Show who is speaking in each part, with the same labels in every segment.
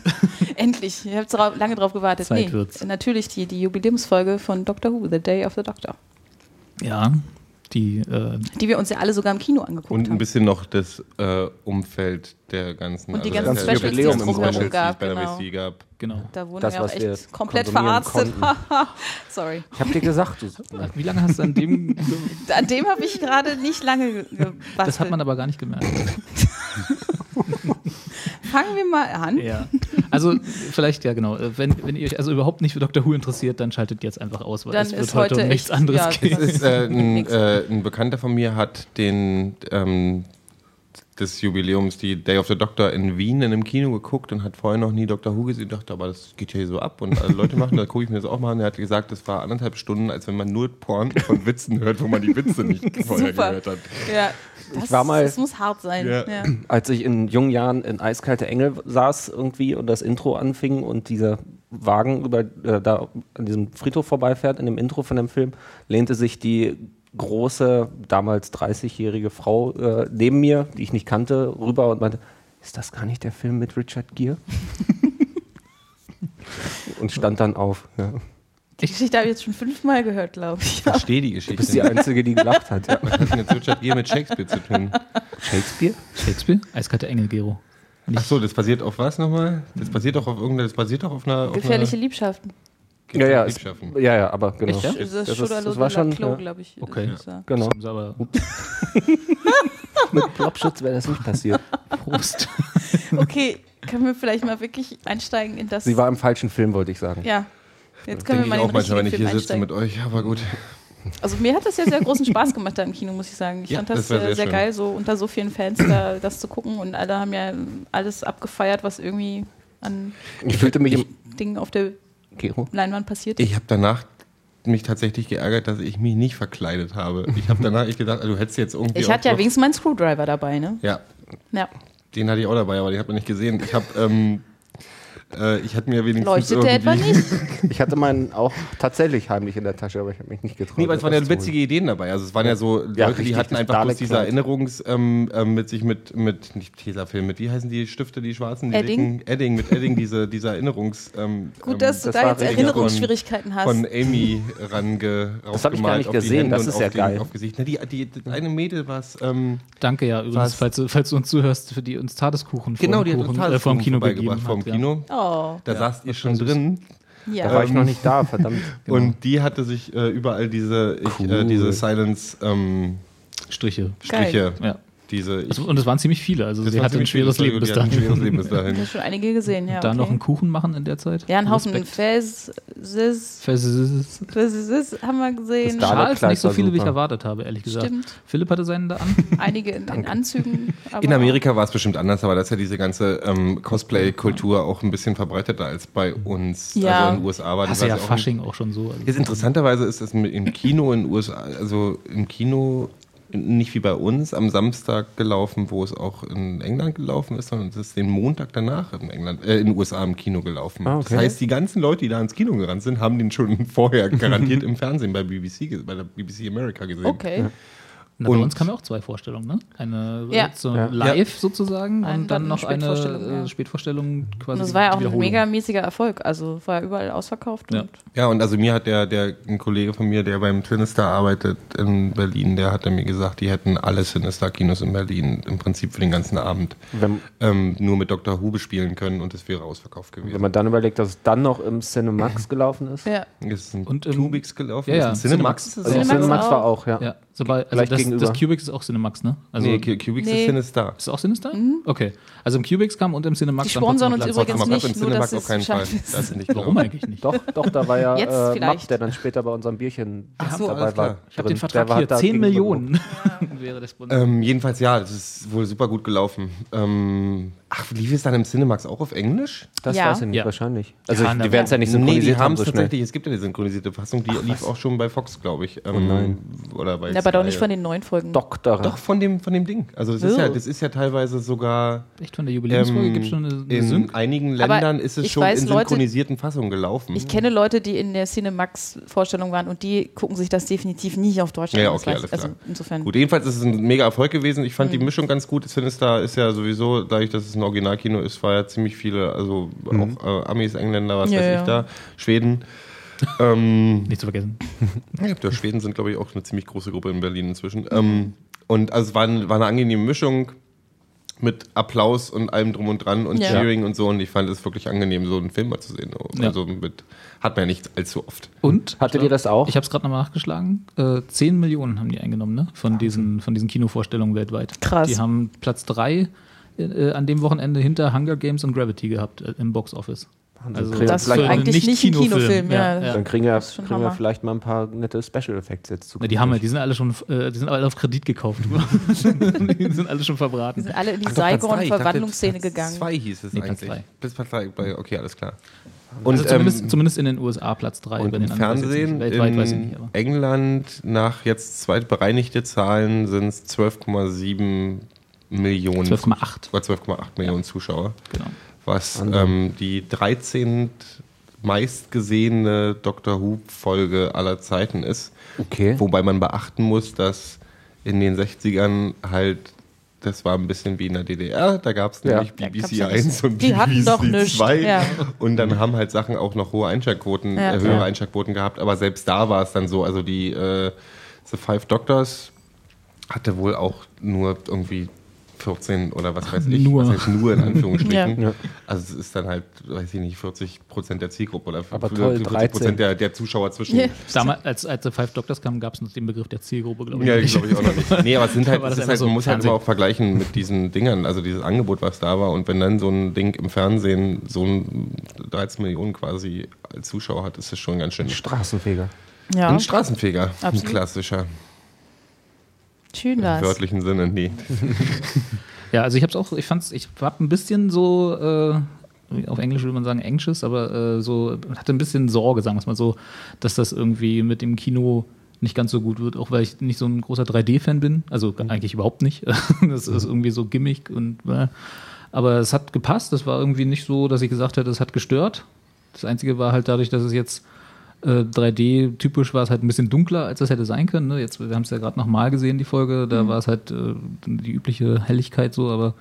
Speaker 1: endlich. Ich habe drauf, lange drauf gewartet.
Speaker 2: Zeit
Speaker 1: nee,
Speaker 2: wird's.
Speaker 1: natürlich die, die Jubiläumsfolge von Doctor Who, The Day of the Doctor,
Speaker 2: Ja, die, äh,
Speaker 1: die wir uns ja alle sogar im Kino angeguckt
Speaker 3: Und
Speaker 1: haben.
Speaker 3: ein bisschen noch das äh, Umfeld der ganzen. also
Speaker 1: Und die
Speaker 3: das
Speaker 1: ganzen
Speaker 3: ist
Speaker 1: Specials,
Speaker 3: Jubiläum
Speaker 4: die es
Speaker 3: im
Speaker 4: drumherum
Speaker 3: Specials, die es
Speaker 1: gab,
Speaker 3: bei der
Speaker 1: genau.
Speaker 3: WC gab.
Speaker 2: genau.
Speaker 1: Da wurden
Speaker 4: Das,
Speaker 1: wir auch
Speaker 4: was wir
Speaker 1: echt komplett
Speaker 4: konsumieren
Speaker 1: verarztet. Sorry.
Speaker 4: Ich hab dir gesagt, du.
Speaker 2: Wie lange hast du an dem.
Speaker 1: An dem habe ich gerade nicht lange gebastelt.
Speaker 2: Das hat man aber gar nicht gemerkt.
Speaker 1: Fangen wir mal an.
Speaker 2: Ja. Also, vielleicht, ja, genau. Äh, Wenn, wenn ihr euch also überhaupt nicht für Dr. Who interessiert, dann schaltet jetzt einfach aus, weil
Speaker 1: Dann
Speaker 2: es wird
Speaker 1: ist
Speaker 2: heute
Speaker 1: heute
Speaker 2: um nichts
Speaker 1: echt-
Speaker 2: anderes
Speaker 1: ja,
Speaker 2: gehen.
Speaker 1: das
Speaker 3: Es ist, äh, ein,
Speaker 1: Nix.
Speaker 3: äh, ein Bekannter von mir hat den ähm, des Jubiläums die Day of the Doctor in Wien in einem Kino geguckt und hat vorher noch nie Doctor Who gesehen. Dachte, aber das geht ja hier so ab und alle Leute machen, da gucke ich mir das auch mal an. Er hat gesagt, das war anderthalb Stunden, als wenn man nur Porn von Witzen hört, wo man die Witze nicht vorher
Speaker 1: Super.
Speaker 3: gehört hat.
Speaker 1: Ja, das,
Speaker 4: war mal-
Speaker 1: das muss hart sein.
Speaker 3: Ja.
Speaker 1: Ja.
Speaker 4: Als ich in jungen Jahren in Eiskalte Engel saß irgendwie und das Intro anfing und dieser Wagen über, äh, da an diesem Friedhof vorbeifährt, in dem Intro von dem Film, lehnte sich die große, damals 30-jährige Frau äh, neben mir, die ich nicht kannte, rüber und meinte, ist das gar nicht der Film mit Richard Gere? und stand dann auf. Ja.
Speaker 1: Die Geschichte habe ich jetzt schon fünfmal gehört, glaube ich.
Speaker 3: Ich verstehe die
Speaker 4: Du bist die
Speaker 3: Geschichte. nicht.
Speaker 4: Einzige, die gelacht hat. Ja.
Speaker 3: Was hat denn jetzt Richard Gere mit Shakespeare zu tun?
Speaker 4: Shakespeare?
Speaker 2: Shakespeare? Eiskalte Engel, Gero.
Speaker 3: Ach so, das basiert auf was nochmal? Das basiert doch auf irgendeiner, das basiert doch auf einer. Auf
Speaker 1: Gefährliche Liebschaften.
Speaker 3: einer
Speaker 4: Ja, ja, es,
Speaker 3: Liebschaften.
Speaker 4: ja, ja, aber genau.
Speaker 2: Echt, ja?
Speaker 1: Das,
Speaker 4: Das
Speaker 1: das,
Speaker 4: ist-
Speaker 1: Schudder
Speaker 4: das war schon,
Speaker 1: Klo,
Speaker 4: ja.
Speaker 1: glaube ich.
Speaker 2: Okay.
Speaker 1: das war-
Speaker 4: Genau.
Speaker 2: Das ist aber
Speaker 4: Mit Plopschutz wäre das nicht passiert.
Speaker 2: Prost.
Speaker 1: Okay, können wir vielleicht mal wirklich einsteigen in das.
Speaker 4: Sie war im falschen Film, wollte ich sagen.
Speaker 1: ja. Jetzt können wir
Speaker 3: Denke ich
Speaker 1: mal in
Speaker 3: auch
Speaker 1: den
Speaker 3: manchmal, wenn
Speaker 1: richtigen
Speaker 3: ich
Speaker 1: Film
Speaker 3: hier sitze
Speaker 1: einsteigen.
Speaker 3: mit euch, aber gut.
Speaker 1: Also mir hat das ja sehr großen Spaß gemacht da im Kino, muss ich sagen. Ich
Speaker 3: Ja,
Speaker 1: fand das,
Speaker 3: das war
Speaker 1: äh, sehr,
Speaker 3: sehr schön.
Speaker 1: geil, so unter so vielen Fans da das zu gucken und alle haben ja alles abgefeiert, was irgendwie an
Speaker 4: Ich fühlte mich im.
Speaker 1: Dingen auf der
Speaker 4: Gero?
Speaker 1: Leinwand passiert.
Speaker 3: Ich habe danach mich tatsächlich geärgert, dass ich mich nicht verkleidet habe. Ich habe danach echt gedacht, also du hättest jetzt irgendwie.
Speaker 1: Ich hatte
Speaker 3: auch
Speaker 1: ja
Speaker 3: noch-
Speaker 1: wenigstens meinen Screwdriver dabei, ne?
Speaker 3: Ja,
Speaker 1: Ja.
Speaker 3: den hatte ich auch dabei, aber den hat man nicht gesehen. Ich habe. Ähm, äh, ich hatte mir wenigstens.
Speaker 1: Leuchtet der etwa
Speaker 3: irgendwie-
Speaker 1: nicht?
Speaker 4: Ich hatte meinen auch tatsächlich heimlich in der Tasche, aber ich habe mich nicht getraut.
Speaker 3: Nee, aber es waren ja
Speaker 4: das zu
Speaker 3: witzige Ideen dabei. Also es waren ja so Leute,
Speaker 4: Ja, richtig,
Speaker 3: die hatten
Speaker 4: das
Speaker 3: einfach bloß diese
Speaker 4: Dalek-Kleid.
Speaker 3: Erinnerungs ähm, ähm, mit sich mit, mit nicht Tesafilm, mit wie heißen die Stifte, die schwarzen, die
Speaker 1: Edding?
Speaker 3: dicken? Edding, mit Edding, diese, diese Erinnerungs... Ähm,
Speaker 1: Gut, dass du
Speaker 4: das
Speaker 1: da
Speaker 4: war
Speaker 1: jetzt
Speaker 4: richtig.
Speaker 1: Erinnerungsschwierigkeiten hast.
Speaker 3: von Amy range
Speaker 4: hab ich gar nicht
Speaker 3: auf
Speaker 4: gesehen, das
Speaker 3: und
Speaker 4: ist
Speaker 3: auf
Speaker 4: ja
Speaker 3: den,
Speaker 4: geil.
Speaker 3: Auf Gesicht. Na, die, die, die eine Mädel was ähm,
Speaker 2: Danke ja übrigens,
Speaker 3: Was?
Speaker 2: falls du, falls du uns zuhörst, für die uns Tadeskuchen
Speaker 3: genau,
Speaker 2: vom,
Speaker 3: die hat
Speaker 2: Kuchen,
Speaker 3: uns
Speaker 2: äh, vom
Speaker 3: Tageskuchen
Speaker 2: Kino
Speaker 3: vorbeigebracht
Speaker 2: gegeben
Speaker 3: vom
Speaker 2: hat,
Speaker 3: Kino.
Speaker 1: oh,
Speaker 3: Da saßt ihr schon drin
Speaker 4: Da
Speaker 1: ja.
Speaker 4: war ich noch nicht da, verdammt.
Speaker 2: genau.
Speaker 3: und die hatte sich äh, überall diese ich, äh,
Speaker 4: Cool.
Speaker 3: diese Silence ähm,
Speaker 2: Ja. Striche.
Speaker 1: Geil.
Speaker 3: Striche,
Speaker 2: Ja.
Speaker 3: diese ich,
Speaker 2: Also, Und es waren ziemlich viele, also
Speaker 3: das
Speaker 2: sie
Speaker 3: war
Speaker 2: hatte ein
Speaker 3: ziemlich
Speaker 2: schweres
Speaker 3: viel,
Speaker 2: Leben bis
Speaker 3: die hat
Speaker 2: dann.
Speaker 3: ein schweres Leben bis
Speaker 1: Ich
Speaker 3: dahin.
Speaker 1: habe schon einige gesehen, ja.
Speaker 2: Da
Speaker 1: okay.
Speaker 2: noch einen Kuchen machen in der Zeit.
Speaker 1: ja, einen Haufen
Speaker 2: Respekt.
Speaker 1: Fez, Sis,
Speaker 2: Fes-
Speaker 1: Fes, Sis haben wir gesehen.
Speaker 4: Das
Speaker 2: Schals,
Speaker 4: Dalek-Kleid
Speaker 2: Ah, nicht so
Speaker 4: war
Speaker 2: viele, wie ich
Speaker 4: super.
Speaker 2: erwartet habe, ehrlich gesagt.
Speaker 1: Stimmt.
Speaker 2: Philipp hatte seinen da an.
Speaker 1: Einige in, in Anzügen. aber
Speaker 3: In Amerika war es bestimmt anders, aber da ist ja diese ganze ähm, Cosplay-Kultur auch ein bisschen verbreiteter als bei uns.
Speaker 1: Ja.
Speaker 3: Also in den USA war
Speaker 2: Das ist ja
Speaker 3: quasi auch ein-
Speaker 2: Fasching auch schon so. Also
Speaker 3: Jetzt interessanterweise ist das mit- im Kino in den USA, also im Kino nicht wie bei uns am Samstag gelaufen, wo es auch in England gelaufen ist, sondern es ist den Montag danach in England, äh, in den USA im Kino gelaufen.
Speaker 4: Ah, okay.
Speaker 3: Das heißt, die ganzen Leute, die da ins Kino gerannt sind, haben den schon vorher garantiert im Fernsehen bei BBC, ge- bei der BBC America gesehen.
Speaker 1: Okay.
Speaker 2: Na, bei
Speaker 3: Und-
Speaker 2: uns kamen ja auch zwei Vorstellungen, ne? Eine
Speaker 1: Ja.
Speaker 2: so
Speaker 4: Ja.
Speaker 2: live sozusagen
Speaker 1: Ein-
Speaker 2: und dann
Speaker 1: dann
Speaker 2: noch eine
Speaker 1: Spätvorstellung, ja.
Speaker 2: äh, Spätvorstellung
Speaker 1: Und
Speaker 2: quasi.
Speaker 1: das war ja auch ein
Speaker 2: die Wiederholung.
Speaker 1: mega mäßiger Erfolg. Also war überall ausverkauft.
Speaker 2: Ja.
Speaker 1: Und
Speaker 3: Ja, und also mir hat der, der ein Kollege von mir, der beim Sinister arbeitet in Berlin, der hatte mir gesagt, die hätten alle Sinister-Kinos in Berlin im Prinzip für den ganzen Abend
Speaker 4: Wenn,
Speaker 3: ähm, nur mit Dr. Who bespielen können und es wäre ausverkauft
Speaker 4: wenn
Speaker 3: gewesen.
Speaker 4: man dann überlegt, dass es dann noch im Cinemax gelaufen ist.
Speaker 1: ja.
Speaker 3: Ist ein
Speaker 2: Und im-
Speaker 3: Tubix gelaufen?
Speaker 2: Ja, ja,
Speaker 3: Ist ein Cinemax?
Speaker 2: Cinemax.
Speaker 3: Ist es
Speaker 4: Also
Speaker 3: auch?
Speaker 1: Cinemax
Speaker 4: Cinemax,
Speaker 1: auch.
Speaker 4: war auch, ja.
Speaker 2: Ja, sobald, also
Speaker 4: Gleich
Speaker 2: das,
Speaker 4: gegenüber.
Speaker 2: das Cubix ist auch Cinemax, ne? Also
Speaker 3: nee, Cu- Cubix
Speaker 1: Nee.
Speaker 3: ist Sinister.
Speaker 2: ist auch Sinister? Okay. Also im Cubix kam und im
Speaker 1: Mhm.
Speaker 2: Cinemax.
Speaker 1: Die
Speaker 2: dann trotzdem
Speaker 1: sponsern uns
Speaker 2: Platz.
Speaker 1: übrigens
Speaker 3: Aber
Speaker 1: nicht,
Speaker 3: im
Speaker 1: nur dass
Speaker 3: Cinemax
Speaker 1: es
Speaker 3: auf keinen Fall.
Speaker 1: scharf ist.
Speaker 3: Das ist nicht
Speaker 2: Warum eigentlich nicht?
Speaker 4: Doch, doch, da war ja
Speaker 1: Jetzt
Speaker 4: äh, Mapp,
Speaker 1: vielleicht.
Speaker 4: der dann später bei unserem Bierchen
Speaker 3: so,
Speaker 4: dabei
Speaker 3: alles
Speaker 4: war.
Speaker 3: klar.
Speaker 2: Ich habe
Speaker 4: drin.
Speaker 2: den Vertrag
Speaker 4: Der war
Speaker 2: hier.
Speaker 4: da
Speaker 2: 10
Speaker 4: gegenüber gebucht.
Speaker 2: Millionen wäre der Sponsor.
Speaker 3: Ähm, jedenfalls ja, das ist wohl super gut gelaufen. Ähm, ach, lief es dann im Cinemax auch auf Englisch?
Speaker 4: Das
Speaker 1: Ja.
Speaker 4: weiß ich nicht,
Speaker 2: Ja.
Speaker 4: wahrscheinlich. Also
Speaker 2: Ja,
Speaker 4: ich-
Speaker 2: na,
Speaker 4: die werden es ja nicht synchronisiert
Speaker 3: die
Speaker 4: haben
Speaker 3: haben's
Speaker 4: so schnell.
Speaker 3: tatsächlich. Es gibt ja eine synchronisierte Fassung, die lief auch schon bei Fox, glaube ich.
Speaker 4: Oh
Speaker 3: Ähm, Oder bei
Speaker 1: Ja, aber
Speaker 3: Sky.
Speaker 1: doch nicht von den neuen Folgen.
Speaker 4: Doktor.
Speaker 3: Doch, von dem, von dem Ding. Also das ist,
Speaker 1: Oh.
Speaker 3: ja, das ist ja teilweise sogar.
Speaker 2: Echt von der
Speaker 3: Ähm,
Speaker 2: Jubiläumsfolge gibt es schon eine, eine
Speaker 3: in
Speaker 2: Sync.
Speaker 3: einigen
Speaker 1: Aber
Speaker 3: Ländern ist es
Speaker 1: ich
Speaker 3: schon
Speaker 1: weiß,
Speaker 3: in
Speaker 1: Leute-
Speaker 3: synchronisierten Fassungen gelaufen.
Speaker 1: Ich kenne Leute, die in der Cinemax-Vorstellung waren und die gucken sich das definitiv nicht auf Deutschland.
Speaker 3: Ja, ja,
Speaker 1: an, das
Speaker 3: okay,
Speaker 1: weiß
Speaker 3: alles
Speaker 1: ich. Also
Speaker 3: klar.
Speaker 1: insofern. Mhm.
Speaker 3: Gut, jedenfalls ist es ein mega Erfolg gewesen. Ich fand die Mischung ganz gut. Sinister ist ja sowieso, dadurch, dass es ein Originalkino ist, war ja ziemlich viele, also
Speaker 4: Mhm.
Speaker 3: auch äh, Amis, Engländer, was
Speaker 1: Ja,
Speaker 3: weiß
Speaker 1: ja.
Speaker 3: ich da, Schweden. ähm,
Speaker 2: Nicht zu vergessen.
Speaker 3: ja, die Schweden sind, glaube ich, auch eine ziemlich große Gruppe in Berlin inzwischen. Ähm, und also es war, ein, war eine angenehme Mischung mit Applaus und allem drum und dran und
Speaker 1: Ja.
Speaker 3: Cheering und so. Und ich fand es wirklich angenehm, so einen Film mal zu sehen.
Speaker 2: Ja.
Speaker 3: Also mit, hat man ja nicht allzu oft.
Speaker 2: Und?
Speaker 4: Hattet ihr das auch?
Speaker 2: Ich habe es gerade nochmal nachgeschlagen. Äh, 10 Millionen haben die eingenommen, ne? Von diesen, von diesen Kinovorstellungen weltweit.
Speaker 1: Krass.
Speaker 2: Die haben Platz 3 äh, an dem Wochenende hinter Hunger Games und Gravity gehabt äh, im Box Office. Also
Speaker 4: kriegen wir
Speaker 1: Das ist
Speaker 4: vielleicht-
Speaker 2: einen
Speaker 1: eigentlich nicht ein
Speaker 2: Nicht-Kinofilm,
Speaker 1: Kinofilm, ja.
Speaker 2: ja.
Speaker 4: Dann kriegen wir,
Speaker 1: ist schon
Speaker 4: kriegen wir
Speaker 1: Hammer.
Speaker 4: vielleicht mal ein paar nette Special Effects jetzt zu.
Speaker 2: Na, die haben ja, die sind alle schon, äh, die sind alle auf Kredit gekauft. die sind alle schon
Speaker 1: Die
Speaker 2: verbraten.
Speaker 1: sind alle in die
Speaker 3: Ach doch, Platz drei. Ich dachte,
Speaker 1: Saigon-Verwandlungsszene
Speaker 3: Platz
Speaker 1: gegangen.
Speaker 3: Zwei hieß es
Speaker 2: Nee, Platz
Speaker 3: eigentlich.
Speaker 2: drei.
Speaker 3: Platz Platz zwei, bei- okay, alles klar.
Speaker 2: Also
Speaker 3: ähm,
Speaker 2: zumindest, zumindest in den USA Platz 3.
Speaker 3: Und im
Speaker 2: anderen weiß ich jetzt
Speaker 3: Fernsehen
Speaker 2: nicht. Weltweit
Speaker 3: in
Speaker 2: weiß ich nicht, aber.
Speaker 3: England nach jetzt zweit bereinigte Zahlen sind es 12,7 Millionen.
Speaker 2: 12,8.
Speaker 3: Oder 12,8 Millionen Zuschauer.
Speaker 2: Genau.
Speaker 3: Was ähm, die 13. meistgesehene Doctor Who-Folge aller Zeiten ist.
Speaker 4: Okay.
Speaker 3: Wobei man beachten muss, dass in den 60ern halt. Das war ein bisschen wie in der DDR, da gab es
Speaker 4: Ja.
Speaker 3: nämlich
Speaker 1: Da gab's
Speaker 3: BBC
Speaker 1: ja
Speaker 3: 1 und
Speaker 1: Die hatten doch
Speaker 3: BBC
Speaker 1: nichts,
Speaker 3: 2.
Speaker 1: ja.
Speaker 3: Und dann haben halt Sachen auch noch hohe Einschaltquoten,
Speaker 1: Ja.
Speaker 3: äh, höhere
Speaker 1: Ja.
Speaker 3: Einschaltquoten gehabt. Aber selbst da war es dann so, also die äh, The Five Doctors hatte wohl auch nur irgendwie 14 oder was weiß ich.
Speaker 2: Nur.
Speaker 3: Was heißt nur in Anführungsstrichen.
Speaker 4: Ja. Ja.
Speaker 3: Also es ist dann halt, weiß ich nicht, 40 Prozent der Zielgruppe oder
Speaker 4: Aber toll,
Speaker 3: 40
Speaker 4: 13.
Speaker 3: Prozent der, der Zuschauer zwischen.
Speaker 1: Ja.
Speaker 2: Damals, als, als The Five Doctors kam, gab es noch den Begriff der Zielgruppe, glaube ich.
Speaker 3: Ja, glaube ich auch noch nicht. Nee, aber es sind halt,
Speaker 2: Da war
Speaker 3: es
Speaker 2: das
Speaker 3: ist halt
Speaker 2: einfach so
Speaker 3: man muss halt
Speaker 2: Fernsehen.
Speaker 3: immer auch vergleichen mit diesen Dingern, also dieses Angebot, was da war. Und wenn dann so ein Ding im Fernsehen so ein 13 Millionen quasi als Zuschauer hat, ist das schon ganz schön.
Speaker 4: Straßenfeger.
Speaker 1: Ja,
Speaker 3: Ein Straßenfeger,
Speaker 1: Absolut.
Speaker 3: ein klassischer,
Speaker 1: schön
Speaker 3: im
Speaker 1: war's.
Speaker 3: wörtlichen Sinne. Nee.
Speaker 2: Ja, also ich hab's auch, ich fand's, ich war ein bisschen so, äh, auf Englisch würde man sagen anxious, aber äh, so, hatte ein bisschen Sorge, sagen wir's mal so, dass das irgendwie mit dem Kino nicht ganz so gut wird, auch weil ich nicht so ein großer 3D-Fan bin, also eigentlich überhaupt nicht. das ist irgendwie so Gimmick und äh. aber es hat gepasst, das war irgendwie nicht so, dass ich gesagt hätte, es hat gestört. Das Einzige war halt dadurch, dass es jetzt äh, 3D-typisch war es halt ein bisschen dunkler, als das hätte sein können. Ne? Jetzt, wir haben es ja gerade nochmal gesehen, die Folge, da war es halt äh, die übliche Helligkeit so, aber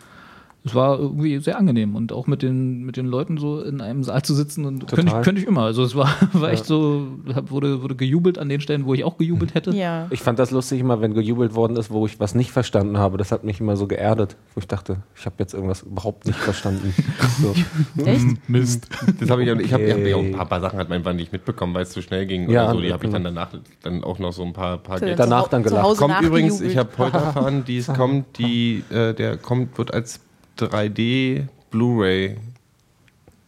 Speaker 2: es war irgendwie sehr angenehm und auch mit den, mit den Leuten so in einem Saal zu sitzen und könnte ich, könnte ich immer. Also es war, war echt so, hab, wurde, wurde gejubelt an den Stellen, wo ich auch gejubelt hätte.
Speaker 1: Ja.
Speaker 4: Ich fand das lustig immer, wenn gejubelt worden ist, wo ich was nicht verstanden habe. Das hat mich immer so geerdet, wo ich dachte, ich habe jetzt irgendwas überhaupt nicht verstanden. So.
Speaker 3: Hm.
Speaker 1: Echt?
Speaker 2: Mhm. Mist.
Speaker 3: Das habe ich, okay. ich habe hab
Speaker 4: Okay.
Speaker 3: ja auch ein paar, paar Sachen hat man einfach nicht mitbekommen, weil es zu schnell ging
Speaker 4: Ja,
Speaker 3: oder so. Die habe ich
Speaker 4: genau.
Speaker 3: dann danach dann auch noch so ein paar, paar
Speaker 1: So,
Speaker 3: Gags-
Speaker 4: Danach
Speaker 1: zu Hau-
Speaker 4: dann
Speaker 1: zu
Speaker 4: gelacht.
Speaker 1: Hause
Speaker 3: Kommt übrigens,
Speaker 1: nachgejubelt.
Speaker 3: ich habe heute erfahren, die es kommt, die, äh, der kommt, wird als 3D Blu-ray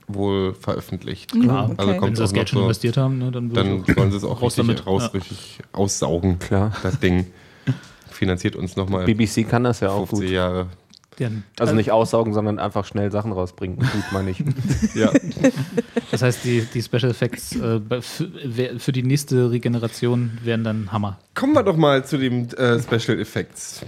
Speaker 3: wohl veröffentlicht.
Speaker 2: Klar,
Speaker 1: okay.
Speaker 3: Also
Speaker 1: Wenn
Speaker 2: Wenn
Speaker 3: kommt
Speaker 2: sie das
Speaker 3: auch
Speaker 2: Geld
Speaker 3: noch
Speaker 2: schon
Speaker 3: so,
Speaker 2: investiert haben, ne, dann,
Speaker 3: dann wollen sie es auch
Speaker 2: raus
Speaker 3: richtig
Speaker 2: damit.
Speaker 3: raus,
Speaker 2: Ja.
Speaker 3: richtig aussaugen.
Speaker 4: Klar.
Speaker 3: Das Ding finanziert uns nochmal
Speaker 4: BBC kann das ja auch
Speaker 3: 50
Speaker 4: gut.
Speaker 3: Jahre.
Speaker 2: Dann,
Speaker 4: Also nicht aussaugen, sondern einfach schnell Sachen rausbringen. Gut, meine ich.
Speaker 3: Ja.
Speaker 2: das heißt, die, die Special Effects äh, bei- für, wer- für die nächste Regeneration wären dann Hammer.
Speaker 3: Kommen wir doch mal zu den äh, Special Effects.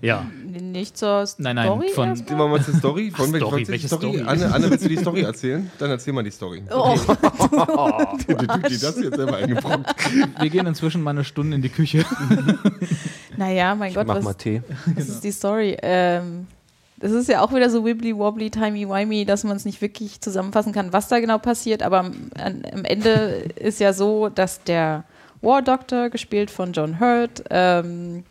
Speaker 2: Ja.
Speaker 1: Nicht zur Story
Speaker 2: Nein, nein, von-
Speaker 1: erstmal?
Speaker 3: Gehen wir mal zur Story. Wollen wir-
Speaker 2: Story,
Speaker 3: wolltest du die
Speaker 2: welche
Speaker 3: Story?
Speaker 2: Story?
Speaker 3: Anne, Anne, willst du die Story erzählen? Dann erzähl mal die Story.
Speaker 1: Oh,
Speaker 3: Du die das jetzt selber eingebrockt.
Speaker 2: Wir gehen inzwischen mal eine Stunde in die Küche.
Speaker 1: naja, mein Gott,
Speaker 4: Mach
Speaker 1: was,
Speaker 4: mal Tee.
Speaker 1: Das ist die Story. Ähm, das ist ja auch wieder so wibbly wobbly, timey wimey, dass man es nicht wirklich zusammenfassen kann, was da genau passiert. Aber am, an, am Ende ist ja so, dass der War Doctor, gespielt von John Hurt, ähm,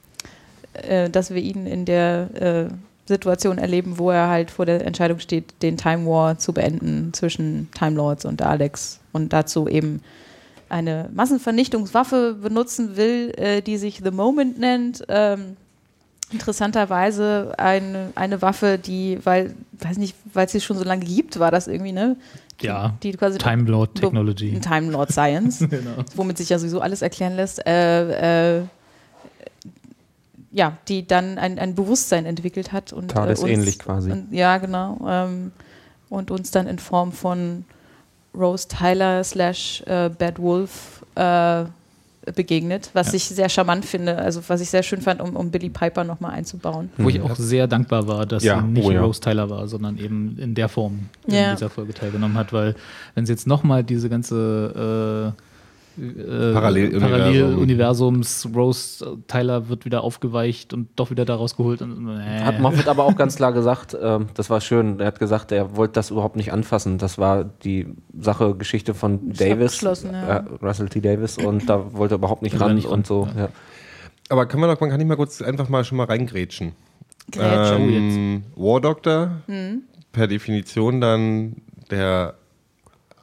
Speaker 1: äh, dass wir ihn in der äh, Situation erleben, wo er halt vor der Entscheidung steht, den Time War zu beenden zwischen Time Lords und Alex und dazu eben eine Massenvernichtungswaffe benutzen will, äh, die sich The Moment nennt. Ähm, interessanterweise eine, eine Waffe, die, weil, weiß nicht, weil es sie schon so lange gibt, war das irgendwie, ne?
Speaker 2: Ja.
Speaker 1: Die quasi
Speaker 2: Time Lord
Speaker 1: Ein
Speaker 2: Technology. Genau.
Speaker 1: Time Lord Science, womit sich ja sowieso alles erklären lässt, äh, äh, ja, die dann ein, ein Bewusstsein entwickelt hat und äh,
Speaker 4: TARDIS
Speaker 1: uns,
Speaker 4: ähnlich quasi.
Speaker 1: Und, ja, genau. Ähm, und uns dann in Form von Rose Tyler slash äh, Bad Wolf äh, begegnet, was ich sehr charmant finde, also was ich sehr schön fand, um, um Billy Piper nochmal einzubauen.
Speaker 2: Wo ich auch sehr dankbar war, dass
Speaker 4: Mhm. Ja,
Speaker 2: sie nicht
Speaker 4: oh ja.
Speaker 2: Rose Tyler war, sondern eben in der Form
Speaker 1: Ja.
Speaker 2: in dieser Folge teilgenommen hat, weil wenn sie jetzt nochmal diese ganze äh, äh,
Speaker 3: Paralleluniversum.
Speaker 2: Paralleluniversums Rose Tyler wird wieder aufgeweicht und doch wieder da rausgeholt und äh,
Speaker 4: Hat Moffat aber auch ganz klar gesagt, ähm, das war schön. Er hat gesagt, er wollte das überhaupt nicht anfassen. Das war die Sache, Geschichte von Davis,
Speaker 1: abgeschlossen, ja.
Speaker 4: äh, Russell T. Davis, und da wollte er überhaupt nicht
Speaker 2: Da will er
Speaker 4: ran
Speaker 2: nicht
Speaker 4: und so.
Speaker 2: ran,
Speaker 4: Ja.
Speaker 3: Aber kann man doch, man kann nicht mal kurz einfach mal schon mal reingrätschen.
Speaker 1: Grätsche.
Speaker 3: Ähm, War Doctor, per Definition dann der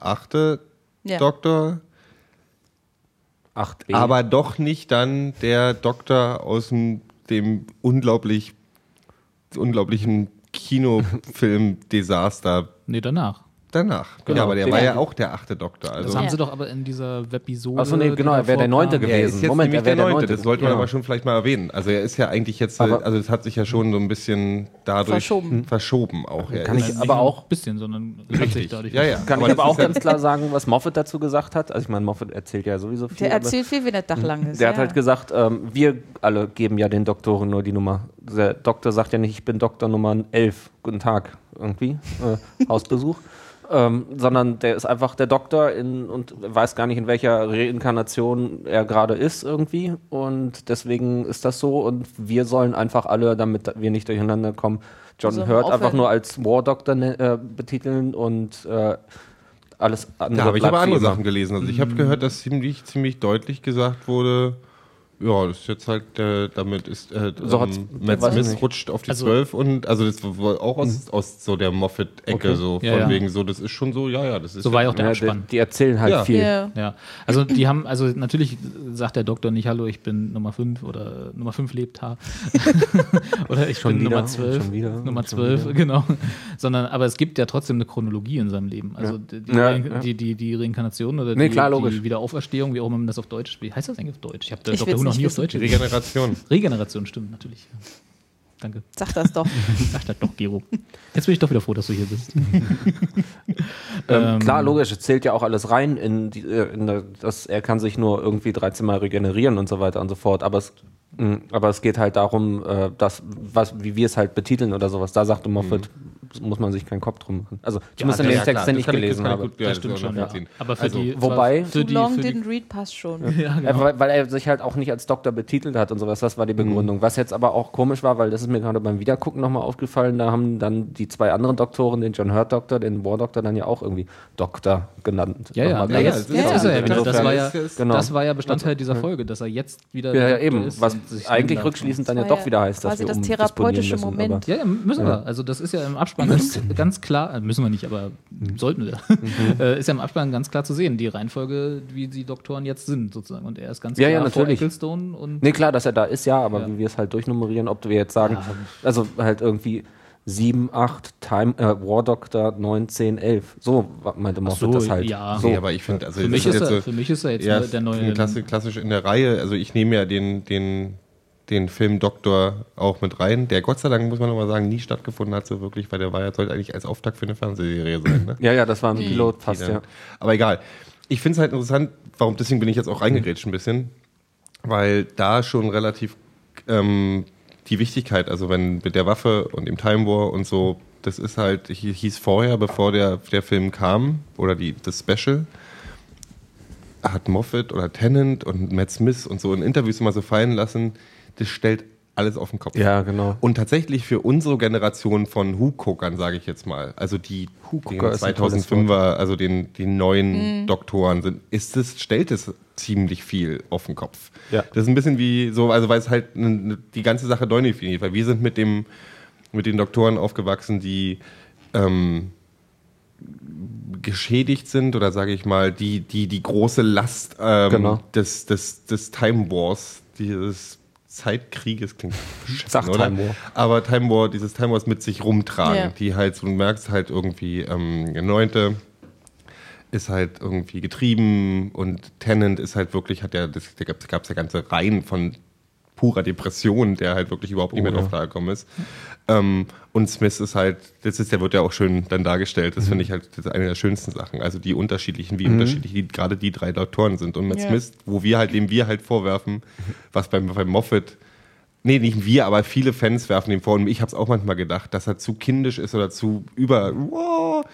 Speaker 3: achte
Speaker 1: Ja.
Speaker 3: Doktor,
Speaker 4: Acht E.
Speaker 3: aber doch nicht dann der Doktor aus dem, dem unglaublich, unglaublichen Kinofilm-Desaster
Speaker 2: nee, danach.
Speaker 3: danach. ja, aber der war ja auch der achte Doktor.
Speaker 2: Das
Speaker 3: Also
Speaker 2: haben
Speaker 1: Ja.
Speaker 2: sie doch aber in dieser Webisode.
Speaker 4: Ach so, nee, genau,
Speaker 2: die
Speaker 4: er wäre der
Speaker 2: davor
Speaker 4: Neunte
Speaker 2: kam.
Speaker 4: gewesen.
Speaker 3: Er ist jetzt
Speaker 4: Moment,
Speaker 3: nämlich
Speaker 4: er wär
Speaker 3: der
Speaker 4: der
Speaker 3: Neunte,
Speaker 4: Neunte.
Speaker 3: das sollte man
Speaker 4: Ja.
Speaker 3: aber schon vielleicht mal erwähnen. Also er ist ja eigentlich jetzt, äh,
Speaker 4: Aber- Hm?
Speaker 3: also es hat sich ja schon so ein bisschen dadurch
Speaker 1: Verschoben.
Speaker 3: verschoben auch. Er
Speaker 4: Kann
Speaker 3: ist-
Speaker 4: ich
Speaker 2: Nicht
Speaker 4: aber
Speaker 2: nur
Speaker 4: auch
Speaker 2: ein bisschen, sondern hat sich
Speaker 3: richtig.
Speaker 2: dadurch
Speaker 3: Ja, ja.
Speaker 4: Kann
Speaker 3: aber
Speaker 4: ich
Speaker 3: das
Speaker 4: aber auch
Speaker 3: ist ja-
Speaker 4: ganz klar sagen, was Moffat dazu gesagt hat. Also ich meine, Moffat erzählt ja sowieso viel.
Speaker 1: Der
Speaker 4: aber
Speaker 1: erzählt viel, wenn der Dach lang ist.
Speaker 4: der hat
Speaker 1: ja.
Speaker 4: halt gesagt, ähm, wir alle geben ja den Doktoren nur die Nummer. Der Doktor sagt ja nicht, ich bin Doktor Nummer 11, guten Tag, irgendwie, äh, Hausbesuch. Ähm, sondern der ist einfach der Doktor in, und weiß gar nicht, in welcher Reinkarnation er gerade ist irgendwie. Und deswegen ist das so. Und wir sollen einfach alle, damit wir nicht durcheinander kommen, John
Speaker 1: Also
Speaker 4: Hurt
Speaker 1: aufhören.
Speaker 4: einfach nur als War Doctor ne- äh, betiteln und äh, alles andere.
Speaker 3: Da habe ich
Speaker 4: bleibt
Speaker 3: aber
Speaker 4: wie
Speaker 3: andere
Speaker 4: immer.
Speaker 3: Sachen gelesen. Also ich habe gehört, dass ziemlich, ziemlich deutlich gesagt wurde, ja, das ist jetzt halt, äh, damit ist, äh,
Speaker 4: So hat's-
Speaker 3: ähm, Matt
Speaker 4: weiß ich
Speaker 3: Smith
Speaker 4: nicht. Mhm.
Speaker 3: rutscht auf die
Speaker 2: Also-
Speaker 3: 12 und, also das war auch aus, aus so der Moffat-Ecke,
Speaker 4: Okay.
Speaker 3: so von
Speaker 2: Ja, ja.
Speaker 3: wegen so, das ist schon so, ja, ja, das ist
Speaker 2: So war ja
Speaker 3: ja
Speaker 2: auch der
Speaker 4: Ja, die,
Speaker 2: Abspann.
Speaker 4: die erzählen halt
Speaker 3: Ja.
Speaker 4: viel.
Speaker 1: Ja.
Speaker 2: Ja, also die haben, also natürlich sagt der Doktor nicht, hallo, ich bin Nummer 5 oder äh, Nummer 5 lebt ha. oder ich
Speaker 4: Schon
Speaker 2: bin
Speaker 4: wieder
Speaker 2: Nummer
Speaker 4: und
Speaker 2: 12.
Speaker 4: schon wieder
Speaker 2: Nummer
Speaker 4: und schon
Speaker 2: 12,
Speaker 4: wieder.
Speaker 2: genau. Sondern, aber es gibt ja trotzdem eine Chronologie in seinem Leben. Also die, die,
Speaker 4: Ja,
Speaker 2: Rein-
Speaker 4: ja.
Speaker 2: Die, die, die Reinkarnation oder
Speaker 4: Nee,
Speaker 2: die,
Speaker 4: klar, logisch.
Speaker 2: die Wiederauferstehung, wie auch immer man das auf Deutsch Wie heißt das eigentlich auf Deutsch? Ich habe
Speaker 1: Ich
Speaker 2: Dr. Who
Speaker 1: will's nicht
Speaker 2: noch nie auf
Speaker 1: wissen.
Speaker 2: Deutsch
Speaker 3: Die
Speaker 2: gelesen.
Speaker 3: Regeneration.
Speaker 2: Regeneration, stimmt, natürlich. Danke.
Speaker 1: Sag das doch.
Speaker 2: Ach, das doch, Gero. Jetzt bin ich doch wieder froh, dass du hier bist.
Speaker 4: Ähm, klar, logisch, es zählt ja auch alles rein in, die, äh, in der- das, er kann sich nur irgendwie 13 Mal regenerieren und so weiter und so fort, aber es, mh, aber es geht halt darum, äh, dass, was, wie wir es halt betiteln oder sowas. Da sagte Moffat, muss man sich keinen Kopf drum machen. Also zumindest in dem
Speaker 3: Mhm. Ja, Ah, ja,
Speaker 4: Text,
Speaker 3: klar,
Speaker 4: den
Speaker 3: das
Speaker 4: ich
Speaker 3: kann
Speaker 4: gelesen
Speaker 3: das kann
Speaker 4: habe.
Speaker 3: gut- ja,
Speaker 2: das stimmt
Speaker 3: kann ich
Speaker 2: schon. Ja.
Speaker 3: nachvollziehen.
Speaker 2: Aber für
Speaker 3: Also,
Speaker 2: die.
Speaker 4: wobei-
Speaker 2: Für
Speaker 1: Too
Speaker 2: die,
Speaker 1: long
Speaker 2: für die,
Speaker 1: didn't read passt schon.
Speaker 2: ja, genau.
Speaker 4: Äh, Weil, weil er sich halt auch nicht als Doktor betitelt hat und sowas, das war die Begründung.
Speaker 2: Mhm.
Speaker 4: Was jetzt aber auch komisch war, weil das ist mir gerade beim Wiedergucken nochmal aufgefallen, da haben dann die zwei anderen Doktoren, den John Hurt Doktor, den War Doktor, dann ja auch irgendwie Doktor genannt.
Speaker 2: Ja, ja,
Speaker 4: Nochmal
Speaker 2: ja,
Speaker 4: gleich.
Speaker 2: jetzt,
Speaker 3: ja, ja,
Speaker 2: jetzt
Speaker 3: ja,
Speaker 2: ist
Speaker 1: genau.
Speaker 2: er ja wieder.
Speaker 3: insofern
Speaker 2: Das war ja,
Speaker 3: ist es-
Speaker 4: Genau.
Speaker 2: das war ja Bestandteil dieser Folge, dass er jetzt wieder.
Speaker 4: Ja, ja,
Speaker 2: der
Speaker 4: eben.
Speaker 2: ist
Speaker 4: Was
Speaker 2: und sich
Speaker 4: eigentlich
Speaker 2: ändert.
Speaker 4: rückschließend dann ja
Speaker 1: war ja
Speaker 4: doch wieder heißt, dass
Speaker 1: quasi
Speaker 4: wir
Speaker 1: das
Speaker 4: umdisponieren
Speaker 1: therapeutische
Speaker 4: müssen,
Speaker 1: Moment.
Speaker 4: aber-
Speaker 2: Ja, ja, müssen wir. Also, das ist ja im Abspann ganz, ganz klar, äh, müssen wir nicht, aber sollten wir.
Speaker 4: Mhm.
Speaker 2: Äh, ist ja im Abspann ganz klar zu sehen, die Reihenfolge, wie die Doktoren jetzt sind, sozusagen. Und er ist ganz
Speaker 4: Ja,
Speaker 2: klar
Speaker 4: ja, natürlich.
Speaker 2: vor Ecclestone und.
Speaker 4: Nee, klar, dass er da ist, ja, aber
Speaker 2: Ja.
Speaker 4: wie wir es halt durchnummerieren, ob wir jetzt sagen, also halt irgendwie 7, 8, Time, äh, War Doctor 9, 10, 11. So wa- meinte Moffat
Speaker 2: so,
Speaker 4: das halt.
Speaker 2: ja.
Speaker 4: So.
Speaker 3: Nee, aber ich finde, also
Speaker 2: Für
Speaker 3: das
Speaker 2: mich,
Speaker 3: jetzt
Speaker 2: ist er,
Speaker 3: so-
Speaker 2: für mich ist er jetzt
Speaker 3: Ja,
Speaker 2: nur der
Speaker 3: in
Speaker 2: neue.
Speaker 3: Klasse, klassisch in der Reihe. Also ich nehme ja den, den, den Film Doktor auch mit rein, der Gott sei Dank, muss man nochmal sagen, nie stattgefunden hat so wirklich, weil der war ja, sollte eigentlich als Auftakt für eine Fernsehserie sein. Ne?
Speaker 4: Ja, ja, das
Speaker 2: Mhm.
Speaker 4: war ein Pilot fast,
Speaker 3: Die dann-
Speaker 4: ja.
Speaker 3: Aber egal. Ich finde es halt interessant, warum, deswegen bin ich jetzt auch reingegrätscht ein bisschen, weil da schon relativ ähm, die Wichtigkeit, also wenn mit der Waffe und dem Time War und so, das ist halt, hi- hieß vorher, bevor der, der Film kam, oder die, das Special, hat Moffat oder Tennant und Matt Smith und so in Interviews immer so fallen lassen, das stellt alles auf den Kopf.
Speaker 4: Ja, genau.
Speaker 3: Und tatsächlich für unsere Generation von Who-Guckern, sage ich jetzt mal, also die
Speaker 4: Who-Gucker
Speaker 3: den
Speaker 4: ist ein tolles
Speaker 3: 2005er, also den, den
Speaker 4: Mhm.
Speaker 3: neuen Doktoren sind, ist es, stellt es ziemlich viel auf den Kopf.
Speaker 4: Ja.
Speaker 3: Das ist ein bisschen wie so, also weil es halt ne- ne- die ganze Sache neu definiert, weil wir sind mit dem, mit den Doktoren aufgewachsen, die ähm, geschädigt sind oder sage ich mal, die, die, die große Last ähm,
Speaker 4: Genau.
Speaker 3: des, des, des Time Wars, dieses Zeitkrieges klingt beschissen,
Speaker 4: Sag
Speaker 3: oder?
Speaker 4: Time War.
Speaker 3: Aber Time War, dieses Time Wars mit sich rumtragen,
Speaker 1: Ja.
Speaker 3: die halt, so, du merkst halt irgendwie, ähm, Neunte ist halt irgendwie getrieben und Tennant ist halt wirklich, hat ja, das, da gab es ja ganze Reihen von purer Depression, der halt wirklich überhaupt nicht mehr drauf gekommen ist. Ähm, und Smith ist halt, das ist, der wird ja auch schön dann dargestellt.
Speaker 4: Mhm.
Speaker 3: Das finde ich halt das ist eine der schönsten Sachen. Also die unterschiedlichen, wie unterschiedlich die, gerade die drei Doktoren sind. Und mit
Speaker 1: Ja.
Speaker 3: Smith, wo wir halt, dem wir halt vorwerfen, was beim, beim Moffat, nee, nicht wir, aber viele Fans werfen dem vor. Und ich habe es auch manchmal gedacht, dass er zu kindisch ist oder zu über, wow.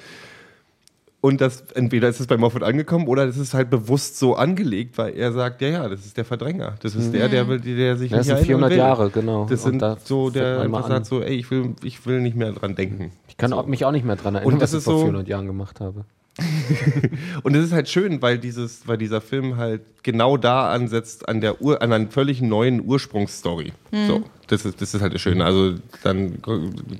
Speaker 3: Und das entweder ist es bei Moffat angekommen oder das ist halt bewusst so angelegt, weil er sagt, ja, ja, das ist der Verdränger. Das ist der, der, will, der sich
Speaker 4: Mhm. Ja, das sind
Speaker 3: nicht erinnern
Speaker 4: 400
Speaker 3: will.
Speaker 4: Jahre, genau.
Speaker 3: Das
Speaker 4: Und
Speaker 3: sind
Speaker 4: da
Speaker 3: so,
Speaker 4: fängt
Speaker 3: der
Speaker 4: man mal
Speaker 3: einfach
Speaker 4: an.
Speaker 3: sagt so, ey, ich will, ich will nicht mehr dran denken.
Speaker 4: Ich kann auch, mich auch nicht mehr dran erinnern,
Speaker 3: Und das
Speaker 4: was
Speaker 3: ist
Speaker 4: ich vor
Speaker 3: so-
Speaker 4: 400 Jahren gemacht habe.
Speaker 3: Und es ist halt schön, weil dieses, weil dieser Film halt genau da ansetzt an der Ur, an einer völlig neuen Ursprungsstory.
Speaker 1: Mhm.
Speaker 3: So, das ist, das ist halt das Schöne. Also dann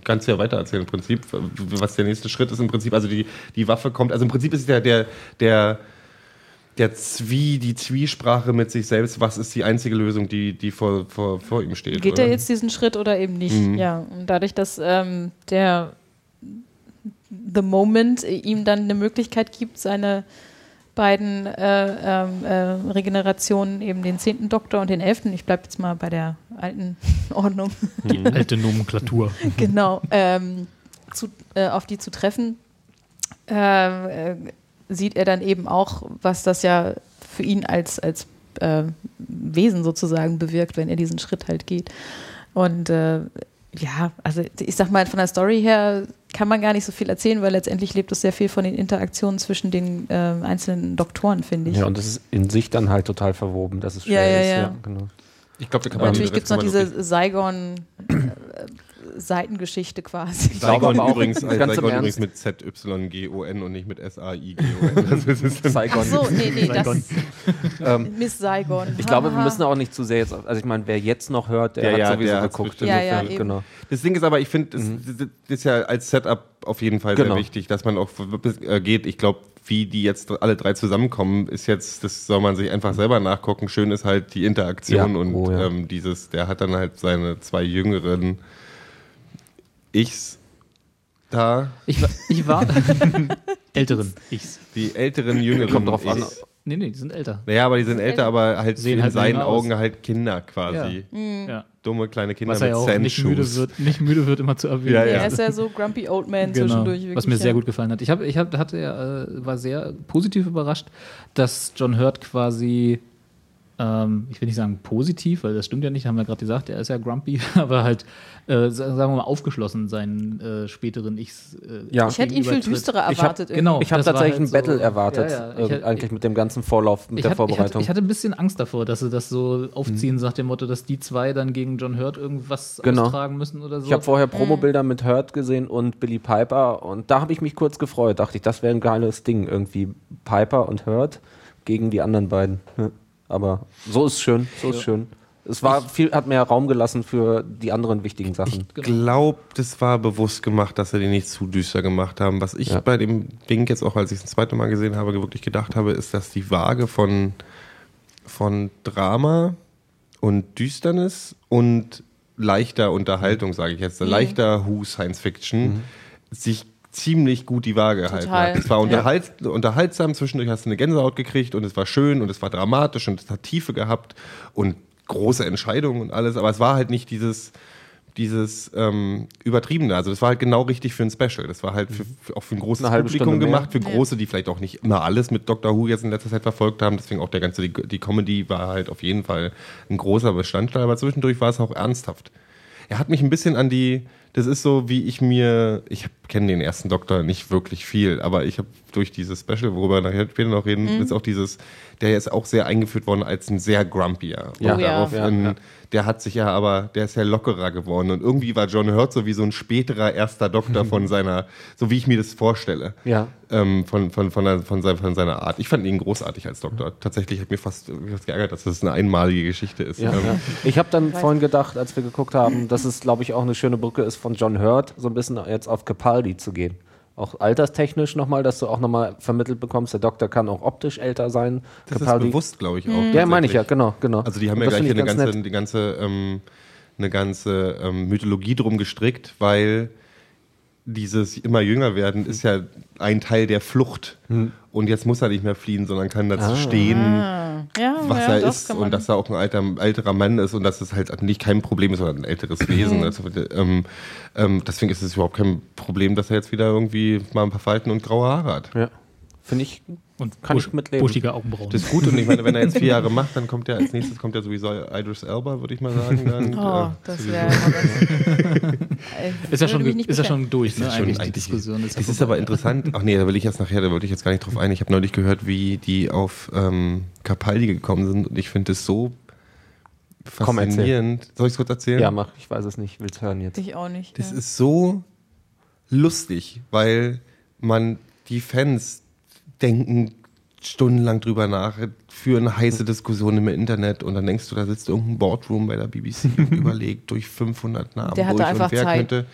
Speaker 3: kannst du ja weiter erzählen im Prinzip, was der nächste Schritt ist im Prinzip. Also die, die Waffe kommt. Also im Prinzip ist der der der der Zwie, die Zwiesprache mit sich selbst, was ist die einzige Lösung, die, die vor, vor, vor ihm steht?
Speaker 1: Geht
Speaker 3: oder?
Speaker 1: er jetzt diesen Schritt oder eben nicht? Ja, und dadurch, dass ähm, der The Moment ihm dann eine Möglichkeit gibt, seine beiden äh, ähm, äh, Regenerationen, eben den zehnten Doktor und den elften, ich bleibe jetzt mal bei der alten Ordnung,
Speaker 2: Die Mhm. alte Nomenklatur.
Speaker 1: genau, ähm, zu, äh, auf die zu treffen, ähm, äh, sieht er dann eben auch, was das ja für ihn als, als äh, Wesen sozusagen bewirkt, wenn er diesen Schritt halt geht. Und äh, ja, also ich sag mal, von der Story her kann man gar nicht so viel erzählen, weil letztendlich lebt es sehr viel von den Interaktionen zwischen den äh, einzelnen Doktoren, finde ich.
Speaker 4: Ja, und das ist in sich dann halt total verwoben, dass es
Speaker 1: Ja,
Speaker 4: schwer
Speaker 1: ja,
Speaker 4: ist.
Speaker 1: ja.
Speaker 4: genau.
Speaker 3: Ich glaube, da kann
Speaker 1: Aber
Speaker 3: man
Speaker 1: natürlich
Speaker 3: das
Speaker 1: gibt es
Speaker 3: kann
Speaker 1: noch
Speaker 3: man wirklich-
Speaker 1: diese Seigon-Seitengeschichte quasi.
Speaker 4: Ich glaube
Speaker 3: Saigon
Speaker 4: aber auch,
Speaker 3: übrigens,
Speaker 4: ganz im
Speaker 3: Saigon übrigens
Speaker 4: Ernst.
Speaker 3: mit Z-Y-G-O-N und nicht mit S-A-I-G-O-N. Also es ist dann-
Speaker 4: Saigon.
Speaker 1: Ach so, nee, nee, das Ähm,
Speaker 2: Saigon.
Speaker 1: Miss Saigon.
Speaker 4: Ich glaube, wir
Speaker 1: Haha.
Speaker 4: müssen auch nicht zu sehr jetzt, auf- also ich meine, wer jetzt noch hört, der
Speaker 3: Ja,
Speaker 4: hat
Speaker 3: ja,
Speaker 4: sowieso
Speaker 3: der hat's
Speaker 4: geguckt.
Speaker 3: bestimmt
Speaker 1: Ja, ja,
Speaker 4: Insofern,
Speaker 1: eben.
Speaker 4: genau.
Speaker 3: Das Ding ist aber, ich finde, das, das ist ja als Setup auf jeden Fall
Speaker 4: Mhm. Genau.
Speaker 3: sehr wichtig, dass man auch äh, geht. Ich glaube, wie die jetzt alle drei zusammenkommen, ist jetzt, das soll man sich einfach selber nachgucken. Schön ist halt die Interaktion
Speaker 4: Ja,
Speaker 3: und
Speaker 4: oh ja.
Speaker 3: ähm, dieses, der hat dann halt seine zwei jüngeren Ichs da,
Speaker 2: Ich war, ich war älteren. Ichs.
Speaker 3: die älteren jüngeren
Speaker 4: Kommt drauf an.
Speaker 3: Ichs.
Speaker 2: Nee, nee, die sind älter.
Speaker 3: Naja, aber die sind älter, aber halt
Speaker 2: Also Sehen
Speaker 3: in
Speaker 2: halt
Speaker 3: seinen
Speaker 2: jünger aus.
Speaker 3: Augen halt Kinder quasi.
Speaker 2: Ja.
Speaker 3: Dumme kleine Kinder
Speaker 2: Was er ja auch nicht müde,
Speaker 3: Sandshoes.
Speaker 2: wird, nicht müde wird, immer zu erwähnen.
Speaker 3: Ja, ja.
Speaker 1: Er ist ja so Grumpy Old Man zwischendurch. Wirklich,
Speaker 2: Genau, Was mir
Speaker 1: ja.
Speaker 2: sehr gut gefallen hat. Ich, hab, ich hab, hatte, ja, äh, war sehr positiv überrascht, dass John Hurt quasi, ähm, ich will nicht sagen positiv, weil das stimmt ja nicht, haben wir gerade gesagt, er ist ja grumpy, aber halt, äh, sa- sagen wir mal, aufgeschlossen seinen äh, späteren Ichs. Äh,
Speaker 4: Ja.
Speaker 1: Ich hätte ihn viel
Speaker 2: gegenübertritt.
Speaker 1: düsterer
Speaker 4: Ich hab-
Speaker 1: erwartet. irgendwie.
Speaker 2: Genau.
Speaker 4: Ich habe
Speaker 2: das war
Speaker 4: tatsächlich
Speaker 2: halt
Speaker 4: einen
Speaker 2: so-
Speaker 4: Battle erwartet,
Speaker 2: Ja, ja, ich
Speaker 4: ähm,
Speaker 2: hätt-
Speaker 4: eigentlich
Speaker 2: ich-
Speaker 4: mit dem ganzen Vorlauf, mit
Speaker 2: Ich
Speaker 4: der
Speaker 2: hatte, ich, hatte,
Speaker 4: Vorbereitung.
Speaker 2: ich hatte ein bisschen Angst davor, dass sie das so aufziehen,
Speaker 3: Mhm.
Speaker 2: nach dem Motto, dass die zwei dann gegen John Hurt irgendwas
Speaker 4: Genau.
Speaker 2: austragen müssen oder so. Mhm.
Speaker 4: Ich habe vorher Promobilder mit Hurt gesehen und Billy Piper und da habe ich mich kurz gefreut. Dachte ich, das wäre ein geiles Ding irgendwie. Piper und Hurt gegen die anderen beiden. Ja. Aber so ist schön, so ist schön. Es war viel, hat mehr Raum gelassen für die anderen wichtigen Sachen.
Speaker 3: Ich glaube, das war bewusst gemacht, dass sie den nicht zu düster gemacht haben. Was ich
Speaker 4: Ja.
Speaker 3: bei dem Ding jetzt auch, als ich es das zweite Mal gesehen habe, wirklich gedacht habe, ist, dass die Waage von, von Drama und Düsternis und leichter Unterhaltung, sage ich jetzt, leichter Who Science Fiction, sich ziemlich gut die Waage gehalten
Speaker 1: Total.
Speaker 3: hat. Es war unterhalt, unterhaltsam, zwischendurch hast du eine Gänsehaut gekriegt und es war schön und es war dramatisch und es hat Tiefe gehabt und große Entscheidungen und alles, aber es war halt nicht dieses, dieses ähm, Übertriebene. Also das war halt genau richtig für ein Special. Das war halt für, für, auch für ein großes
Speaker 4: Eine halbe
Speaker 3: Publikum
Speaker 4: Stunde mehr.
Speaker 3: gemacht, für große, die vielleicht auch nicht immer alles mit Doctor Who jetzt in letzter Zeit verfolgt haben. Deswegen auch der ganze, die, die Comedy war halt auf jeden Fall ein großer Bestandteil, aber zwischendurch war es auch ernsthaft. Er hat mich ein bisschen an die, das ist so, wie ich mir, ich hab- kenne den ersten Doktor nicht wirklich viel, aber ich habe durch dieses Special, worüber wir nachher später noch reden,
Speaker 1: Mhm.
Speaker 3: ist auch dieses, der ist auch sehr eingeführt worden als ein sehr grumpier.
Speaker 4: Ja.
Speaker 3: Und
Speaker 1: Oh ja.
Speaker 3: darauf
Speaker 4: Ja,
Speaker 3: in,
Speaker 4: ja.
Speaker 3: Der hat sich ja aber, der ist ja lockerer geworden und irgendwie war John Hurt so wie so ein späterer erster Doktor von seiner, so wie ich mir das vorstelle.
Speaker 4: Ja.
Speaker 3: Ähm, von, von, von, der, von, sein, von seiner Art. Ich fand ihn großartig als Doktor. Tatsächlich hat mir fast, mich fast geärgert, dass das eine einmalige Geschichte ist.
Speaker 4: Ja,
Speaker 3: Ähm,
Speaker 4: ja. Ich habe dann vorhin gedacht, als wir geguckt haben, dass es, glaube ich, auch eine schöne Brücke ist, von John Hurt so ein bisschen jetzt auf Capaldi zu gehen. Auch alterstechnisch nochmal, dass du auch nochmal vermittelt bekommst, der Doktor kann auch optisch älter sein.
Speaker 3: Das ist
Speaker 4: Capaldi-
Speaker 3: bewusst, glaube ich, auch.
Speaker 4: Ja, meine ich ja,
Speaker 3: tatsächlich.
Speaker 4: genau, genau.
Speaker 3: Also die haben
Speaker 4: Und
Speaker 3: ja
Speaker 4: das
Speaker 3: gleich hier
Speaker 4: finde
Speaker 3: eine
Speaker 4: ich ganz
Speaker 3: ganze,
Speaker 4: nett.
Speaker 3: die ganze, ähm, eine ganze ähm, Mythologie drum gestrickt, weil dieses immer jünger werden ist ja ein Teil der Flucht.
Speaker 4: Hm.
Speaker 3: Und jetzt muss er nicht mehr fliehen, sondern kann
Speaker 4: Ah.
Speaker 3: dazu stehen,
Speaker 1: Ah. Ja,
Speaker 3: was
Speaker 1: ja,
Speaker 3: er
Speaker 1: doch,
Speaker 3: ist
Speaker 1: kann man.
Speaker 3: und dass er auch ein alter, älterer Mann ist und dass es halt nicht kein Problem ist, sondern ein
Speaker 1: Mhm.
Speaker 3: älteres Wesen. Also, ähm, ähm, deswegen ist es überhaupt kein Problem, dass er jetzt wieder irgendwie mal ein paar Falten und graue Haare hat.
Speaker 4: Ja. Finde ich,
Speaker 2: Und
Speaker 4: Kann ich
Speaker 2: busch-
Speaker 4: mitleben.
Speaker 2: buschige Augenbrauen.
Speaker 3: Das ist gut und ich meine, wenn er jetzt vier Jahre macht, dann kommt ja als nächstes kommt ja sowieso Idris Elba, würde ich mal sagen. Dann,
Speaker 1: Oh,
Speaker 3: äh,
Speaker 1: das
Speaker 3: sowieso.
Speaker 1: wäre immer ganz. Ich
Speaker 2: ist ja schon,
Speaker 1: würde mich nicht
Speaker 2: ist ja
Speaker 1: beschweren.
Speaker 2: schon durch, ne?
Speaker 3: Das ist
Speaker 2: eigentlich
Speaker 3: schon
Speaker 2: die
Speaker 3: eigentlich-
Speaker 2: Diskussion. Ist ja
Speaker 3: Das ist
Speaker 2: vorbei.
Speaker 3: aber interessant. Ach nee, da will ich jetzt nachher, da wollte ich jetzt gar nicht drauf ein. Ich habe neulich gehört, wie die auf ähm, Capaldi gekommen sind und ich finde es so
Speaker 4: Komm, erzähl.
Speaker 3: faszinierend. Soll ich es kurz erzählen?
Speaker 4: ja, mach, ich weiß es nicht, will's hören jetzt.
Speaker 1: Ich auch nicht.
Speaker 3: Das
Speaker 1: ja.
Speaker 3: ist so lustig, weil man die Fans denken stundenlang drüber nach, führen heiße Diskussionen im Internet und dann denkst du, da sitzt irgendein Boardroom bei der BBC und überlegt durch 500 Namen
Speaker 1: Der hatte
Speaker 3: durch
Speaker 1: einfach
Speaker 3: und wer
Speaker 1: Zeit.
Speaker 3: könnte.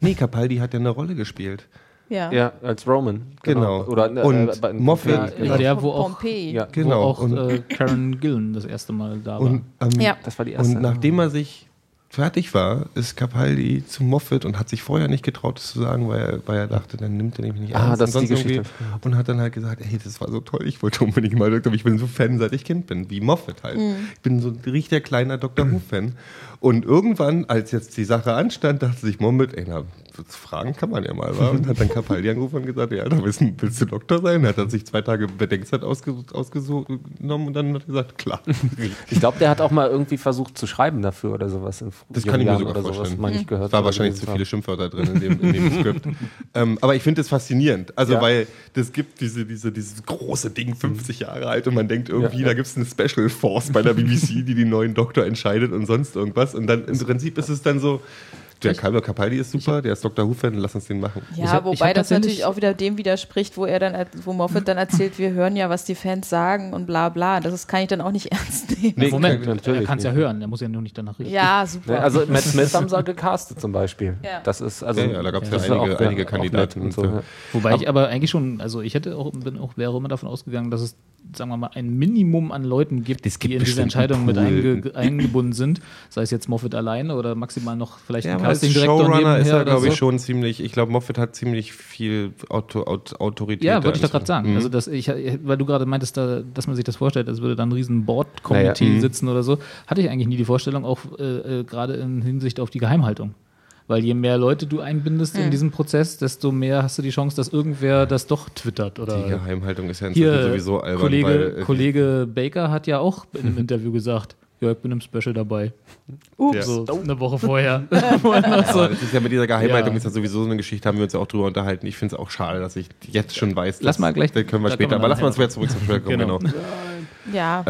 Speaker 3: Nee, Capaldi hat ja eine Rolle gespielt.
Speaker 1: ja.
Speaker 4: Ja, als Roman.
Speaker 3: Genau.
Speaker 4: Oder äh,
Speaker 3: Und
Speaker 4: äh, bei-
Speaker 3: Moffat-
Speaker 4: Ja,
Speaker 2: der, wo auch-
Speaker 1: Pompeii.
Speaker 4: ja,
Speaker 2: Wo
Speaker 3: Genau.
Speaker 2: auch
Speaker 3: und,
Speaker 2: äh, Karen Gillen das erste Mal da war.
Speaker 3: und, ähm,
Speaker 1: Ja.
Speaker 4: das war die erste.
Speaker 3: und nachdem er sich fertig war, ist Capaldi zu Moffat und hat sich vorher nicht getraut, das zu sagen, weil er, weil er dachte, dann nimmt er nämlich nicht
Speaker 4: Ah,
Speaker 3: ernst
Speaker 4: das
Speaker 3: und
Speaker 4: ist die
Speaker 3: sonst
Speaker 4: Geschichte.
Speaker 3: irgendwie. Und hat dann halt gesagt, ey, das war so toll, ich wollte unbedingt mal Dr. Who, ich bin so Fan, seit ich Kind bin, wie Moffat halt. Ich bin so ein richtiger kleiner Dr. Who-Fan. Und irgendwann, als jetzt die Sache anstand, dachte sich Moffat, ey, na, fragen kann man ja mal, wa? Und hat dann Capaldi angerufen und gesagt, ja, da willst, du- willst du Doktor sein? Hat er sich zwei Tage Bedenkzeit ausgesucht ausgenommen und dann hat er gesagt, klar.
Speaker 4: Ich glaube, der hat auch mal irgendwie versucht zu schreiben dafür oder sowas. In
Speaker 3: Das
Speaker 4: jungen
Speaker 3: kann ich mir
Speaker 4: Jahren
Speaker 3: sogar
Speaker 4: oder sowas,
Speaker 3: vorstellen.
Speaker 2: Mhm.
Speaker 4: Mal nicht gehört
Speaker 3: Es war
Speaker 4: oder
Speaker 3: wahrscheinlich zu
Speaker 4: gelesen
Speaker 3: viele
Speaker 4: habe.
Speaker 3: Schimpfwörter drin in dem, in dem Skript. Ähm, aber ich finde es faszinierend. Also,
Speaker 4: Ja.
Speaker 3: weil das gibt diese, diese, dieses große Ding, 50 Jahre alt, und man denkt irgendwie,
Speaker 4: Ja, ja.
Speaker 3: da gibt es eine Special Force bei der BBC, die den neuen Doktor entscheidet und sonst irgendwas. Und dann im Prinzip ist es dann so, der Calvo Capaldi ist super, der ist Dr. Who-Fan, lass uns den machen.
Speaker 1: Ja,
Speaker 2: Ich hab- ich
Speaker 1: wobei
Speaker 2: hab
Speaker 1: das natürlich
Speaker 2: tatsächlich-
Speaker 1: auch wieder dem widerspricht, wo er dann, er- wo Moffat dann erzählt, wir hören ja, was die Fans sagen und bla bla. Das ist- kann ich dann auch nicht ernst nehmen.
Speaker 2: Na, Moment,
Speaker 4: natürlich
Speaker 2: er kann es ja
Speaker 4: nicht.
Speaker 2: hören, er muss ja nur nicht danach reden.
Speaker 1: Ja,
Speaker 4: Ne,
Speaker 1: super.
Speaker 4: also Matt Smith haben sie gekastet zum Beispiel.
Speaker 1: Ja.
Speaker 4: Das ist also.
Speaker 3: Ja, ja, da gab's ja
Speaker 4: das war
Speaker 3: einige-
Speaker 4: ja,
Speaker 3: einige Kandidaten
Speaker 4: nett und so.
Speaker 3: und so.
Speaker 4: Ja.
Speaker 2: Wobei ich aber eigentlich schon, also ich hätte auch, bin auch, wäre immer davon ausgegangen, dass es, sagen wir mal, ein Minimum an Leuten gibt,
Speaker 3: Es gibt
Speaker 2: die in diese
Speaker 3: bestimmt
Speaker 2: Entscheidung
Speaker 3: einen
Speaker 2: mit
Speaker 3: Pool.
Speaker 2: einge, eingebunden sind. Sei es jetzt Moffat alleine oder maximal noch vielleicht
Speaker 3: Ja,
Speaker 2: ein
Speaker 3: aber als
Speaker 2: Castingdirektor
Speaker 3: Showrunner
Speaker 2: nebenher
Speaker 3: ist er,
Speaker 2: oder
Speaker 3: glaube ich,
Speaker 2: so.
Speaker 3: schon ziemlich. Ich glaube, Moffat hat ziemlich viel Auto, Aut- Autorität.
Speaker 2: Ja, wollte ich doch
Speaker 3: da
Speaker 2: gerade sagen. Also
Speaker 3: Mhm.
Speaker 2: das, ich, weil du gerade meintest, da, dass man sich das vorstellt, als würde da ein riesen Board-Committee
Speaker 3: Naja, mhm.
Speaker 2: sitzen oder so, hatte ich eigentlich nie die Vorstellung, auch äh, äh, gerade in Hinsicht auf die Geheimhaltung. Weil je mehr Leute du einbindest in diesen Prozess, desto mehr hast du die Chance, dass irgendwer das doch twittert
Speaker 3: Die
Speaker 2: oder
Speaker 3: Geheimhaltung ist ja inzwischen
Speaker 2: Äh, hier
Speaker 3: sowieso albern.
Speaker 2: Kollege,
Speaker 3: weil, äh,
Speaker 2: Kollege Baker hat ja auch in einem Interview gesagt, ja, ich bin im Special dabei. Ups.
Speaker 3: Ja.
Speaker 2: So, eine Woche vorher. Wo er noch so,
Speaker 3: Aber das ist ja mit dieser Geheimhaltung
Speaker 2: Ja.
Speaker 3: ist ja sowieso so eine Geschichte, haben wir uns ja auch drüber unterhalten. Ich finde es auch schade, dass ich jetzt schon weiß.
Speaker 2: Lass
Speaker 3: dass-
Speaker 2: mal gleich-
Speaker 3: Das können wir
Speaker 2: da
Speaker 3: später.
Speaker 2: kommen wir
Speaker 3: aber lass mal uns
Speaker 2: nachher
Speaker 3: wieder zurück zum Trailer kommen.
Speaker 2: Genau.
Speaker 3: Genau.
Speaker 1: Ja,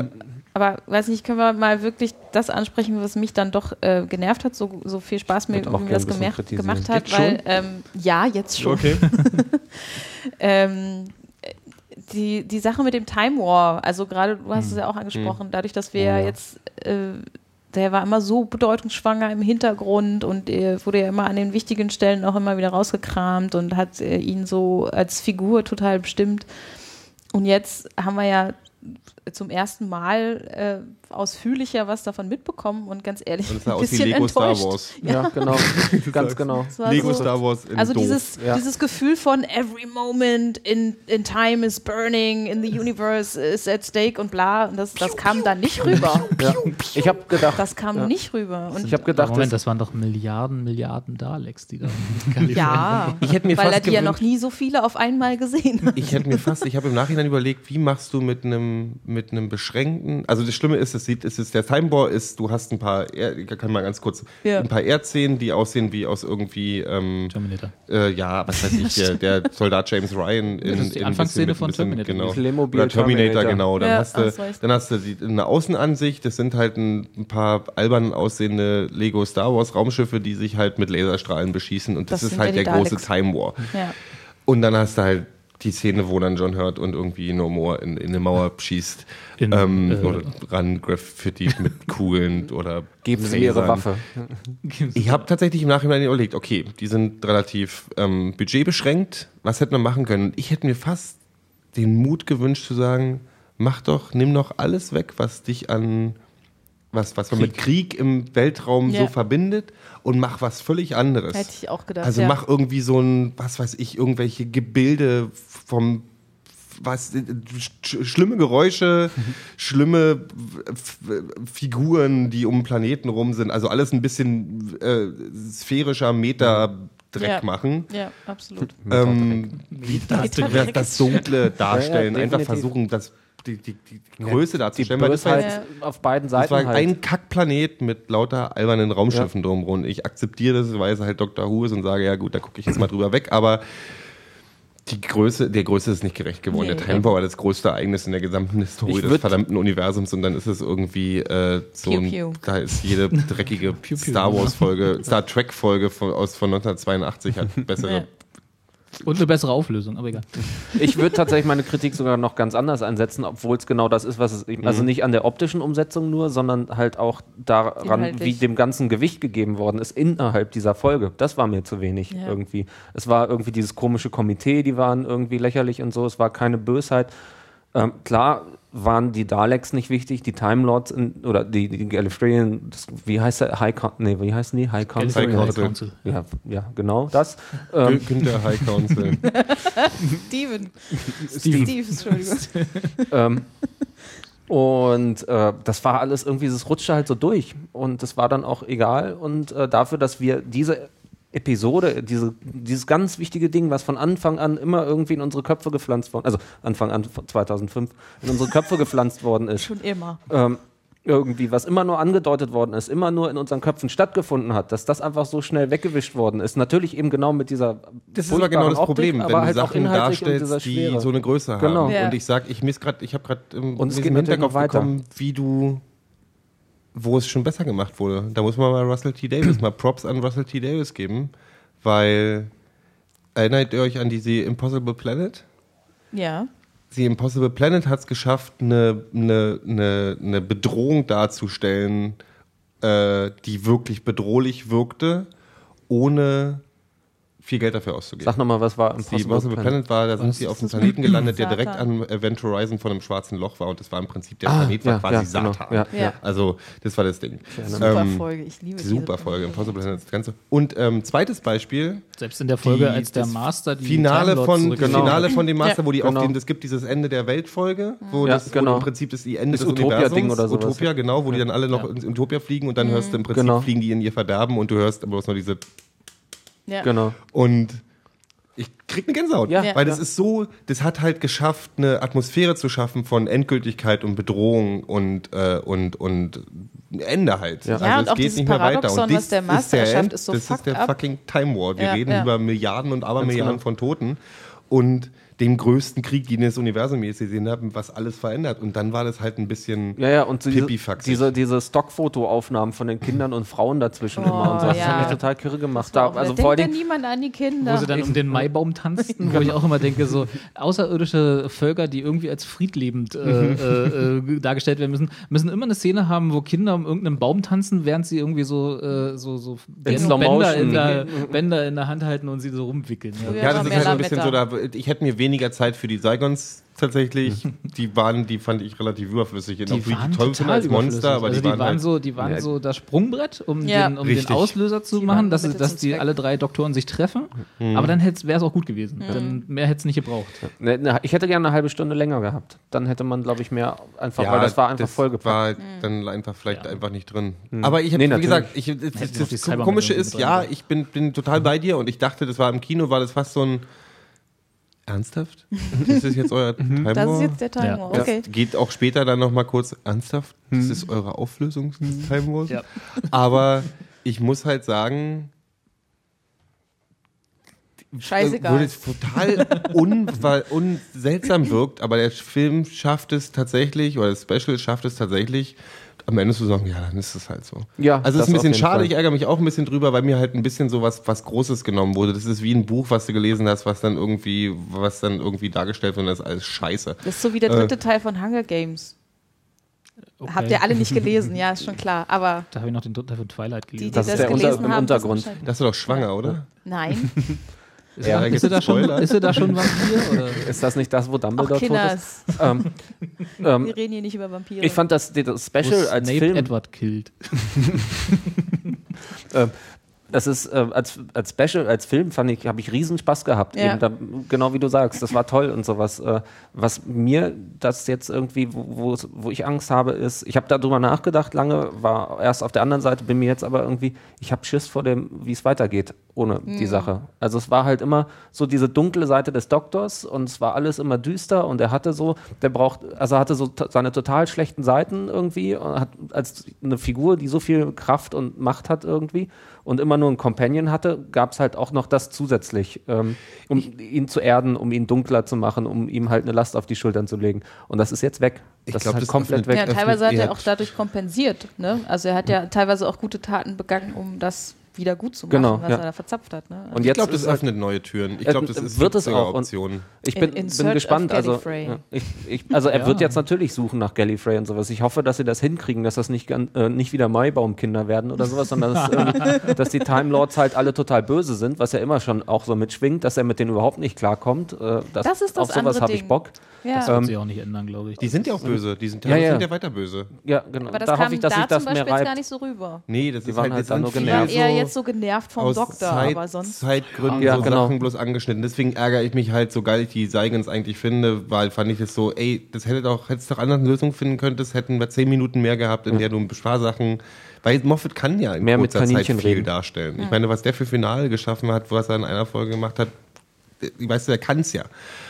Speaker 1: aber weiß nicht, können wir mal wirklich das ansprechen, was mich dann doch äh, genervt hat, so, so viel Spaß mir,
Speaker 4: Wird auch
Speaker 1: wie mir
Speaker 4: gern
Speaker 1: das
Speaker 4: ein bisschen
Speaker 1: gemerkt,
Speaker 4: kritisieren.
Speaker 1: gemacht hat,
Speaker 3: Jetzt
Speaker 1: weil ähm, ja, jetzt schon.
Speaker 3: Okay.
Speaker 1: Ähm, die, die Sache mit dem Time War, also gerade du
Speaker 3: Hm.
Speaker 1: hast es ja auch angesprochen, dadurch, dass wir ja jetzt, äh, der war immer so bedeutungsschwanger im Hintergrund und äh, wurde ja immer an den wichtigen Stellen auch immer wieder rausgekramt und hat äh, ihn so als Figur total bestimmt. Und jetzt haben wir ja zum ersten Mal äh, ausführlicher was davon mitbekommen und ganz ehrlich
Speaker 3: Und es sah
Speaker 1: ein
Speaker 3: aus wie
Speaker 1: bisschen
Speaker 3: Lego Star
Speaker 1: enttäuscht.
Speaker 3: Wars.
Speaker 4: Ja, genau. Ganz genau.
Speaker 1: Es war
Speaker 3: Lego
Speaker 1: so-
Speaker 3: Star Wars in
Speaker 1: also
Speaker 3: doof.
Speaker 1: dieses,
Speaker 4: ja.
Speaker 1: dieses Gefühl von every moment in, in time is burning, in the universe is at stake und bla, und das, das kam da nicht rüber.
Speaker 4: Ja. Ich habe gedacht,
Speaker 1: Das kam nicht rüber. Und
Speaker 4: ich habe gedacht,
Speaker 2: Moment,
Speaker 4: das-
Speaker 2: das waren doch Milliarden, Milliarden Daleks, die da in Kalifornien
Speaker 1: ja,
Speaker 4: ich hätte mir
Speaker 1: weil er
Speaker 4: fast
Speaker 1: die ja noch
Speaker 4: gewünscht,
Speaker 1: nie so viele auf einmal gesehen hat.
Speaker 3: Ich hätte mir fast, ich habe im Nachhinein überlegt, wie machst du mit einem mit einem beschränkten, also das Schlimme ist, es sieht, es ist der Timeball ist, du hast ein paar, Er- ich kann mal ganz kurz,
Speaker 1: Ja.
Speaker 3: ein paar Erdszenen, die aussehen wie aus irgendwie, ähm,
Speaker 2: Terminator.
Speaker 3: äh, ja, was weiß ich, äh, der Soldat James Ryan in,
Speaker 2: Das ist die
Speaker 3: in
Speaker 2: Anfangsszene
Speaker 3: bisschen-
Speaker 2: von
Speaker 3: bisschen-
Speaker 2: Terminator.
Speaker 3: genau.
Speaker 4: Playmobil
Speaker 3: Oder Terminator,
Speaker 4: Terminator.
Speaker 3: genau. Dann
Speaker 1: Ja,
Speaker 3: hast
Speaker 1: hast
Speaker 3: du,
Speaker 1: recht.
Speaker 3: dann hast du die, eine Außenansicht. Das sind halt ein, ein paar albern aussehende Lego Star Wars Raumschiffe, die sich halt mit Laserstrahlen beschießen. Und das,
Speaker 1: Das
Speaker 3: ist
Speaker 1: sind
Speaker 3: halt
Speaker 1: ja
Speaker 3: der
Speaker 1: die
Speaker 3: große
Speaker 1: Daleks.
Speaker 3: Time War.
Speaker 1: Ja.
Speaker 3: Und dann hast du halt die Szene, wo dann John Hurt und irgendwie No More in, in eine Mauer schießt.
Speaker 2: In,
Speaker 3: ähm,
Speaker 2: äh,
Speaker 3: oder ran Graffiti mit Kugeln oder.
Speaker 4: geben Sie mir Ihre Waffe.
Speaker 3: Lasern. Ich habe tatsächlich im Nachhinein überlegt, okay, die sind relativ ähm, budgetbeschränkt. Was hätten wir machen können? Ich hätte mir fast den Mut gewünscht zu sagen, mach doch, nimm doch alles weg, was dich an, was, was man mit Krieg im Weltraum
Speaker 1: Ja.
Speaker 3: so verbindet und mach was völlig anderes.
Speaker 1: Hätte ich auch gedacht.
Speaker 3: Also
Speaker 1: ja.
Speaker 3: mach irgendwie so ein, was weiß ich, irgendwelche Gebilde vom was äh, sch schlimme Geräusche, schlimme F Figuren, die um Planeten rum sind, also alles ein bisschen äh, sphärischer Meta Dreck
Speaker 1: Ja.
Speaker 3: machen.
Speaker 1: Ja, absolut.
Speaker 3: Ähm, wie das, das, das dunkle darstellen,
Speaker 4: Ja, ja,
Speaker 3: einfach
Speaker 4: definitiv.
Speaker 3: versuchen, das die, die, die Größe
Speaker 4: Die
Speaker 3: darzustellen, weil das
Speaker 4: Böse
Speaker 3: war,
Speaker 1: Äh,
Speaker 4: halt auf beiden
Speaker 3: das
Speaker 4: Seiten
Speaker 3: war
Speaker 4: halt.
Speaker 3: ein Kackplanet mit lauter albernen Raumschiffen drumherum. Ich akzeptiere das, weil es halt Dr. Who ist und sage, ja gut, da gucke ich jetzt mal drüber weg, aber die Größe, der Größe ist nicht gerecht geworden.
Speaker 1: Nee.
Speaker 3: Der Time War war das größte Ereignis in der gesamten Historie
Speaker 4: Ich
Speaker 3: des
Speaker 4: würd-
Speaker 3: verdammten Universums und dann ist es irgendwie äh, so
Speaker 1: Piu,
Speaker 3: ein,
Speaker 1: piu.
Speaker 3: da ist jede dreckige Star Wars Folge, Star Trek Folge von, aus, von 1982 hat bessere
Speaker 1: Ja.
Speaker 2: Und eine bessere Auflösung, aber egal.
Speaker 4: Ich würde tatsächlich meine Kritik sogar noch ganz anders ansetzen, obwohl es genau das ist, was es eben,
Speaker 1: Mhm.
Speaker 4: also nicht an der optischen Umsetzung nur, sondern halt auch daran,
Speaker 1: Inhaltlich.
Speaker 4: wie dem ganzen Gewicht gegeben worden ist innerhalb dieser Folge. Das war mir zu wenig
Speaker 1: Ja.
Speaker 4: irgendwie. Es war irgendwie dieses komische Komitee, die waren irgendwie lächerlich und so, es war keine Bösheit. Ähm, klar waren die Daleks nicht wichtig, die Time Lords in, oder die, die Gallifreyan, das, wie heißt der? High Con nee, wie heißen die? High Council.
Speaker 3: High Council.
Speaker 4: Ja, ja, genau das.
Speaker 3: Gü- Günther High Council.
Speaker 1: Steven.
Speaker 2: Steven.
Speaker 1: Steve, Entschuldigung.
Speaker 4: Ähm, und äh, das war alles irgendwie, es rutschte halt so durch. Und das war dann auch egal. Und äh, dafür, dass wir diese Episode, diese, dieses ganz wichtige Ding, was von Anfang an immer irgendwie in unsere Köpfe gepflanzt worden, also Anfang an von 2005, in unsere Köpfe gepflanzt worden ist,
Speaker 1: Schon immer.
Speaker 4: ähm, irgendwie, was immer nur angedeutet worden ist, immer nur in unseren Köpfen stattgefunden hat, dass das einfach so schnell weggewischt worden ist. Natürlich eben genau mit dieser.
Speaker 3: Das ist aber genau
Speaker 4: furchtbaren
Speaker 3: das
Speaker 4: Optik,
Speaker 3: Problem, wenn
Speaker 4: aber
Speaker 3: du
Speaker 4: halt auch
Speaker 3: Sachen
Speaker 4: inhaltlich und dieser
Speaker 3: darstellst, die
Speaker 4: Schwere.
Speaker 3: so eine Größe haben.
Speaker 4: Genau.
Speaker 1: Ja.
Speaker 3: Und ich sag, ich miss grad, ich habe gerade im,
Speaker 4: Und es
Speaker 3: im
Speaker 4: geht natürlich noch
Speaker 3: Hinterkopf
Speaker 4: weiter.
Speaker 3: bekommen, wie du, wo es schon besser gemacht wurde. Da muss man mal Russell T. Davis, mal Props an Russell T. Davis geben, weil erinnert ihr euch an diese Impossible Planet?
Speaker 1: Ja.
Speaker 3: The Impossible Planet hat es geschafft, eine, eine, eine, eine Bedrohung darzustellen, äh, die wirklich bedrohlich wirkte, ohne viel Geld dafür auszugeben.
Speaker 4: Sag nochmal, was war
Speaker 3: Die Impossible Planet war, da sind sie auf einem Planeten gelandet, der direkt an Event Horizon von einem schwarzen Loch war und das war im Prinzip der Planet, war
Speaker 4: Ah, ja,
Speaker 3: quasi
Speaker 4: ja, genau,
Speaker 3: Satan.
Speaker 4: ja,
Speaker 1: ja.
Speaker 3: Also, das war das Ding.
Speaker 4: Also
Speaker 1: Super
Speaker 3: Ähm,
Speaker 1: Folge. Ich liebe diese
Speaker 3: Super Folge, Impossible Planet, das Ganze. Und ähm, zweites Beispiel,
Speaker 2: Selbst in der Folge,
Speaker 3: Die-
Speaker 2: als der
Speaker 3: das
Speaker 2: Master die Time
Speaker 3: Finale
Speaker 2: Lords
Speaker 3: von,
Speaker 2: zurückgeschickt
Speaker 4: Genau.
Speaker 3: Finale von dem Master,
Speaker 1: Ja.
Speaker 3: wo die
Speaker 4: Genau.
Speaker 3: auf den, es gibt dieses Ende der Weltfolge, wo
Speaker 4: Ja,
Speaker 3: das wo
Speaker 4: genau.
Speaker 3: im Prinzip das die Ende
Speaker 4: Das
Speaker 3: des
Speaker 4: Utopia-Ding
Speaker 3: Universums,
Speaker 4: oder sowas.
Speaker 3: Utopia, genau, wo die dann alle noch ins Utopia fliegen und dann hörst du im Prinzip
Speaker 4: Genau.
Speaker 3: fliegen die in ihr Verderben und du hörst aber bloß nur diese
Speaker 1: Ja.
Speaker 4: Genau.
Speaker 3: und ich krieg eine Gänsehaut,
Speaker 4: Ja.
Speaker 3: weil das ist so, das hat halt geschafft, eine Atmosphäre zu schaffen von Endgültigkeit und Bedrohung und äh, und und Ende halt.
Speaker 4: Ja.
Speaker 1: Ja, und auch dieses Paradoxon, was
Speaker 3: dies
Speaker 1: der Master
Speaker 3: ist der
Speaker 1: schafft,
Speaker 3: End,
Speaker 1: ist so
Speaker 3: Das ist
Speaker 1: fucked
Speaker 3: der
Speaker 1: up.
Speaker 3: fucking Time War. Wir
Speaker 1: Ja,
Speaker 3: reden
Speaker 1: ja.
Speaker 3: über Milliarden und Abermilliarden
Speaker 4: genau.
Speaker 3: von Toten und dem größten Krieg, den das Universum je gesehen hat, was alles verändert. Und dann war das halt ein bisschen
Speaker 4: Ja, ja, und diese,
Speaker 3: pipifaxig.
Speaker 4: diese, diese Stockfotoaufnahmen von den Kindern und Frauen dazwischen immer und so. Das
Speaker 1: Oh, ja.
Speaker 4: hat mich total kirre gemacht. Da,
Speaker 1: Da,
Speaker 4: also vor
Speaker 1: Denkt ja
Speaker 4: allem,
Speaker 1: niemand an die
Speaker 2: wo
Speaker 1: Kinder.
Speaker 2: sie dann um den Maibaum tanzten, wo
Speaker 3: Genau.
Speaker 2: ich auch immer denke, so außerirdische Völker, die irgendwie als friedlebend äh, äh, äh, dargestellt werden müssen, müssen immer eine Szene haben, wo Kinder um irgendeinen Baum tanzen, während sie irgendwie so, äh, so, so
Speaker 4: Slow
Speaker 2: Bänder, in
Speaker 4: Motion.
Speaker 2: der, Bänder in der Hand halten und sie so rumwickeln. Ja.
Speaker 1: Früher
Speaker 3: Ja,
Speaker 1: war
Speaker 3: das ist
Speaker 1: mehr
Speaker 3: halt so ein bisschen so,
Speaker 1: Lametta.
Speaker 3: da, ich hätte mir weniger Zeit für die Saigons tatsächlich. Die waren, die fand ich relativ überflüssig. Und auch wie die toll sind als Monster, aber
Speaker 2: also
Speaker 3: die, waren, halt,
Speaker 2: so, die waren
Speaker 4: Ja.
Speaker 2: so das Sprungbrett, um,
Speaker 1: Ja.
Speaker 2: den, um den
Speaker 3: Richtig.
Speaker 2: Auslöser zu
Speaker 1: Die
Speaker 2: machen,
Speaker 1: waren
Speaker 2: dass,
Speaker 1: Mittel
Speaker 2: dass
Speaker 1: zum
Speaker 2: die
Speaker 1: Zweck.
Speaker 2: alle drei Doktoren sich treffen.
Speaker 3: Hm.
Speaker 2: Aber dann wäre es auch gut gewesen. Dann mehr hätte es nicht gebraucht.
Speaker 4: Ne, ne, ich hätte gerne eine halbe Stunde länger gehabt. Dann hätte man, glaube ich, mehr einfach, weil das war einfach
Speaker 3: das
Speaker 4: vollgepackt.
Speaker 3: War halt
Speaker 2: Mhm.
Speaker 3: dann einfach vielleicht einfach nicht drin. Aber ich habe,
Speaker 4: Nee,
Speaker 3: wie gesagt, ich, das,
Speaker 2: noch die
Speaker 3: das,
Speaker 2: Cybermen
Speaker 3: Komische
Speaker 2: mit
Speaker 3: ist,
Speaker 2: drin Mhm.
Speaker 3: ja,
Speaker 2: gehabt.
Speaker 3: ich bin, bin total bei dir und ich dachte, das war im Kino, war das fast so ein Ernsthaft? Das ist jetzt euer
Speaker 2: Mhm.
Speaker 3: Timer?
Speaker 1: Das ist jetzt der Time
Speaker 2: Ja.
Speaker 1: War.
Speaker 3: Das
Speaker 1: Okay. Hm.
Speaker 3: geht auch später dann nochmal kurz ernsthaft. Das ist eure Auflösung, Time Wars.
Speaker 2: Ja.
Speaker 3: Aber ich muss halt sagen,
Speaker 1: Scheißegal.
Speaker 3: wo das total un, weil- unseltsam wirkt, aber der Film schafft es tatsächlich, oder das Special schafft es tatsächlich, am Ende zu sagen, ja, dann ist es halt so.
Speaker 4: Ja,
Speaker 3: also es
Speaker 4: das
Speaker 3: ist ein bisschen
Speaker 4: auf jeden
Speaker 3: schade,
Speaker 4: Fall.
Speaker 3: ich ärgere mich auch ein bisschen drüber, weil mir halt ein bisschen so was, was Großes genommen wurde. Das ist wie ein Buch, was du gelesen hast, was dann irgendwie, was dann irgendwie dargestellt wird und das ist alles scheiße.
Speaker 1: Das ist so wie
Speaker 4: Äh.
Speaker 1: der dritte Teil von Hunger Games. Habt ihr alle nicht gelesen, ja, ist schon klar. Aber
Speaker 2: Da habe ich noch den dritten Teil von Twilight
Speaker 1: die, die
Speaker 2: gelesen.
Speaker 4: Das
Speaker 1: das,
Speaker 4: ist der Unter-
Speaker 1: gelesen
Speaker 4: im
Speaker 1: haben, das
Speaker 4: Untergrund.
Speaker 1: anscheinend-
Speaker 3: Das ist doch schwanger, oder?
Speaker 1: Nein,
Speaker 2: ist,
Speaker 3: Ja,
Speaker 2: da,
Speaker 3: da
Speaker 2: ist,
Speaker 3: gibt's
Speaker 2: sie da schon,
Speaker 3: Spoiler.
Speaker 2: ist sie da schon Vampir? Oder?
Speaker 4: Ist das nicht das, wo
Speaker 1: auch
Speaker 4: Dumbledore tot ist?
Speaker 1: Kinders.
Speaker 4: Ähm, ähm,
Speaker 1: Wir reden hier nicht über Vampire.
Speaker 4: ich fand das, das
Speaker 2: Wo
Speaker 4: Special als
Speaker 2: Snape
Speaker 4: Film
Speaker 2: Edward killt.
Speaker 4: Das ist äh, als, als Special, als Film fand ich, habe ich riesen Spaß gehabt.
Speaker 1: Ja.
Speaker 4: Eben da, genau wie du sagst, das war toll und sowas. Äh, was mir das jetzt irgendwie, wo, wo's- wo ich Angst habe, ist, ich habe darüber nachgedacht lange, war erst auf der anderen Seite, bin mir jetzt aber irgendwie, ich habe Schiss vor dem, wie es weitergeht ohne die Sache. Also es war halt immer so diese dunkle Seite des Doktors und es war alles immer düster und er hatte so, der braucht, also er hatte so t- seine total schlechten Seiten irgendwie und hat als eine Figur, die so viel Kraft und Macht hat irgendwie und immer nur einen Companion hatte, gab es halt auch noch das zusätzlich, ähm, um ihn zu erden, um ihn dunkler zu machen, um ihm halt eine Last auf die Schultern zu legen. Und das ist jetzt weg.
Speaker 3: Ich
Speaker 4: Das
Speaker 3: glaub,
Speaker 4: ist halt
Speaker 3: das
Speaker 4: komplett
Speaker 3: öffnet-
Speaker 4: weg.
Speaker 1: ja, teilweise hat
Speaker 3: öffnet
Speaker 1: er
Speaker 3: ihr-
Speaker 1: auch dadurch kompensiert. Ne? Also er hat ja teilweise auch gute Taten begangen, um das wieder gut zu machen,
Speaker 4: Genau,
Speaker 1: was
Speaker 4: ja.
Speaker 1: er da verzapft hat. Ne?
Speaker 4: Und
Speaker 3: Ich
Speaker 4: jetzt
Speaker 3: glaube, das
Speaker 4: ist halt-
Speaker 3: öffnet neue Türen. Ich glaube, das
Speaker 4: Äh,
Speaker 3: ist
Speaker 4: wird es
Speaker 3: sogar
Speaker 4: auch. Und-
Speaker 3: Optionen.
Speaker 4: Ich
Speaker 1: In-
Speaker 4: bin,
Speaker 1: in search
Speaker 4: bin
Speaker 1: of
Speaker 4: gespannt. Also,
Speaker 1: Gallifrey.
Speaker 4: ja, ich, ich, also er
Speaker 2: Ja.
Speaker 4: wird jetzt natürlich suchen nach Gallifrey und sowas. Ich hoffe, dass sie das hinkriegen, dass das nicht, gan- äh, nicht wieder Maibaumkinder werden oder sowas, sondern dass, irgendwie- dass die Time Lords halt alle total böse sind, was ja immer schon auch so mitschwingt, dass er mit denen überhaupt nicht klarkommt. Äh, das,
Speaker 1: Das ist das
Speaker 4: auf sowas
Speaker 1: andere
Speaker 4: habe ich
Speaker 1: Ding.
Speaker 4: Bock.
Speaker 2: Das
Speaker 1: ja.
Speaker 2: wird sich auch nicht ändern, glaube ich.
Speaker 3: Ähm, Die sind ja auch böse. Die sind,
Speaker 4: Ja, ja.
Speaker 3: sind ja weiter böse.
Speaker 4: Ja, genau.
Speaker 1: Aber das
Speaker 4: da
Speaker 1: kam
Speaker 4: hoffe ich, dass
Speaker 1: da
Speaker 4: sich
Speaker 1: zum
Speaker 4: das
Speaker 1: Beispiel
Speaker 4: mehr
Speaker 1: jetzt gar
Speaker 4: reibt.
Speaker 1: nicht so rüber.
Speaker 3: Nee, das ist
Speaker 4: waren
Speaker 3: halt,
Speaker 4: halt
Speaker 3: das
Speaker 4: dann
Speaker 3: sind
Speaker 4: nur
Speaker 3: viel
Speaker 1: Die
Speaker 4: genervt.
Speaker 1: waren
Speaker 4: Ja,
Speaker 1: eher jetzt so genervt vom
Speaker 3: aus
Speaker 1: Doktor,
Speaker 3: Zeit,
Speaker 1: aber sonst.
Speaker 3: Zeitgründen
Speaker 4: Ja,
Speaker 3: so
Speaker 4: genau.
Speaker 3: Sachen bloß angeschnitten. Deswegen ärgere ich mich halt, so geil ich die Seigens eigentlich finde, weil fand ich es so, ey, das hätte doch, hättest doch andere Lösungen finden könntest, hätten wir zehn Minuten mehr gehabt, in der du ein paar Sachen, weil Moffat kann ja in
Speaker 4: Mehr mit
Speaker 3: kurzer
Speaker 4: Kaninchen
Speaker 3: Zeit viel
Speaker 4: reden.
Speaker 3: darstellen. Ich meine, was der für Finale geschaffen hat, was er in einer Folge gemacht hat, weißt du, der kann es ja.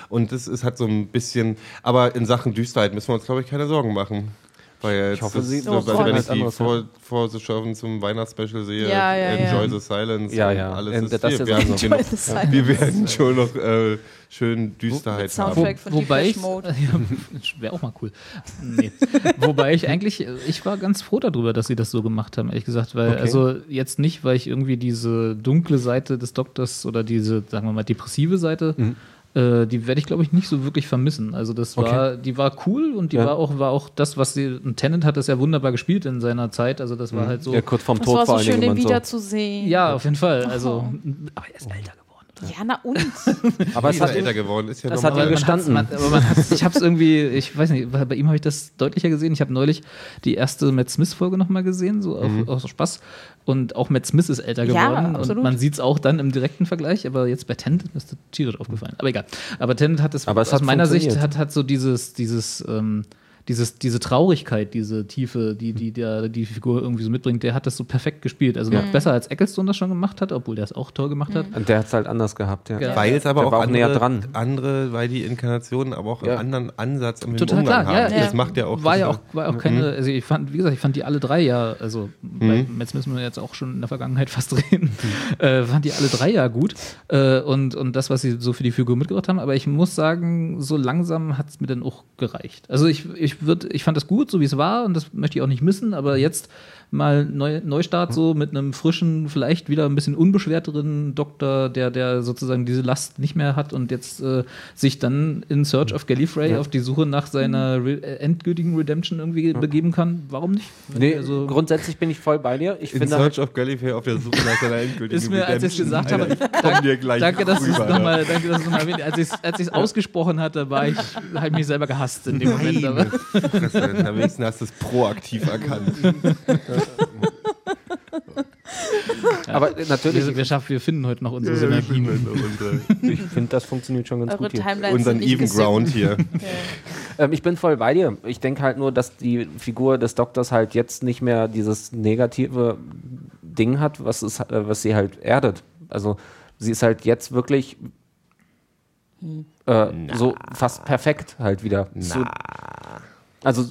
Speaker 3: Und das ist halt so ein bisschen, aber in Sachen Düsterheit müssen wir uns, glaube ich, keine Sorgen machen. Weil ich
Speaker 4: hoffe, Sie-
Speaker 3: so,
Speaker 4: Oh
Speaker 3: als
Speaker 4: Gott.
Speaker 3: wenn ich
Speaker 4: Ganz
Speaker 3: die
Speaker 4: anderes, ja.
Speaker 3: vor, vor The Show zum Weihnachtsspecial sehe,
Speaker 1: Ja, ja, ja.
Speaker 3: Enjoy the Silence
Speaker 4: Ja,
Speaker 3: und
Speaker 4: ja.
Speaker 3: alles
Speaker 4: Ähm,
Speaker 3: ist
Speaker 4: das
Speaker 3: wir,
Speaker 4: jetzt
Speaker 3: wir,
Speaker 4: auch
Speaker 1: also
Speaker 3: haben
Speaker 4: noch.
Speaker 3: genug,
Speaker 1: Enjoy the Silence.
Speaker 3: wir werden schon noch äh, schön Düsterheit haben.
Speaker 1: Soundtrack von
Speaker 2: wobei
Speaker 1: Depeche
Speaker 2: ich,
Speaker 1: Mode.
Speaker 2: ja, wäre auch mal cool. Nee. wobei ich eigentlich, äh, ich war ganz froh darüber, dass sie das so gemacht haben, ehrlich gesagt, weil
Speaker 4: Okay.
Speaker 2: also jetzt nicht, weil ich irgendwie diese dunkle Seite des Doktors oder diese, sagen wir mal, depressive Seite,
Speaker 4: Mhm.
Speaker 2: äh, die werde ich glaube ich nicht so wirklich vermissen. Also das war, die war cool und die
Speaker 4: Ja.
Speaker 2: war auch, war auch das, was sie, und Tennant hat das ja wunderbar gespielt in seiner Zeit. Also das war halt so.
Speaker 4: Mhm. Ja, kurz vorm
Speaker 1: Das
Speaker 4: Tod
Speaker 1: war so
Speaker 4: vor allen
Speaker 1: schön,
Speaker 4: Dingen.
Speaker 1: den
Speaker 4: und so.
Speaker 1: wiederzusehen.
Speaker 2: Ja, auf jeden Fall. Also,
Speaker 1: Oh.
Speaker 2: aber er ist
Speaker 4: Oh.
Speaker 2: älter geworden.
Speaker 1: ja, na und?
Speaker 4: Aber es
Speaker 3: Ist ja
Speaker 4: hat,
Speaker 3: älter geworden, ist ja
Speaker 4: das
Speaker 3: normal.
Speaker 4: hat ihm
Speaker 2: man hat's-
Speaker 4: gestanden.
Speaker 2: Man, aber man hat's, ich habe es irgendwie, ich weiß nicht, bei ihm habe ich das deutlicher gesehen. Ich habe neulich die erste Matt Smith-Folge nochmal gesehen, so auf-
Speaker 4: Mhm.
Speaker 2: aus Spaß. Und auch Matt Smith ist älter
Speaker 1: Ja,
Speaker 2: geworden. und
Speaker 1: absolut.
Speaker 2: man sieht es auch dann im direkten Vergleich. Aber jetzt bei Tennant ist das tierisch aufgefallen. Aber egal. Aber Tennant hat es,
Speaker 4: Aber es
Speaker 2: aus
Speaker 4: hat
Speaker 2: meiner Sicht,
Speaker 4: funktioniert.
Speaker 2: hat, hat so dieses, dieses, ähm, dieses, diese Traurigkeit, diese Tiefe, die
Speaker 4: Mhm.
Speaker 2: die, der, die Figur irgendwie so mitbringt, der hat das so perfekt gespielt. Also noch besser als Eccleston das schon gemacht hat, obwohl der es auch toll gemacht hat.
Speaker 4: Und der hat es halt anders gehabt, ja.
Speaker 2: Ja.
Speaker 3: Weil es aber
Speaker 4: Der
Speaker 3: auch,
Speaker 4: war auch
Speaker 3: andere,
Speaker 4: näher dran.
Speaker 3: andere, weil die Inkarnationen aber auch
Speaker 4: Ja.
Speaker 3: einen anderen Ansatz im
Speaker 2: Total
Speaker 3: Umgang
Speaker 2: klar, ja,
Speaker 3: haben.
Speaker 2: ja.
Speaker 3: Das macht ja auch. Mhm.
Speaker 2: war ja auch,
Speaker 3: das-
Speaker 2: war auch keine, also ich fand, wie gesagt, ich fand die alle drei ja, also
Speaker 3: Mhm.
Speaker 2: bei Metz müssen wir jetzt auch schon in der Vergangenheit fast reden, äh, fand die alle drei ja gut äh, und, und das, was sie so für die Figur mitgebracht haben, aber ich muss sagen, so langsam hat es mir dann auch gereicht. Also ich, ich, würd, ich fand das gut, so wie es war und das möchte ich auch nicht missen, aber jetzt mal Neu Neustart so mit einem frischen, vielleicht wieder ein bisschen unbeschwerteren Doktor, der, der sozusagen diese Last nicht mehr hat und jetzt äh, sich dann in Search of Gallifrey auf die Suche nach seiner re äh, endgültigen Redemption irgendwie begeben kann. Warum nicht?
Speaker 4: Nee,
Speaker 2: Also-
Speaker 4: grundsätzlich bin ich voll bei dir. Ich
Speaker 3: In
Speaker 4: finde halt-
Speaker 3: Search of Gallifrey auf der Suche nach seiner endgültigen
Speaker 2: Ist mir, als ich es
Speaker 3: Redemption,
Speaker 2: gesagt habe,
Speaker 3: Alter, ich komm dir gleich
Speaker 2: danke, dass du es
Speaker 3: rüber,
Speaker 2: nochmal, danke, dass du es nochmal erwähnt hast. Als ich es als ich's ausgesprochen hatte, war ich, habe ich mich selber gehasst in dem Moment. Aber,
Speaker 3: Meine Fresse, na, wenigstens hast du es proaktiv erkannt.
Speaker 4: aber natürlich,
Speaker 2: wir, wir schaffen, wir finden heute noch unsere Synergien.
Speaker 4: ich finde, das funktioniert schon ganz
Speaker 1: Eure
Speaker 4: gut hier.
Speaker 1: Timelines sind
Speaker 3: Unseren
Speaker 1: nicht
Speaker 3: Even
Speaker 1: gesynkt.
Speaker 3: Ground hier.
Speaker 4: Ähm, ich bin voll bei dir. Ich denke halt nur, dass die Figur des Doktors halt jetzt nicht mehr dieses negative Ding hat, was, es, äh, was sie halt erdet. Also sie ist halt jetzt wirklich äh, so fast perfekt halt wieder. Zu, also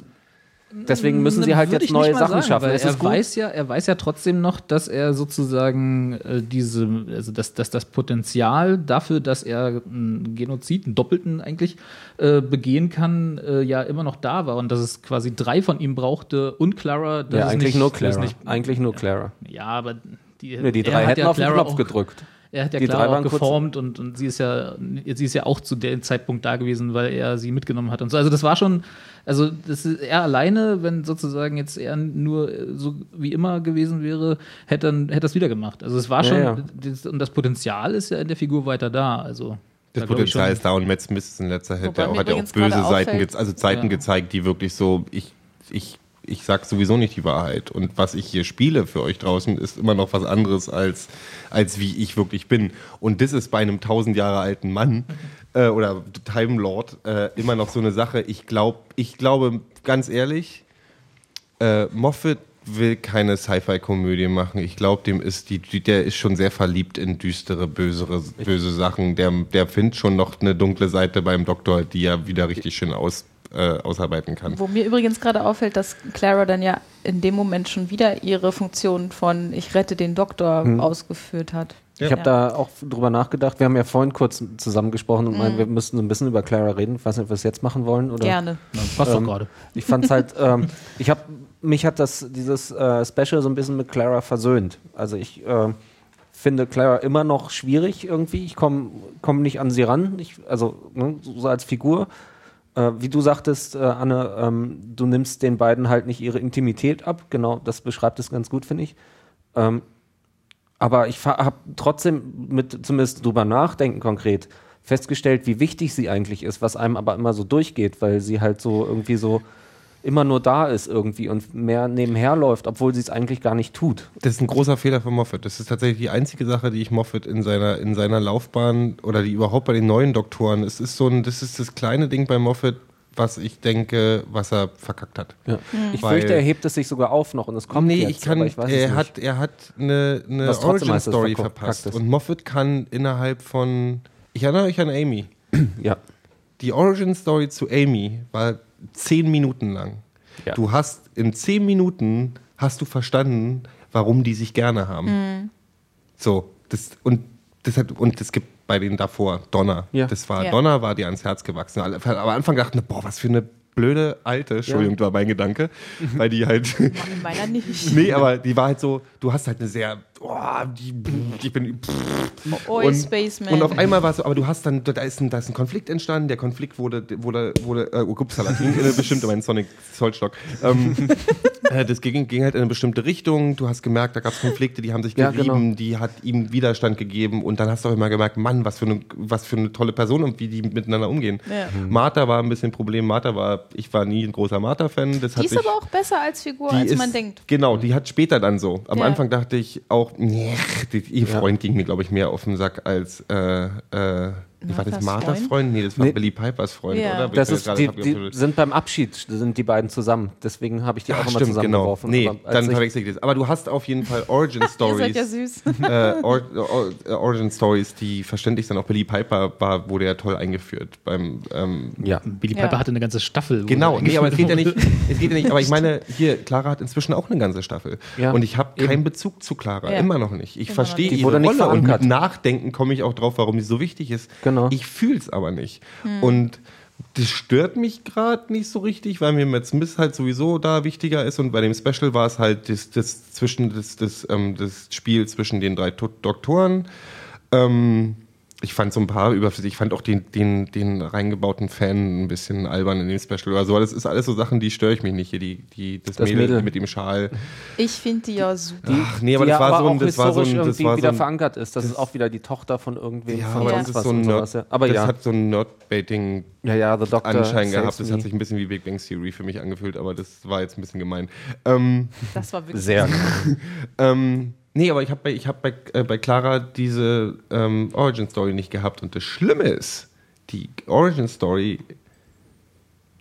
Speaker 4: deswegen müssen sie halt
Speaker 2: Würde
Speaker 4: jetzt
Speaker 2: ich nicht
Speaker 4: neue
Speaker 2: mal
Speaker 4: Sachen
Speaker 2: sagen,
Speaker 4: schaffen.
Speaker 2: Weil
Speaker 4: Es
Speaker 2: er,
Speaker 4: ist gut.
Speaker 2: weiß ja, er weiß ja trotzdem noch, dass er sozusagen äh, diese, also dass, dass das Potenzial dafür, dass er einen Genozid, einen doppelten eigentlich, äh, begehen kann, äh, ja immer noch da war und dass es quasi drei von ihm brauchte und Clara. dass
Speaker 4: ja,
Speaker 2: es
Speaker 4: eigentlich
Speaker 2: nicht,
Speaker 4: nur
Speaker 2: dass es
Speaker 4: Clara.
Speaker 2: Nicht,
Speaker 4: eigentlich nur Clara.
Speaker 2: ja, aber die,
Speaker 4: Nee, die
Speaker 2: er
Speaker 4: drei
Speaker 2: hat
Speaker 4: hätten
Speaker 2: ja
Speaker 4: auf den
Speaker 2: Clara
Speaker 4: Knopf
Speaker 2: auch-
Speaker 4: gedrückt.
Speaker 2: Er hat ja
Speaker 4: Die drei
Speaker 2: klar auch
Speaker 4: waren kurz-
Speaker 2: geformt und, und sie ist ja sie ist ja auch zu dem Zeitpunkt da gewesen, weil er sie mitgenommen hat und so. Also das war schon, also das ist er alleine, wenn sozusagen jetzt er nur äh, so wie immer gewesen wäre, hätte dann hätte das wieder gemacht. Also es war
Speaker 4: Ja,
Speaker 2: schon
Speaker 4: ja.
Speaker 2: Das, und das Potenzial ist ja in der Figur weiter da. Also
Speaker 3: Das
Speaker 2: da glaub ich schon-
Speaker 3: Potenzial ist da und Matt Smith ist in letzter Zeit
Speaker 1: Wobei
Speaker 3: auch,
Speaker 1: mir
Speaker 3: hat ja auch
Speaker 1: übrigens gerade
Speaker 3: böse Seiten,
Speaker 1: auffällt-
Speaker 3: gez- also Seiten
Speaker 2: Ja.
Speaker 3: gezeigt, die wirklich so, ich, ich, ich sag sowieso nicht die Wahrheit. Und was ich hier spiele für euch draußen, ist immer noch was anderes als, als wie ich wirklich bin. Und das ist bei einem tausend Jahre alten Mann äh, oder Time Lord äh, immer noch so eine Sache. Ich glaube, ich glaube, ganz ehrlich, äh, Moffat will keine Sci-Fi-Komödie machen. Ich glaube, dem ist die, die- der ist schon sehr verliebt in düstere, bösere, böse Sachen. Der, der findet schon noch eine dunkle Seite beim Doktor, die er wieder richtig schön aus, äh, ausarbeiten kann.
Speaker 1: Wo mir übrigens gerade auffällt, dass Clara dann ja in dem Moment schon wieder ihre Funktion von ich rette den Doktor ausgeführt hat.
Speaker 4: Hm. Ich habe da auch drüber nachgedacht. Wir haben ja vorhin kurz zusammengesprochen und meinen, wir müssten so ein bisschen über Clara reden. Ich weiß nicht, ob wir es jetzt machen wollen. Oder?
Speaker 1: Gerne.
Speaker 2: Ja, passt
Speaker 4: Ähm,
Speaker 2: doch gerade.
Speaker 4: Ich fand's halt, ähm, ich habe mich hat das dieses äh, Special so ein bisschen mit Clara versöhnt. Also ich ähm, finde Clara immer noch schwierig irgendwie. Ich komme komm nicht an sie ran. Ich, also ne, so als Figur. Äh, wie du sagtest, äh, Anne, ähm, du nimmst den beiden halt nicht ihre Intimität ab. Genau, das beschreibt es ganz gut, finde ich. Ähm, aber ich habe trotzdem mit zumindest drüber nachdenken konkret festgestellt, wie wichtig sie eigentlich ist, was einem aber immer so durchgeht, weil sie halt so irgendwie so immer nur da ist irgendwie und mehr nebenher läuft, obwohl sie es eigentlich gar nicht tut.
Speaker 3: Das ist ein großer Fehler von Moffat. Das ist tatsächlich die einzige Sache, die ich Moffat in seiner, in seiner Laufbahn oder die überhaupt bei den neuen Doktoren, es ist so ein, das ist das kleine Ding bei Moffat, was ich denke, was er verkackt hat.
Speaker 4: Ich
Speaker 3: Weil-
Speaker 4: fürchte, er hebt es sich sogar auf noch und es kommt
Speaker 3: nee,
Speaker 4: jetzt,
Speaker 3: ich kann,
Speaker 4: aber ich weiß es
Speaker 3: er,
Speaker 4: nicht.
Speaker 3: hat, er hat eine, eine
Speaker 4: Was trotzdem heißt, dass
Speaker 3: Origin-Story
Speaker 4: es verkackt
Speaker 3: verpasst.
Speaker 4: ist.
Speaker 3: Und Moffat kann innerhalb von, ich erinnere euch an Amy.
Speaker 4: ja.
Speaker 3: Die Origin-Story zu Amy war zehn Minuten lang.
Speaker 4: Ja.
Speaker 3: Du hast, in zehn Minuten hast du verstanden, warum die sich gerne haben. So, das, und das hat, und es gibt bei denen davor Donner.
Speaker 4: Ja.
Speaker 3: Das war,
Speaker 1: Ja.
Speaker 3: Donner war dir ans Herz gewachsen. Alle- Am Anfang dachten, boah, was für eine blöde alte, Entschuldigung, war mein Gedanke, weil die halt
Speaker 1: In meiner nicht.
Speaker 3: Nee, aber die war halt so, du hast halt eine sehr, oh, die, ich bin,
Speaker 1: Oi, Oh,
Speaker 3: und,
Speaker 1: Spaceman.
Speaker 3: und auf einmal war es so, aber du hast dann, da ist ein, da ist ein Konflikt entstanden, der Konflikt wurde, wurde, wurde, äh, upsala, ging in eine bestimmte, mein Sonic Zollstock, ähm, äh, das ging, ging halt in eine bestimmte Richtung, du hast gemerkt, da gab es Konflikte, die haben sich
Speaker 4: Ja,
Speaker 3: gerieben,
Speaker 4: genau.
Speaker 3: die hat ihm Widerstand gegeben und dann hast du auch immer gemerkt, Mann, was für eine, was für eine tolle Person und wie die miteinander umgehen.
Speaker 1: Ja.
Speaker 3: Martha war ein bisschen ein Problem, Martha war, ich war nie ein großer Martha-Fan, das
Speaker 1: Die
Speaker 3: hat
Speaker 1: ist
Speaker 3: sich,
Speaker 1: aber auch besser als Figur,
Speaker 3: die
Speaker 1: als
Speaker 3: ist-
Speaker 1: man denkt.
Speaker 3: Genau, die hat später dann so. Am
Speaker 1: Ja.
Speaker 3: Anfang dachte ich auch, nee, die- ihr Freund ging mir, glaube ich, mehr auf den Sack als, äh, äh, wie war das,
Speaker 1: Marthas
Speaker 3: Marthas Freund?
Speaker 1: Freund?
Speaker 3: Nee, das war
Speaker 4: Nee.
Speaker 3: Billy Pipers Freund,
Speaker 1: Ja.
Speaker 3: oder? Bin
Speaker 4: Das
Speaker 3: ich mir
Speaker 4: ist,
Speaker 3: gerade
Speaker 4: die, die
Speaker 3: abgewickelt.
Speaker 4: sind beim Abschied, sind die beiden zusammen. Deswegen habe ich die auch
Speaker 3: Ach,
Speaker 4: immer
Speaker 3: stimmt, genau.
Speaker 4: zusammengeworfen.
Speaker 3: Nee,
Speaker 4: Aber als
Speaker 3: dann
Speaker 4: ich-
Speaker 3: verwechsel ich das. Aber du hast auf jeden Fall Origin
Speaker 1: Ihr seid
Speaker 3: Stories.
Speaker 1: ja süß.
Speaker 3: äh, Or Or äh, Origin Stories, die verständlich sind. Auch Billy Piper war, wurde ja toll eingeführt beim ähm,
Speaker 4: ja.
Speaker 2: Billy
Speaker 1: Ja.
Speaker 2: Piper hatte eine ganze Staffel. wo
Speaker 3: Genau,
Speaker 2: er
Speaker 3: nee, aber es geht ja
Speaker 2: eingeführt
Speaker 3: nicht, es geht ja nicht, aber ich meine, hier, Clara hat inzwischen auch eine ganze Staffel.
Speaker 4: Ja.
Speaker 3: Und ich habe keinen Bezug zu Clara,
Speaker 1: Ja.
Speaker 3: immer noch nicht. Ich verstehe
Speaker 4: nicht. Die
Speaker 3: ihre
Speaker 4: wurde nicht
Speaker 3: Rolle und mit
Speaker 4: verankert.
Speaker 3: Nachdenken komme ich auch drauf, warum die so wichtig ist.
Speaker 4: Genau.
Speaker 3: Ich fühle es aber nicht. Und das stört mich gerade nicht so richtig, weil mir Matt Smith halt sowieso da wichtiger ist und bei dem Special war es halt das, das, zwischen, das, das, ähm, das Spiel zwischen den drei to Doktoren. Ähm, ich fand so ein paar überflüssig. Ich fand auch den, den, den reingebauten Fan ein bisschen albern in dem Special oder so. Das ist alles so Sachen, die störe ich mich nicht. Hier die, die, das,
Speaker 4: Das
Speaker 3: Mädel,
Speaker 4: Mädel.
Speaker 3: mit dem Schal.
Speaker 1: Ich finde die ja super.
Speaker 3: Ach nee,
Speaker 4: Die
Speaker 3: aber das war so ein,
Speaker 4: auch
Speaker 3: das war so
Speaker 4: historisch
Speaker 3: ein, das
Speaker 4: irgendwie
Speaker 3: war so
Speaker 4: wieder
Speaker 3: ein,
Speaker 4: verankert ist. Das, ist auch wieder die Tochter von irgendwem.
Speaker 3: ja,
Speaker 4: von
Speaker 3: aber
Speaker 4: sonst
Speaker 3: das ist
Speaker 4: was
Speaker 3: so ein
Speaker 4: und
Speaker 3: Nerd,
Speaker 4: sowas, ja. Aber
Speaker 3: das
Speaker 4: ja,
Speaker 3: hat so ein Nerd-Baiting
Speaker 4: ja, ja, The Doctor
Speaker 3: Anschein
Speaker 4: saves
Speaker 3: gehabt. Das
Speaker 4: me.
Speaker 3: hat sich ein bisschen wie Big Bang Theory für mich angefühlt, aber das war jetzt ein bisschen gemein. Ähm,
Speaker 1: Das war wirklich.
Speaker 4: sehr.
Speaker 3: ähm, nee, aber ich habe bei, ich hab bei, äh, bei Clara diese ähm, Origin Story nicht gehabt. Und das Schlimme ist, die Origin Story,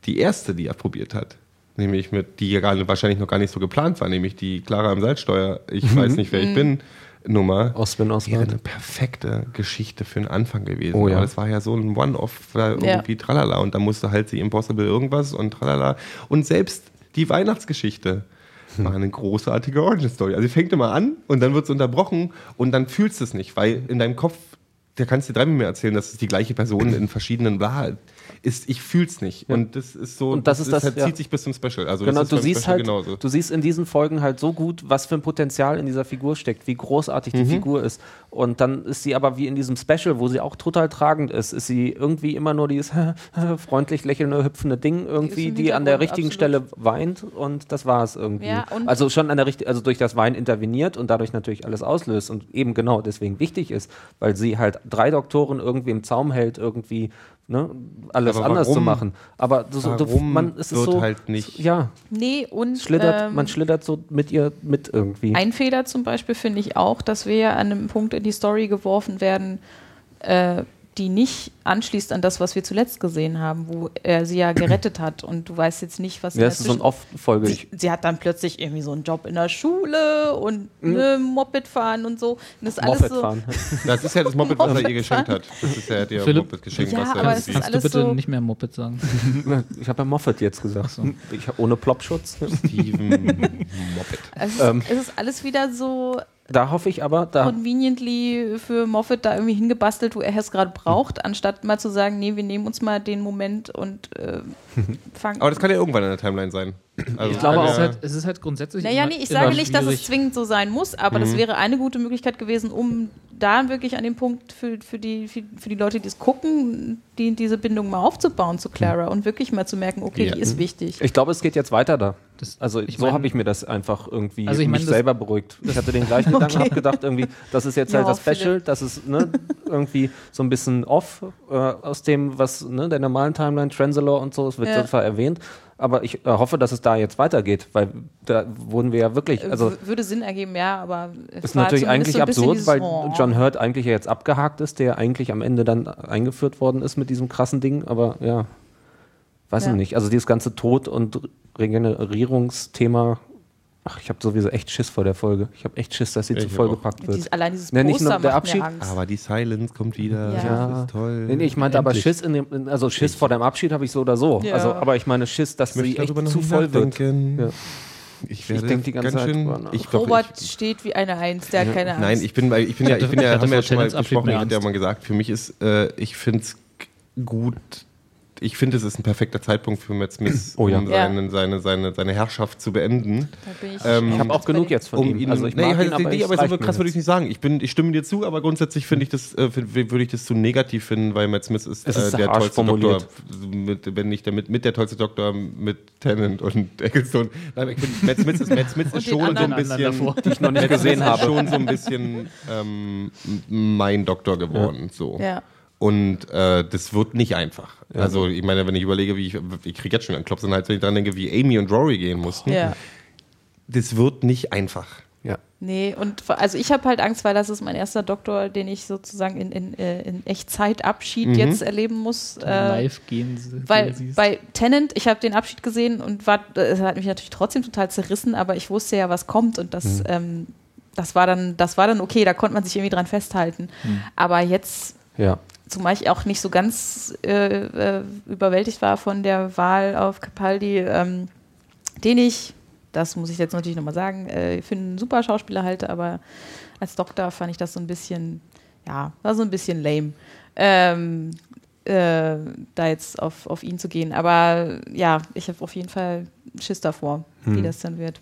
Speaker 3: die erste, die er probiert hat, nämlich mit, die ja gar, wahrscheinlich noch gar nicht so geplant war, nämlich die Clara am Salzsteuer,
Speaker 4: Mhm.
Speaker 3: ich weiß nicht, wer ich bin, Nummer.
Speaker 4: Osman
Speaker 3: Wäre
Speaker 4: Osman.
Speaker 3: eine perfekte Geschichte für einen Anfang gewesen.
Speaker 4: Oh ja.
Speaker 3: Aber das war ja so ein One-Off, war irgendwie tralala. Und da musste halt sie Impossible irgendwas und tralala. Und selbst die Weihnachtsgeschichte war eine großartige Origin-Story. Also sie fängt immer an und dann wird es unterbrochen und dann fühlst du es nicht, weil in deinem Kopf, da kannst du dir dreimal mehr erzählen, dass es die gleiche Person in verschiedenen Bla ist. Ich fühl's nicht. Und das ist so,
Speaker 4: Und das ist das,
Speaker 3: halt,
Speaker 4: ja.
Speaker 3: zieht sich bis zum Special. Also
Speaker 4: Genau,
Speaker 3: das ist
Speaker 4: du
Speaker 3: beim
Speaker 4: siehst
Speaker 3: Special
Speaker 4: halt,
Speaker 3: genauso.
Speaker 4: du siehst in diesen Folgen halt so gut, was für ein Potenzial in dieser Figur steckt, wie großartig
Speaker 3: Mhm.
Speaker 4: die Figur ist. Und dann ist sie aber wie in diesem Special, wo sie auch total tragend ist, ist sie irgendwie immer nur dieses freundlich lächelnde, hüpfende Ding irgendwie,
Speaker 1: im
Speaker 4: die an der
Speaker 1: Hintergrund,
Speaker 4: richtigen Stelle
Speaker 1: absolut.
Speaker 4: weint und das war es irgendwie.
Speaker 1: Ja, und-
Speaker 4: also schon an der richtigen, also durch das Wein interveniert und dadurch natürlich alles auslöst und eben genau deswegen wichtig ist, weil sie halt drei Doktoren irgendwie im Zaum hält, irgendwie ne, alles
Speaker 3: Aber
Speaker 4: anders zu
Speaker 3: warum-
Speaker 4: machen. Aber du, so- du,
Speaker 3: warum
Speaker 4: man, es ist
Speaker 3: wird
Speaker 4: so,
Speaker 3: halt nicht-
Speaker 4: ja,
Speaker 1: Nee, und.
Speaker 4: schlittert,
Speaker 1: ähm,
Speaker 4: man schlittert so mit ihr mit irgendwie.
Speaker 1: Ein Fehler zum Beispiel finde ich auch, dass wir ja an einem Punkt in die Story geworfen werden, äh, die nicht anschließt an das, was wir zuletzt gesehen haben, wo er sie ja gerettet hat und du weißt jetzt nicht, was
Speaker 4: ja,
Speaker 1: in
Speaker 4: das
Speaker 1: der
Speaker 4: ist so ein
Speaker 1: Zwischen-
Speaker 4: Off-Folge.
Speaker 1: sie, sie hat dann plötzlich irgendwie so einen Job in der Schule und ne, Moped fahren und so. Und das ist alles
Speaker 4: Mhm. Moped
Speaker 1: so.
Speaker 4: fahren.
Speaker 3: Das ist ja das Moped, was er ihr geschenkt hat. Das ist ja, er hat ihr
Speaker 2: Philipp?
Speaker 3: Moped geschenkt,
Speaker 1: Ja,
Speaker 3: was er
Speaker 1: aber es
Speaker 3: irgendwie-
Speaker 1: ist
Speaker 2: Kannst du
Speaker 1: alles
Speaker 2: bitte
Speaker 1: so-
Speaker 2: nicht mehr Moped sagen?
Speaker 4: Ich habe ja Moffat jetzt gesagt.
Speaker 2: so.
Speaker 4: Ich hab, ohne Plopschutz.
Speaker 3: Steven Moped.
Speaker 1: Es ist,
Speaker 4: Ähm. Ah.
Speaker 1: es ist alles wieder so
Speaker 4: Da hoffe ich aber, da
Speaker 1: conveniently für Moffat da irgendwie hingebastelt, wo er es gerade
Speaker 4: Mhm.
Speaker 1: braucht, anstatt mal zu sagen, nee, wir nehmen uns mal den Moment und äh, fangen.
Speaker 3: Aber das kann ja irgendwann in der Timeline sein. Also
Speaker 2: Ich
Speaker 4: glaube
Speaker 3: kann
Speaker 4: auch.
Speaker 2: es
Speaker 3: ja,
Speaker 2: ist halt, es ist halt grundsätzlich.
Speaker 1: Naja,
Speaker 2: immer-
Speaker 1: nee, ich
Speaker 2: immer
Speaker 1: sage nicht, dass es
Speaker 2: schwierig.
Speaker 1: zwingend so sein muss, aber
Speaker 4: Mhm.
Speaker 1: das wäre eine gute Möglichkeit gewesen, um da wirklich an dem Punkt für, für, die, für, für die Leute, die es gucken, die, diese Bindung mal aufzubauen zu Clara
Speaker 4: Mhm.
Speaker 1: und wirklich mal zu merken, okay,
Speaker 3: Ja.
Speaker 1: die ist wichtig.
Speaker 4: ich glaube, es geht jetzt weiter da.
Speaker 2: Das-
Speaker 4: also
Speaker 2: ich
Speaker 4: so
Speaker 2: mein-
Speaker 4: habe ich mir das einfach irgendwie
Speaker 2: Also ich mein,
Speaker 4: mich
Speaker 2: das-
Speaker 4: selber beruhigt. Ich hatte den gleichen Gedanken, habe gedacht irgendwie, das ist jetzt
Speaker 1: Ja,
Speaker 4: halt das
Speaker 1: Philipp.
Speaker 4: Special, das ist ne, irgendwie so ein bisschen off äh, aus dem, was ne, der normalen Timeline, Transalore und so, es wird
Speaker 1: Ja.
Speaker 4: zwar erwähnt, aber ich äh, hoffe, dass es da jetzt weitergeht, weil da wurden wir ja wirklich,
Speaker 1: Äh,
Speaker 4: also
Speaker 1: w- Würde Sinn ergeben, ja, aber es
Speaker 4: Ist
Speaker 1: war
Speaker 4: natürlich
Speaker 1: zumindest
Speaker 4: eigentlich
Speaker 1: so ein bisschen
Speaker 4: absurd,
Speaker 1: dieses,
Speaker 4: weil
Speaker 1: oh.
Speaker 4: John Hurt eigentlich ja jetzt abgehakt ist, der ja eigentlich am Ende dann eingeführt worden ist mit diesem krassen Ding, aber ja, weiß
Speaker 1: Ja.
Speaker 4: ich nicht. Also dieses ganze Tod- und Regenerierungsthema, ach, ich habe sowieso echt Schiss vor der Folge. Ich habe echt Schiss, dass sie
Speaker 3: Ich
Speaker 4: zu
Speaker 3: hab
Speaker 4: voll
Speaker 3: auch.
Speaker 4: gepackt wird.
Speaker 1: Dies, allein dieses
Speaker 4: Nee,
Speaker 1: Poster
Speaker 4: nicht nur der
Speaker 1: macht
Speaker 4: Abschied,
Speaker 1: mir Angst.
Speaker 3: aber die Silence kommt wieder.
Speaker 1: Ja.
Speaker 3: Das ist toll.
Speaker 4: Nee, nee, ich meinte aber
Speaker 2: Endlich.
Speaker 4: Schiss, in dem, in- also Schiss vor deinem Abschied habe ich so oder so.
Speaker 1: Ja.
Speaker 4: Also, aber ich meine Schiss, dass
Speaker 3: ich möchte
Speaker 4: sie echt
Speaker 3: darüber noch
Speaker 4: zu
Speaker 3: nicht
Speaker 4: voll wird.
Speaker 3: nachdenken.
Speaker 4: Ja.
Speaker 3: Ich werde
Speaker 4: denk die ganze
Speaker 3: ganz
Speaker 4: Zeit
Speaker 3: schön,
Speaker 4: drüber nach.
Speaker 3: ich, doch,
Speaker 1: Robert
Speaker 3: ich,
Speaker 1: steht wie eine Eins, der hat keine Angst.
Speaker 3: Nein, ich bin, bei- ich bin ja, ich bin
Speaker 2: Ich
Speaker 3: ja,
Speaker 2: hatte
Speaker 3: haben wir ja
Speaker 2: vor
Speaker 3: schon mal
Speaker 2: Challenge-Abschied
Speaker 3: gesprochen,
Speaker 2: mehr
Speaker 3: ich hatte ja
Speaker 2: Angst.
Speaker 3: mal gesagt, für mich ist, äh, ich finde es gut, ich finde, es ist ein perfekter Zeitpunkt für Matt Smith,
Speaker 4: Oh ja.
Speaker 3: um
Speaker 1: Ja.
Speaker 3: seine, seine, seine, seine Herrschaft zu beenden.
Speaker 1: Da bin ich
Speaker 3: Ähm,
Speaker 4: Ich habe auch
Speaker 1: bei
Speaker 4: genug
Speaker 1: dir.
Speaker 4: jetzt von ihm. Also ich mag
Speaker 3: nee,
Speaker 4: ihn,
Speaker 3: halt,
Speaker 4: aber,
Speaker 3: nee,
Speaker 4: es
Speaker 3: aber so
Speaker 4: reicht mir
Speaker 3: krass würde ich
Speaker 4: jetzt.
Speaker 3: nicht sagen. Ich, bin, ich stimme dir zu, aber grundsätzlich finde ich das, äh, find- würde ich das zu negativ finden, weil Matt Smith ist,
Speaker 4: Es ist
Speaker 3: äh, der
Speaker 4: harsch
Speaker 3: tollste
Speaker 4: formuliert.
Speaker 3: Doktor, mit, wenn nicht der, mit, mit der tollste Doktor mit Tennant und Eccleston. Nein, ich finde, Matt Smith ist, Matt Smith ist
Speaker 1: den
Speaker 3: schon so ein
Speaker 1: anderen.
Speaker 2: anderen
Speaker 3: bisschen,
Speaker 2: davor.
Speaker 4: die ich noch nicht
Speaker 3: Matt Smith
Speaker 4: gesehen
Speaker 3: ist
Speaker 4: habe.
Speaker 3: schon so ein bisschen ähm, mein Doktor geworden. So.
Speaker 1: Ja.
Speaker 3: Und äh, das wird nicht einfach. Also ich meine, wenn ich überlege, wie ich, ich kriege jetzt schon einen Klops in den Hals, wenn ich dran denke, wie Amy und Rory gehen mussten.
Speaker 1: Ja.
Speaker 3: Das wird nicht einfach.
Speaker 4: Ja.
Speaker 1: Nee, und vor- also ich habe halt Angst, weil das ist mein erster Doktor, den ich sozusagen in, in, äh, in Echtzeit Abschied
Speaker 4: Mhm.
Speaker 1: jetzt erleben muss. Äh,
Speaker 2: live gehen sie.
Speaker 1: weil
Speaker 2: gehen sie-
Speaker 1: bei Tennant, ich habe den Abschied gesehen und war, das hat mich natürlich trotzdem total zerrissen, aber ich wusste ja, was kommt und das, ähm, das war dann, das war dann okay, da konnte man sich irgendwie dran festhalten. Aber jetzt,
Speaker 4: Ja.
Speaker 1: zumal ich auch nicht so ganz äh, äh, überwältigt war von der Wahl auf Capaldi, ähm, den ich, das muss ich jetzt natürlich nochmal sagen, äh, für einen super Schauspieler halte, aber als Doktor fand ich das so ein bisschen, ja, war so ein bisschen lame. Ähm, äh, da jetzt auf, auf ihn zu gehen. Aber ja, ich habe auf jeden Fall Schiss davor,
Speaker 3: Hm.
Speaker 1: wie das dann wird.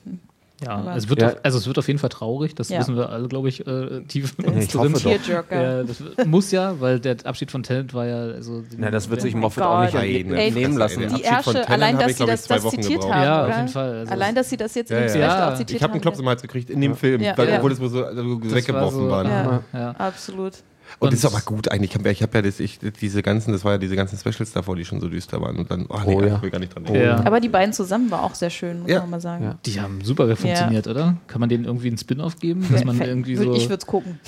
Speaker 2: Ja,
Speaker 1: Aber-
Speaker 2: es wird,
Speaker 4: Ja.
Speaker 2: Auf, also es wird auf jeden Fall traurig, das
Speaker 1: Ja.
Speaker 2: wissen wir alle, glaube ich, äh, tief in uns
Speaker 4: ich hoffe doch.
Speaker 1: Tearjerker.
Speaker 2: Ja, das w- muss ja, weil der Abschied von Talent war ja. Also,
Speaker 4: Na, das wird sich
Speaker 1: Oh mein
Speaker 4: Moffat auch nicht
Speaker 1: Gott.
Speaker 4: erle-
Speaker 1: Ey,
Speaker 4: nehmen lassen.
Speaker 3: Der
Speaker 1: Die
Speaker 3: Abschied von
Speaker 1: Ärsche,
Speaker 3: Tennant
Speaker 1: allein,
Speaker 3: habe
Speaker 1: dass
Speaker 3: ich,
Speaker 1: sie
Speaker 3: glaube ich,
Speaker 1: das,
Speaker 3: zwei
Speaker 1: das
Speaker 3: Wochen
Speaker 1: zitiert
Speaker 3: gebraucht.
Speaker 1: haben.
Speaker 2: Ja, auf
Speaker 1: oder?
Speaker 2: jeden Fall. Also
Speaker 1: allein, dass sie das jetzt in
Speaker 3: Ja,
Speaker 1: dem
Speaker 3: ja.
Speaker 1: Special
Speaker 2: Ja.
Speaker 1: auch zitiert
Speaker 3: Ich habe einen
Speaker 1: haben.
Speaker 3: Klops im Hals gekriegt in dem Film,
Speaker 1: Ja,
Speaker 3: weil,
Speaker 1: ja.
Speaker 3: obwohl es nur so also
Speaker 2: das war
Speaker 3: weggeworfen
Speaker 2: so,
Speaker 3: war.
Speaker 1: Ja.
Speaker 2: ja.
Speaker 1: Absolut.
Speaker 3: Und das ist
Speaker 2: Und-
Speaker 3: aber gut eigentlich. Ich habe ich hab ja das, ich, diese ganzen, das war ja diese ganzen Specials davor, die schon so düster waren. Und dann, oh nee,
Speaker 4: Oh, ja.
Speaker 3: ich will gar nicht dran
Speaker 2: Ja.
Speaker 3: denken.
Speaker 1: Aber die beiden zusammen war auch sehr schön, muss
Speaker 3: Ja.
Speaker 1: man mal sagen.
Speaker 4: Ja.
Speaker 2: Die haben super funktioniert, oder? Kann man denen irgendwie einen Spin-off geben, dass man irgendwie so
Speaker 1: Ich würde es gucken.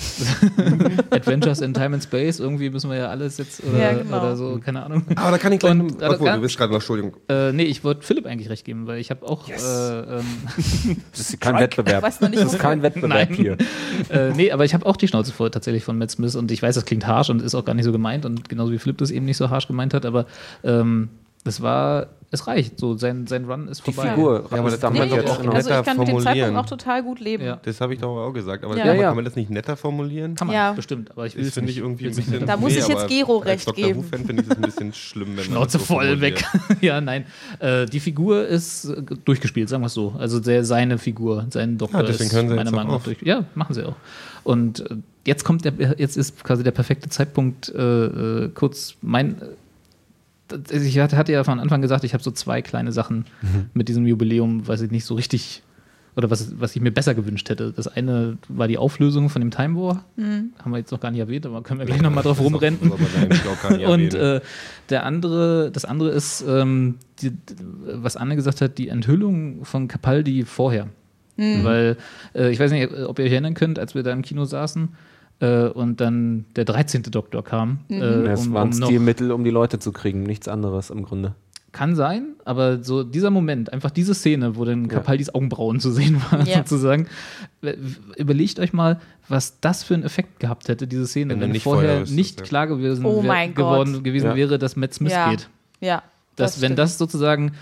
Speaker 2: Adventures in Time and Space irgendwie müssen wir ja alles jetzt oder,
Speaker 1: Ja, genau.
Speaker 2: oder so, keine Ahnung.
Speaker 3: Aber da kann ich gleich.
Speaker 2: Und-
Speaker 3: obwohl,
Speaker 2: aber-
Speaker 3: du bist gerade noch, Entschuldigung.
Speaker 2: Äh, nee, ich wollte Philipp eigentlich recht geben, weil ich habe auch äh, ähm,
Speaker 4: Das ist kein Wettbewerb.
Speaker 1: Weiß noch nicht,
Speaker 4: das ist kein Wettbewerb
Speaker 2: Nein.
Speaker 4: hier.
Speaker 2: äh, nee, aber ich habe auch die Schnauze voll tatsächlich von Matt Smith und ich weiß, das klingt harsch und ist auch gar nicht so gemeint und genauso wie Philipp das eben nicht so harsch gemeint hat, aber ähm, das war, es reicht, so sein, sein Run ist
Speaker 4: Die
Speaker 2: vorbei.
Speaker 4: Figur.
Speaker 3: Ja, aber das kann
Speaker 1: Nee,
Speaker 3: man doch
Speaker 4: jetzt
Speaker 3: auch noch
Speaker 1: also
Speaker 3: netter
Speaker 1: ich kann mit dem
Speaker 3: formulieren.
Speaker 1: Zeitpunkt auch total gut leben.
Speaker 2: Ja.
Speaker 3: Das habe ich doch auch gesagt. Aber
Speaker 1: Ja.
Speaker 3: kann,
Speaker 4: Ja,
Speaker 3: man,
Speaker 4: ja.
Speaker 3: kann man das nicht netter formulieren?
Speaker 2: Kann man,
Speaker 1: Ja.
Speaker 2: bestimmt, aber ich will
Speaker 3: Das
Speaker 2: es
Speaker 3: finde
Speaker 2: nicht.
Speaker 3: ich irgendwie ein
Speaker 2: Will's nicht
Speaker 3: bisschen.
Speaker 1: Da muss ich jetzt
Speaker 3: aber
Speaker 1: Gero
Speaker 3: als
Speaker 1: recht
Speaker 3: Dr. Who
Speaker 1: geben.
Speaker 3: Fan finde ich es ein bisschen schlimm, wenn man
Speaker 2: Schnauze
Speaker 3: das so
Speaker 2: voll
Speaker 3: formuliert.
Speaker 2: weg. ja, nein. Äh, die Figur ist äh, durchgespielt, sagen wir es so. Also der, seine Figur, sein Doktor
Speaker 3: Ja, deswegen
Speaker 2: ist
Speaker 3: hören sie
Speaker 2: meiner
Speaker 3: jetzt auch
Speaker 2: Meinung nach
Speaker 3: auf.
Speaker 2: durch. Ja, machen sie auch. Und äh, jetzt kommt der, jetzt ist quasi der perfekte Zeitpunkt, äh, äh, kurz mein. das- Ich hatte hatte ja von Anfang gesagt, ich habe so zwei kleine Sachen
Speaker 3: Mhm.
Speaker 2: mit diesem Jubiläum, was ich nicht so richtig oder was, was ich mir besser gewünscht hätte. Das eine war die Auflösung von dem Time War. Haben wir jetzt noch gar nicht erwähnt, aber können wir gleich nochmal drauf
Speaker 3: Das ist auch-
Speaker 2: rumrennen.
Speaker 3: soll man eigentlich auch gar nicht
Speaker 2: Und äh,
Speaker 3: erwähnen.
Speaker 2: der andere, das andere ist, ähm, die, d- was Anne gesagt hat, die Enthüllung von Capaldi vorher.
Speaker 1: Mhm.
Speaker 2: Weil, äh, ich weiß nicht, ob ihr euch erinnern könnt, als wir da im Kino saßen äh, und dann der 13. Doktor kam.
Speaker 1: Mhm.
Speaker 2: Äh,
Speaker 4: Das
Speaker 2: um,
Speaker 4: war
Speaker 2: um
Speaker 4: ein
Speaker 2: noch,
Speaker 4: Stilmittel, um die Leute zu kriegen. Nichts anderes im Grunde.
Speaker 2: kann sein, aber so dieser Moment, einfach diese Szene, wo dann Capaldis Augenbrauen zu sehen waren,
Speaker 1: Ja.
Speaker 2: sozusagen. W- w- Überlegt euch mal, was das für einen Effekt gehabt hätte, diese Szene,
Speaker 3: Wenn
Speaker 2: wenn,
Speaker 3: er nicht
Speaker 2: vorher
Speaker 3: vorher ist,
Speaker 2: nicht
Speaker 3: ja.
Speaker 2: klar gewesen,
Speaker 1: Oh
Speaker 2: wär-
Speaker 1: mein
Speaker 2: geworden,
Speaker 1: Gott.
Speaker 2: gewesen
Speaker 4: Ja.
Speaker 2: wäre, dass Matt Smith
Speaker 1: ja.
Speaker 2: geht
Speaker 1: Ja.
Speaker 2: dass, wenn
Speaker 1: stimmt.
Speaker 2: das sozusagen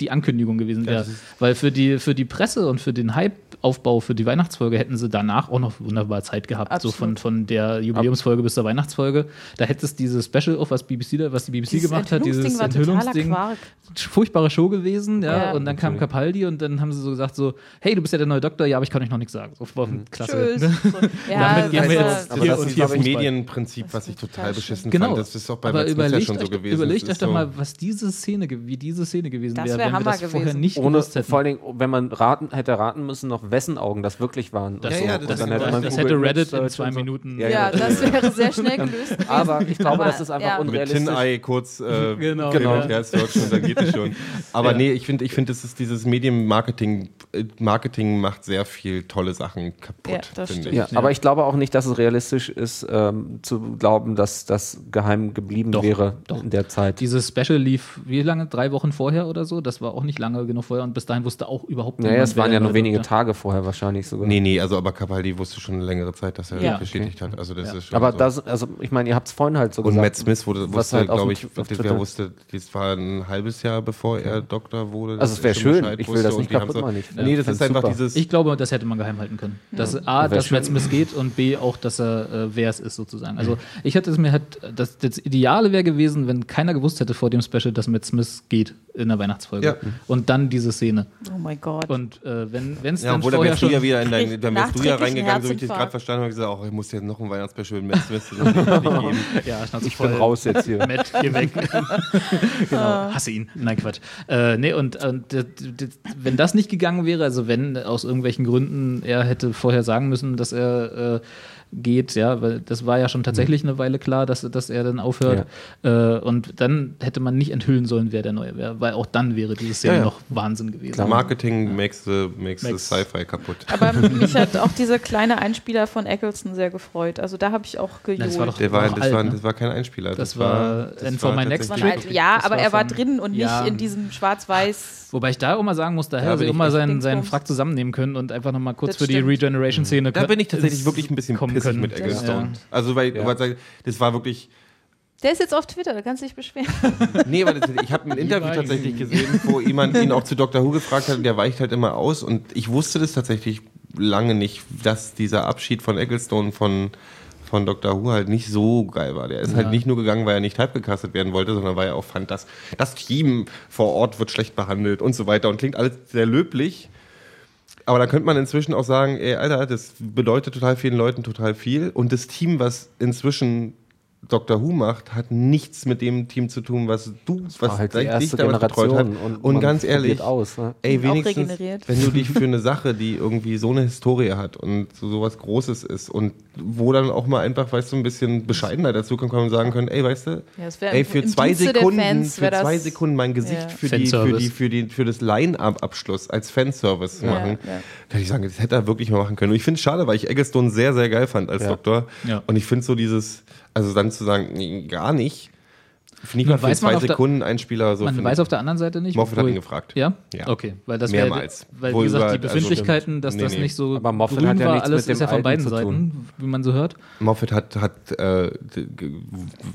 Speaker 2: die Ankündigung gewesen wäre. Weil für die, für die Presse und für den Hype-Aufbau für die Weihnachtsfolge hätten sie danach auch noch wunderbar Zeit gehabt.
Speaker 1: Absolut.
Speaker 2: So von, von der Jubiläumsfolge bis zur Weihnachtsfolge. Da hätte es dieses Special, auch was BBC da, was die BBC
Speaker 1: Dieses
Speaker 2: gemacht hat, dieses
Speaker 1: Enthüllungsding war totaler
Speaker 2: Enthüllungsding.
Speaker 1: Quark.
Speaker 2: Furchtbare Show gewesen, ja.
Speaker 1: Ja.
Speaker 2: Und dann kam Capaldi und dann haben sie so gesagt: so, hey, du bist ja der neue Doktor, ja, aber ich kann euch noch nichts sagen. So, boah,
Speaker 3: Mhm.
Speaker 2: klasse.
Speaker 1: Tschüss. So. ja,
Speaker 2: Damit gehen wir
Speaker 1: das war-
Speaker 2: jetzt-
Speaker 3: Aber
Speaker 2: Hier
Speaker 3: das
Speaker 2: und
Speaker 3: ist
Speaker 2: hier
Speaker 3: das
Speaker 2: Fußball.
Speaker 3: Medienprinzip, was ich total
Speaker 1: total
Speaker 3: beschissen
Speaker 2: Genau.
Speaker 3: fand. Das ist auch bei
Speaker 2: aber
Speaker 3: Matt Smith ja
Speaker 2: überlegt
Speaker 3: schon so
Speaker 2: euch,
Speaker 3: gewesen.
Speaker 2: überlegt
Speaker 3: Das
Speaker 2: euch
Speaker 3: ist
Speaker 2: doch
Speaker 3: so-
Speaker 2: mal, was diese Szene, ge- wie diese Szene gewesen
Speaker 1: Das
Speaker 2: wäre,
Speaker 1: wär
Speaker 2: wenn wir
Speaker 1: Hammer
Speaker 2: das vorher
Speaker 1: gewesen.
Speaker 2: nicht
Speaker 4: Ohne,
Speaker 2: gewusst hätten.
Speaker 4: vor allen Dingen, wenn man raten, hätte raten müssen, noch wessen Augen das wirklich waren.
Speaker 2: Das-
Speaker 3: Ja, ja,
Speaker 4: Und
Speaker 3: das-
Speaker 4: dann hätte
Speaker 3: das-
Speaker 4: man halt
Speaker 2: das
Speaker 4: Google
Speaker 2: hätte
Speaker 4: Image
Speaker 2: Reddit in
Speaker 4: Search
Speaker 2: zwei
Speaker 4: und so.
Speaker 2: Minuten.
Speaker 4: Ja, genau.
Speaker 1: Ja,
Speaker 4: ja.
Speaker 1: das wäre sehr schnell gelöst.
Speaker 4: Aber ich glaube,
Speaker 1: Aber-
Speaker 4: das ist einfach
Speaker 1: ja.
Speaker 3: Mit
Speaker 4: unrealistisch.
Speaker 3: Tin Eye kurz äh,
Speaker 2: Genau.
Speaker 3: genau.
Speaker 2: Genau.
Speaker 3: Ja, searchen und dann geht es schon. Aber
Speaker 2: Ja.
Speaker 3: nee, ich finde, ich find, das ist dieses Medienmarketing. äh, Marketing macht sehr viel tolle Sachen
Speaker 1: Ja,
Speaker 3: kaputt,
Speaker 1: das
Speaker 3: finde
Speaker 1: stimmt.
Speaker 3: ich.
Speaker 4: Ja, aber ich glaube auch nicht, dass es realistisch ist, ähm, zu glauben, dass das geheim geblieben
Speaker 2: Doch,
Speaker 4: wäre
Speaker 2: doch.
Speaker 4: in der Zeit.
Speaker 2: Dieses Special lief wie lange? Drei Wochen vorher oder so? Das war auch nicht lange genug vorher und bis dahin wusste auch überhaupt niemand.
Speaker 4: naja, es
Speaker 2: wer
Speaker 4: waren ja
Speaker 2: der
Speaker 4: nur
Speaker 2: neue
Speaker 4: wenige
Speaker 2: Doktor-
Speaker 4: Tage vorher wahrscheinlich sogar.
Speaker 3: Nee, nee, also aber Capaldi wusste schon eine längere Zeit, dass er
Speaker 1: Ja.
Speaker 3: das bestätigt hat. Also das
Speaker 2: Ja.
Speaker 3: ist schon
Speaker 4: Aber
Speaker 3: so.
Speaker 4: das, also ich meine, ihr habt es vorhin halt so
Speaker 3: und
Speaker 4: gesagt.
Speaker 3: Matt Smith wurde,
Speaker 4: was
Speaker 3: wusste,
Speaker 4: halt auf dem-
Speaker 3: glaube ich,
Speaker 4: auf
Speaker 3: wer
Speaker 4: Twitter-
Speaker 3: wusste, das war ein halbes Jahr, bevor er Doktor wurde.
Speaker 4: Also
Speaker 3: dass
Speaker 4: es wär
Speaker 3: er schon
Speaker 4: schön.
Speaker 3: Bescheid
Speaker 4: Ich will
Speaker 3: wusste
Speaker 4: das
Speaker 3: und
Speaker 4: nicht
Speaker 3: die haben
Speaker 4: kaputt
Speaker 3: so-
Speaker 4: machen. Ich
Speaker 3: Nee, das
Speaker 4: find's
Speaker 3: ist einfach
Speaker 4: super.
Speaker 3: dieses...
Speaker 2: Ich glaube, das hätte man geheim halten können. Dass A,
Speaker 4: Wär
Speaker 2: dass
Speaker 4: schön.
Speaker 2: Matt Smith geht und B, auch, dass er, äh, wer es ist sozusagen. Also ich hätte es mir halt, das, das Ideale wäre gewesen, wenn keiner gewusst hätte vor dem Special, dass Matt Smith geht in der Weihnachtsfolge.
Speaker 3: Ja.
Speaker 2: Und dann diese Szene.
Speaker 1: Oh mein Gott.
Speaker 2: Und äh, wenn es
Speaker 3: Ja,
Speaker 2: dann
Speaker 3: obwohl, da
Speaker 2: vorher
Speaker 3: wärst du
Speaker 2: schon...
Speaker 3: ja wieder in dein,
Speaker 1: Krieg-
Speaker 3: da wärst du ja
Speaker 1: nachträglichen
Speaker 3: reingegangen, so wie ich das gerade
Speaker 1: Herzinfarkt.
Speaker 3: verstanden habe, gesagt, oh, ich muss jetzt noch ein Weihnachtsspecial mit Matt Smith, das muss ich nicht geben.
Speaker 2: ja, Schnauze
Speaker 4: ich bin
Speaker 2: voll.
Speaker 4: raus jetzt hier.
Speaker 2: Matt, geh weg.
Speaker 1: Ah.
Speaker 2: genau, hasse ihn. Nein, Quatsch. Äh, nee, und, und d- d- d- wenn das nicht gegangen wäre, also wenn aus irgendwelchen Gründen er hätte vorher sagen müssen, dass er äh, geht, ja, weil das war ja
Speaker 3: Mhm.
Speaker 2: schon tatsächlich eine Weile klar, dass, dass er dann aufhört. Äh, und dann hätte man nicht enthüllen sollen, wer der Neue wäre, weil auch dann wäre diese Szene
Speaker 3: Ja, ja.
Speaker 2: noch Wahnsinn gewesen.
Speaker 3: Marketing makes the, makes the
Speaker 2: Genau. Makes-
Speaker 3: Sci-Fi kaputt.
Speaker 1: Aber mich hat auch dieser kleine Einspieler von Eccleston sehr gefreut. Also da habe ich auch gejohlt.
Speaker 2: das war doch-
Speaker 3: Der war,
Speaker 2: Noch
Speaker 3: das,
Speaker 2: alt,
Speaker 3: war,
Speaker 2: ne?
Speaker 3: das war kein Einspieler.
Speaker 2: Das war And for My
Speaker 1: Das
Speaker 2: Next
Speaker 1: war
Speaker 3: tatsächlich-
Speaker 1: ein alt, ja,
Speaker 2: Das
Speaker 1: aber
Speaker 2: war
Speaker 1: er war
Speaker 2: von-
Speaker 1: drin und nicht
Speaker 2: Ja.
Speaker 1: in diesem schwarz-weiß.
Speaker 2: Wobei ich da immer sagen muss, da hätte
Speaker 3: bin
Speaker 2: er
Speaker 3: ich
Speaker 2: immer
Speaker 3: echt
Speaker 2: seinen,
Speaker 1: Dingsbums.
Speaker 2: seinen Frack zusammennehmen können und einfach nochmal kurz
Speaker 1: Das
Speaker 2: für
Speaker 1: stimmt.
Speaker 2: die Regeneration-Szene
Speaker 3: Mhm. Da bin ich tatsächlich
Speaker 2: ins-
Speaker 3: wirklich ein bisschen
Speaker 2: kommen
Speaker 3: pissig
Speaker 2: können.
Speaker 3: mit Eggleston.
Speaker 2: Ja.
Speaker 3: Also, weil,
Speaker 4: Ja.
Speaker 3: weil das war wirklich.
Speaker 1: Der ist jetzt auf Twitter, da kannst du dich beschweren.
Speaker 3: Nee, weil das, ich habe ein Interview
Speaker 2: Immerhin.
Speaker 3: tatsächlich gesehen, wo jemand ihn auch zu Dr. Who gefragt hat und der weicht halt immer aus. Und ich wusste das tatsächlich lange nicht, dass dieser Abschied von Eggleston von, von Dr. Who halt nicht so geil war. Der ist halt nicht nur gegangen, weil er nicht halb gecastet werden wollte, sondern weil er auch fand, dass das Team vor Ort wird schlecht behandelt und so weiter und klingt alles sehr löblich. Aber da könnte man inzwischen auch sagen, ey, Alter, das bedeutet total vielen Leuten total viel. Und das Team, was inzwischen Doctor Who macht, hat nichts mit dem Team zu tun, was du, was
Speaker 4: war halt die
Speaker 3: dich
Speaker 4: erste
Speaker 3: damals betreut hat.
Speaker 4: Generation und
Speaker 3: Und,
Speaker 4: man
Speaker 3: ganz
Speaker 4: probiert
Speaker 3: ehrlich,
Speaker 4: aus, ne?
Speaker 3: ey,
Speaker 1: Und auch
Speaker 3: wenigstens,
Speaker 1: regeneriert.
Speaker 3: wenn du dich für eine Sache, die irgendwie so eine Historie hat und so sowas Großes ist und wo dann auch mal einfach, weißt du, ein bisschen Bescheidener dazu kommen kann und sagen können, ey, weißt du,
Speaker 1: Ja, das wär
Speaker 3: ey,
Speaker 1: im-
Speaker 3: für
Speaker 1: im
Speaker 3: zwei
Speaker 1: Dienste der
Speaker 3: Sekunden,
Speaker 1: Fans
Speaker 3: für
Speaker 1: wär das-
Speaker 3: zwei Sekunden mein Gesicht
Speaker 1: Ja.
Speaker 3: für, die, für,
Speaker 2: Fanservice.
Speaker 3: die, für, die, für das Line-Up-Abschluss als Fanservice
Speaker 1: Ja,
Speaker 3: machen.
Speaker 1: ja.
Speaker 3: Da würde ich sagen, das hätte er wirklich mal machen können. Und ich finde es schade, weil ich Eggestone sehr, sehr geil fand als Doktor.
Speaker 2: Ja.
Speaker 3: Und ich finde so dieses, also dann zu sagen, nee, gar nicht, finde ich
Speaker 2: Nun
Speaker 3: mal für
Speaker 2: weiß man
Speaker 3: zwei
Speaker 2: auf der-
Speaker 3: Sekunden ein Spieler so.
Speaker 2: Man
Speaker 3: find
Speaker 2: weiß
Speaker 3: ich-
Speaker 2: auf der anderen Seite nicht.
Speaker 3: Moffat hat
Speaker 2: obwohl-
Speaker 3: ihn gefragt.
Speaker 2: Ja?
Speaker 3: Ja.
Speaker 2: Okay, weil das
Speaker 3: Mehrmals.
Speaker 2: Wäre, weil,
Speaker 3: Wo
Speaker 2: wie gesagt, die
Speaker 3: überall- also
Speaker 2: Befindlichkeiten,
Speaker 3: stimmt.
Speaker 2: dass
Speaker 3: Nee,
Speaker 2: das
Speaker 3: nee.
Speaker 2: nicht so
Speaker 4: Aber Moffat
Speaker 2: grün
Speaker 4: hat ja
Speaker 2: war,
Speaker 4: nichts
Speaker 2: alles
Speaker 4: mit dem
Speaker 2: ist ja von
Speaker 4: Alten
Speaker 2: beiden
Speaker 4: zu tun.
Speaker 2: Seiten, wie man so hört.
Speaker 3: Moffat hat, hat äh, d- ge-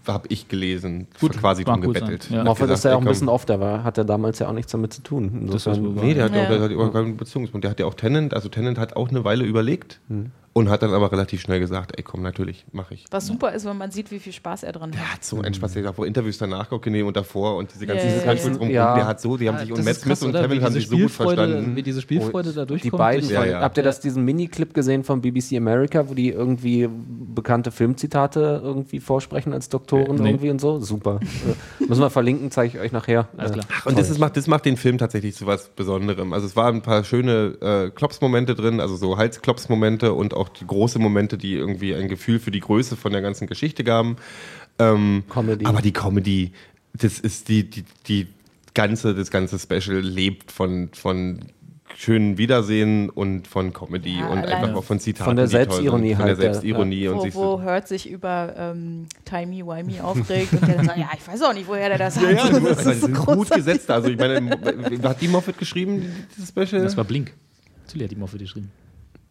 Speaker 3: habe ich gelesen,
Speaker 2: Gut,
Speaker 3: quasi
Speaker 2: mag
Speaker 3: drum
Speaker 2: gut sein.
Speaker 3: gebettelt.
Speaker 2: Ja.
Speaker 3: Hat
Speaker 4: Moffat
Speaker 3: gesagt,
Speaker 4: ist ja
Speaker 3: ey,
Speaker 4: auch ein
Speaker 3: komm.
Speaker 4: bisschen off, der war, hat ja damals ja auch nichts damit zu tun.
Speaker 2: Das ist wohl wahr.
Speaker 3: Nee, der hat,
Speaker 1: Ja.
Speaker 3: auch, der hat überhaupt keinen Beziehungspunkt. Der hat ja auch Tennant, also Tennant hat auch eine Weile überlegt
Speaker 4: Mhm.
Speaker 3: und hat dann aber relativ schnell gesagt, ey komm, natürlich, mache ich.
Speaker 1: Was super ist, wenn man sieht, wie viel Spaß er dran
Speaker 3: Der
Speaker 1: hat.
Speaker 3: hat so einen Spaß, der hat auch Interviews danach genommen und davor und diese ganzen,
Speaker 1: Ja,
Speaker 3: dieses
Speaker 1: ja,
Speaker 3: ganze
Speaker 4: ja.
Speaker 3: Rumgucken,
Speaker 4: Ja.
Speaker 3: der hat so, die haben sich, und
Speaker 2: Das
Speaker 3: Matt
Speaker 2: ist krass,
Speaker 3: Smith und
Speaker 2: oder? Wie
Speaker 3: Kevin haben
Speaker 2: diese
Speaker 3: sich so gut
Speaker 2: Spielfreude-
Speaker 3: verstanden.
Speaker 2: Wie diese Spielfreude da
Speaker 4: Die
Speaker 2: durchkommt.
Speaker 4: beiden,
Speaker 2: durch-
Speaker 3: Ja, ja.
Speaker 4: habt ihr das diesen Miniclip gesehen von BBC America, wo die irgendwie bekannte Filmzitate irgendwie vorsprechen als Doktoren
Speaker 2: Nee.
Speaker 4: irgendwie und so? Super. Äh, Müssen wir verlinken, zeige ich euch nachher. Äh,
Speaker 2: Alles klar.
Speaker 3: Ach, und das, ist, macht, das macht den Film tatsächlich zu was Besonderem. Also es waren ein paar schöne äh, Klopsmomente drin, also so Halsklopsmomente und auch die große Momente, die irgendwie ein Gefühl für die Größe von der ganzen Geschichte gaben. Ähm,
Speaker 4: Comedy.
Speaker 3: Aber die Comedy, das ist die, die, die ganze, das ganze Special lebt von, von schönen Wiedersehen und von Comedy
Speaker 1: Ja,
Speaker 3: und
Speaker 1: alleine
Speaker 3: einfach auch von Zitaten.
Speaker 4: von der
Speaker 3: die toll sind,
Speaker 4: Selbstironie
Speaker 3: Von der
Speaker 4: halt, ja.
Speaker 3: Selbstironie und
Speaker 1: Wo,
Speaker 3: sich so.
Speaker 1: wo hört sich über ähm, Timey Wimey aufregt und der dann sagt, ja, ich weiß auch nicht, woher der das hat.
Speaker 3: Ja, ja, du,
Speaker 1: das
Speaker 3: also,
Speaker 1: ist
Speaker 3: die
Speaker 1: so
Speaker 3: sind gut
Speaker 1: großartig.
Speaker 3: gesetzt. Also ich meine, hat die Moffat geschrieben, dieses Special?
Speaker 2: Das war Blink. Tilly hat die Moffe geschrieben.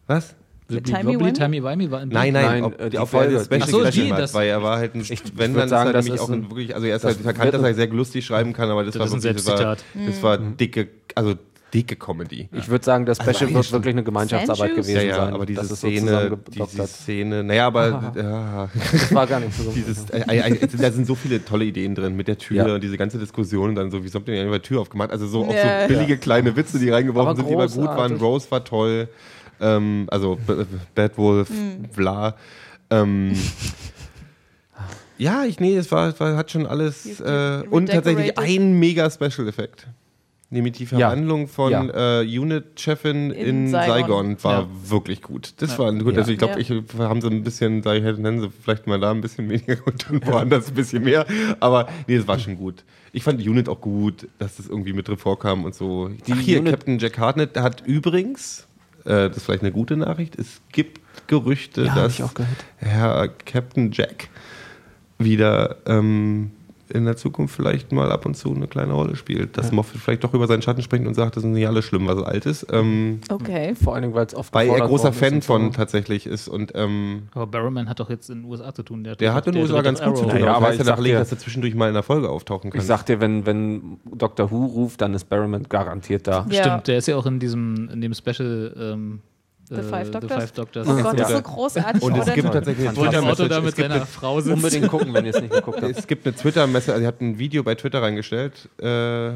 Speaker 3: Was?
Speaker 1: Timey
Speaker 2: Wobbly,
Speaker 1: Wimey?
Speaker 2: Timey Wimey war im
Speaker 3: Nein, nein,
Speaker 4: Nein,
Speaker 3: ob
Speaker 4: äh, die
Speaker 3: die, auf
Speaker 4: Folge.
Speaker 3: Folge. Special
Speaker 2: Ach so, die,
Speaker 3: Edition hat,
Speaker 2: das-
Speaker 3: weil er war halt ein, wenn
Speaker 4: würd
Speaker 3: dann
Speaker 4: sagen,
Speaker 3: ist er
Speaker 4: das
Speaker 3: nämlich
Speaker 4: ist
Speaker 3: auch ein,
Speaker 4: ein-
Speaker 3: wirklich, also er ist
Speaker 4: das
Speaker 3: halt verkannt,
Speaker 4: wird
Speaker 3: dass er
Speaker 4: ein-
Speaker 3: sehr lustig schreiben kann, aber das,
Speaker 2: Das
Speaker 3: war
Speaker 2: ist ein
Speaker 3: wirklich, das war,
Speaker 2: Selbstzitat.
Speaker 3: das
Speaker 4: Mhm.
Speaker 3: war dicke, also dicke Comedy.
Speaker 4: Ich würde sagen, das Special
Speaker 3: Also eigentlich
Speaker 4: wird
Speaker 3: schon.
Speaker 4: wirklich eine Gemeinschaftsarbeit
Speaker 1: Sandjuice?
Speaker 4: gewesen
Speaker 3: Ja, ja,
Speaker 4: sein.
Speaker 3: aber diese
Speaker 4: das ist so
Speaker 3: Szene,
Speaker 4: zusammengedoktert.
Speaker 3: diese Szene, naja, aber ja,
Speaker 4: Das war gar nicht so.
Speaker 3: dieses, äh, äh, äh, da sind so viele tolle Ideen drin mit der Tür
Speaker 4: Ja.
Speaker 3: und diese ganze Diskussion dann so, wieso habt ihr denn die Tür aufgemacht? Also so auch
Speaker 1: Ja.
Speaker 3: so billige kleine Witze, die reingeworfen
Speaker 4: Aber
Speaker 3: sind, die aber gut waren.
Speaker 4: großartig.
Speaker 3: Rose war toll, ähm, also B- B- Bad Wolf,
Speaker 1: Hm.
Speaker 3: bla. Ähm, ja, ich, nee, es war, es war, hat schon alles äh, und tatsächlich
Speaker 1: redecorated.
Speaker 3: ein mega Special-Effekt. Nämlich die Verwandlung von
Speaker 4: Ja.
Speaker 3: äh, Unit-Chefin in,
Speaker 1: In
Speaker 3: Saigon.
Speaker 1: Saigon.
Speaker 3: war
Speaker 2: Ja.
Speaker 3: wirklich gut. Das war gut.
Speaker 4: Ja.
Speaker 3: Also ich glaube,
Speaker 1: Ja.
Speaker 3: ich haben sie ein bisschen, da hätten sie vielleicht mal da ein bisschen weniger und dann woanders ein bisschen mehr. Aber nee, das war schon gut. Ich fand die Unit auch gut, dass das irgendwie mit drin vorkam und so. Ach hier,
Speaker 4: Unit-
Speaker 3: Captain Jack Hartnett der hat übrigens, äh, das ist vielleicht eine gute Nachricht, es gibt Gerüchte,
Speaker 4: Ja, hab
Speaker 3: dass
Speaker 4: ich auch gehört.
Speaker 3: Herr Captain Jack wieder ähm, in der Zukunft vielleicht mal ab und zu eine kleine Rolle spielt. Dass Moffat vielleicht doch über seinen Schatten springt und sagt, das ist nicht alles schlimm, was alt ist. Ähm,
Speaker 1: Okay.
Speaker 4: Vor allen Dingen, weil es oft
Speaker 3: weil er
Speaker 4: gefordert
Speaker 3: großer
Speaker 4: worden ist
Speaker 3: Fan
Speaker 4: und so.
Speaker 3: von tatsächlich ist und ähm,
Speaker 2: Aber Barrowman hat doch jetzt in den USA zu tun.
Speaker 3: der hat in den USA ganz gut zu tun.
Speaker 4: Arrow. Ja,
Speaker 3: aber
Speaker 4: aber ich
Speaker 3: das heißt ja
Speaker 4: sag
Speaker 3: nach Leben,
Speaker 4: dir-
Speaker 3: dass er zwischendurch mal in der Folge auftauchen kann.
Speaker 4: Ich sag dir, wenn, wenn Dr. Who ruft, dann ist Barrowman garantiert da.
Speaker 1: Ja.
Speaker 2: Stimmt, der ist ja auch in diesem in dem Special ähm,
Speaker 1: The Five
Speaker 2: The
Speaker 1: Doctors.
Speaker 2: Five Doctors.
Speaker 1: Oh Gott,
Speaker 4: Ja.
Speaker 1: das ist so großartig.
Speaker 3: und
Speaker 1: Oder
Speaker 3: es gibt tatsächlich eine
Speaker 2: Wo der Auto
Speaker 3: Twitter-Message.
Speaker 2: da
Speaker 3: Es
Speaker 2: mit
Speaker 3: gibt
Speaker 2: seiner
Speaker 3: eine
Speaker 2: Frau sitzt.
Speaker 4: Unbedingt gucken, wenn ihr es nicht geguckt habt.
Speaker 3: Es gibt eine Twitter-Message, also er hat ein Video bei Twitter reingestellt, äh, äh,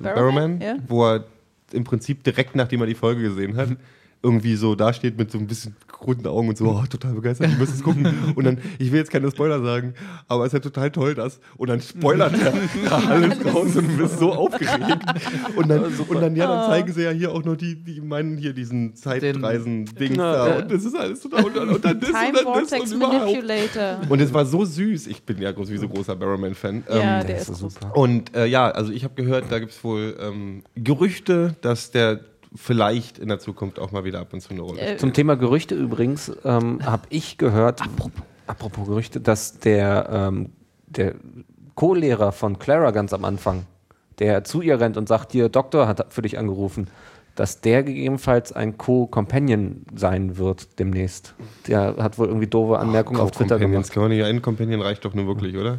Speaker 3: Barrowman,
Speaker 1: ja.
Speaker 3: wo er im Prinzip direkt nachdem er die Folge gesehen hat, irgendwie so dasteht mit so ein bisschen roten Augen und so, oh, total begeistert, ich müsst es gucken. Und dann, ich will jetzt keine Spoiler sagen, aber es ist ja total toll, das. Und dann spoilert er alles raus und du bist so aufgeregt. Und dann, und dann, ja,
Speaker 1: Ah.
Speaker 3: dann zeigen sie ja hier auch noch die, die meinen hier diesen Zeitreisen-Dings da. Und das ist alles total, und dann, und dann das und dann
Speaker 1: Time
Speaker 3: das
Speaker 1: Vortex
Speaker 3: und überhaupt.
Speaker 1: Manipulator.
Speaker 3: Und es war so süß. Ich bin ja groß, wie so großer Barrowman-Fan.
Speaker 1: Ja,
Speaker 3: ähm,
Speaker 1: der ist groß.
Speaker 3: und äh, ja, also ich habe gehört, da gibt es wohl ähm, Gerüchte, dass der vielleicht in der Zukunft auch mal wieder ab und zu eine
Speaker 1: Äh,
Speaker 3: Rolle spielt.
Speaker 4: Zum Thema Gerüchte übrigens ähm, habe ich gehört, apropos. Gerüchte, dass der, ähm, der Co-Lehrer von Clara ganz am Anfang, der zu ihr rennt und sagt, hier, Doktor hat für dich angerufen, dass der gegebenenfalls ein Co-Companion sein wird demnächst. Der hat wohl irgendwie doofe Anmerkungen auf Twitter
Speaker 3: Companions,
Speaker 4: gemacht.
Speaker 3: kann man nicht, ein Companion reicht doch nur wirklich, oder?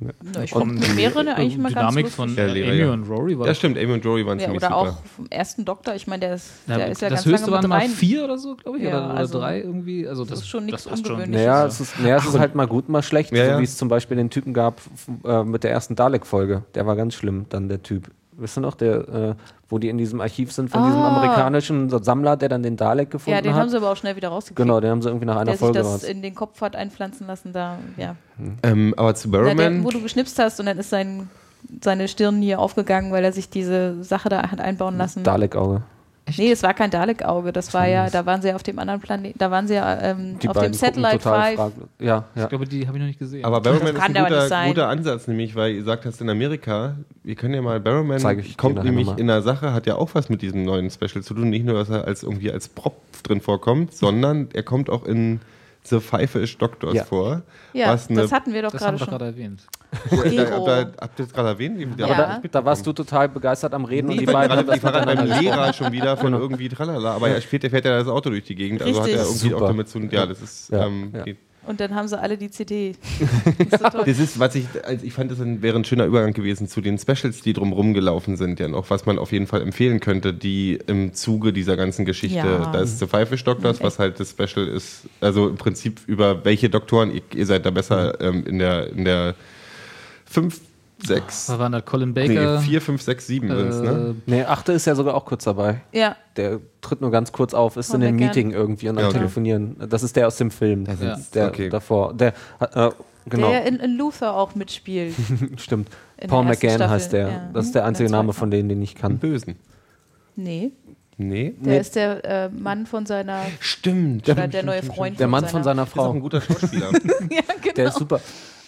Speaker 1: Na, ich finde mit mehreren eigentlich mal ganz
Speaker 2: Äh, Dynamik
Speaker 1: lustig.
Speaker 2: von
Speaker 3: Ja,
Speaker 2: äh,
Speaker 3: Lehrer,
Speaker 2: Amy
Speaker 3: ja.
Speaker 2: und Rory war
Speaker 3: Das stimmt, Amy und Rory waren
Speaker 1: ja,
Speaker 3: ziemlich
Speaker 1: oder
Speaker 3: super.
Speaker 1: auch vom ersten Doktor. Ich meine, der ist,
Speaker 2: Ja,
Speaker 1: der ist ja
Speaker 2: das
Speaker 1: ganz
Speaker 2: höchste
Speaker 1: lange
Speaker 2: waren
Speaker 1: mit
Speaker 2: mal
Speaker 1: rein.
Speaker 2: vier oder so, glaube ich,
Speaker 1: Ja,
Speaker 2: oder, oder
Speaker 1: also
Speaker 2: drei irgendwie. Also das,
Speaker 1: ist schon
Speaker 2: das
Speaker 1: nichts
Speaker 2: passt schon.
Speaker 1: Ungewöhnliches.
Speaker 4: Naja, es ist, naja, es ist halt mal gut, mal schlecht,
Speaker 3: Ja,
Speaker 4: so
Speaker 3: ja.
Speaker 4: wie es zum Beispiel den Typen gab f- äh, mit der ersten Dalek-Folge. Der war ganz schlimm, dann der Typ. Wisst ihr noch, der, äh, wo die in diesem Archiv sind von diesem
Speaker 1: Ah.
Speaker 4: amerikanischen Sammler, der dann den Dalek gefunden
Speaker 1: Ja, den
Speaker 4: hat?
Speaker 2: ne?
Speaker 1: haben sie aber auch schnell wieder rausgekriegt.
Speaker 4: genau, den haben sie irgendwie nach einer
Speaker 1: der sich
Speaker 4: Folge
Speaker 1: das
Speaker 4: raus.
Speaker 1: in den Kopf hat einpflanzen lassen, da, ja.
Speaker 3: Ähm, aber zu
Speaker 1: Na, der, wo
Speaker 3: Burrowman,
Speaker 1: du geschnipst hast und dann ist sein, seine Stirn hier aufgegangen, weil er sich diese Sache da hat einbauen lassen.
Speaker 4: Dalek-Auge.
Speaker 1: Nee, es war kein Dalek-Auge, das war ja, da waren sie ja auf dem anderen Planeten, da waren sie ja ähm,
Speaker 4: Die
Speaker 1: auf dem
Speaker 4: beiden gucken
Speaker 1: Satellite
Speaker 4: total
Speaker 1: 5.
Speaker 4: fraglos. Ja, ja.
Speaker 2: Ich glaube, die habe ich noch nicht gesehen.
Speaker 3: aber Burrowman ist
Speaker 1: kann
Speaker 3: ein
Speaker 1: aber nicht
Speaker 3: guter,
Speaker 1: sein.
Speaker 3: guter Ansatz, nämlich, weil ihr gesagt hast, in Amerika, wir können ja mal, Barrowman
Speaker 4: Zeig ich dir
Speaker 3: kommt
Speaker 4: nachher
Speaker 3: nämlich
Speaker 4: nochmal.
Speaker 3: in der Sache, hat ja auch was mit diesem neuen Special zu tun. Nicht nur, dass er als irgendwie als Prop drin vorkommt, sondern er kommt auch in The Pfeife ist Doctors
Speaker 4: Ja.
Speaker 3: vor.
Speaker 1: Ja,
Speaker 3: was eine-
Speaker 1: das hatten wir doch
Speaker 2: das haben
Speaker 1: gerade
Speaker 2: wir doch
Speaker 1: schon.
Speaker 2: gerade erwähnt.
Speaker 3: Äh,
Speaker 1: Gero.
Speaker 3: habt ihr- Habt ihr das gerade erwähnt? Ja.
Speaker 4: Aber
Speaker 1: Ja.
Speaker 4: da, da warst du total begeistert am Reden und die beiden haben
Speaker 3: gerade,
Speaker 4: das
Speaker 3: die fahren beim
Speaker 4: miteinander
Speaker 3: Lehrer schon
Speaker 4: Genau.
Speaker 3: wieder von irgendwie tralala, aber er fährt, der fährt ja das Auto durch die Gegend, also hat
Speaker 1: Richtig.
Speaker 3: er irgendwie auch
Speaker 4: Super.
Speaker 3: damit zu tun. Ja, das ist,
Speaker 4: Ja,
Speaker 3: ähm,
Speaker 4: ja.
Speaker 3: die-
Speaker 1: Und dann haben sie alle die CD. Das ist so toll.
Speaker 3: das ist, was ich, also ich fand, das ein- wäre ein schöner Übergang gewesen zu den Specials, die drumherum gelaufen sind, ja noch, was man auf jeden Fall empfehlen könnte, die im Zuge dieser ganzen Geschichte,
Speaker 1: Ja. Mhm.
Speaker 3: da ist The Five Doctors, was halt das Special ist, also im Prinzip über welche Doktoren, ihr, ihr seid da besser ähm, in der, in der fünf, sechs,
Speaker 2: Da waren da Colin
Speaker 3: nee,
Speaker 2: Baker.
Speaker 3: vier, fünf, sechs, sieben
Speaker 2: Ah, äh,
Speaker 3: sind's, ne?
Speaker 4: Nee, Achte ist ja sogar auch kurz dabei.
Speaker 1: ja,
Speaker 4: Der tritt nur ganz kurz auf, ist
Speaker 1: Von
Speaker 4: in einem
Speaker 1: Beckern.
Speaker 4: Meeting irgendwie und am
Speaker 3: Ja, okay.
Speaker 4: Telefonieren. Das ist der aus dem Film.
Speaker 2: Ja.
Speaker 4: Der
Speaker 3: Okay.
Speaker 4: davor. Der, äh, genau,
Speaker 1: der in, in Luther auch mitspielt.
Speaker 4: stimmt.
Speaker 1: in
Speaker 4: Paul
Speaker 1: der ersten
Speaker 4: McGann
Speaker 1: Staffel,
Speaker 4: heißt der.
Speaker 1: ja.
Speaker 4: Das ist der
Speaker 1: Mhm,
Speaker 4: einzige
Speaker 1: in der
Speaker 4: Name
Speaker 1: zweiten.
Speaker 4: von denen, den ich kann.
Speaker 3: Bösen.
Speaker 1: Nee,
Speaker 3: Nee.
Speaker 1: der ist der äh, Mann von seiner,
Speaker 3: Stimmt.
Speaker 1: oder der neue Freund
Speaker 4: Der Mann von seiner
Speaker 3: Das ist auch
Speaker 4: Frau.
Speaker 3: ein guter Schauspieler.
Speaker 4: Der
Speaker 1: Oh.
Speaker 4: ist super.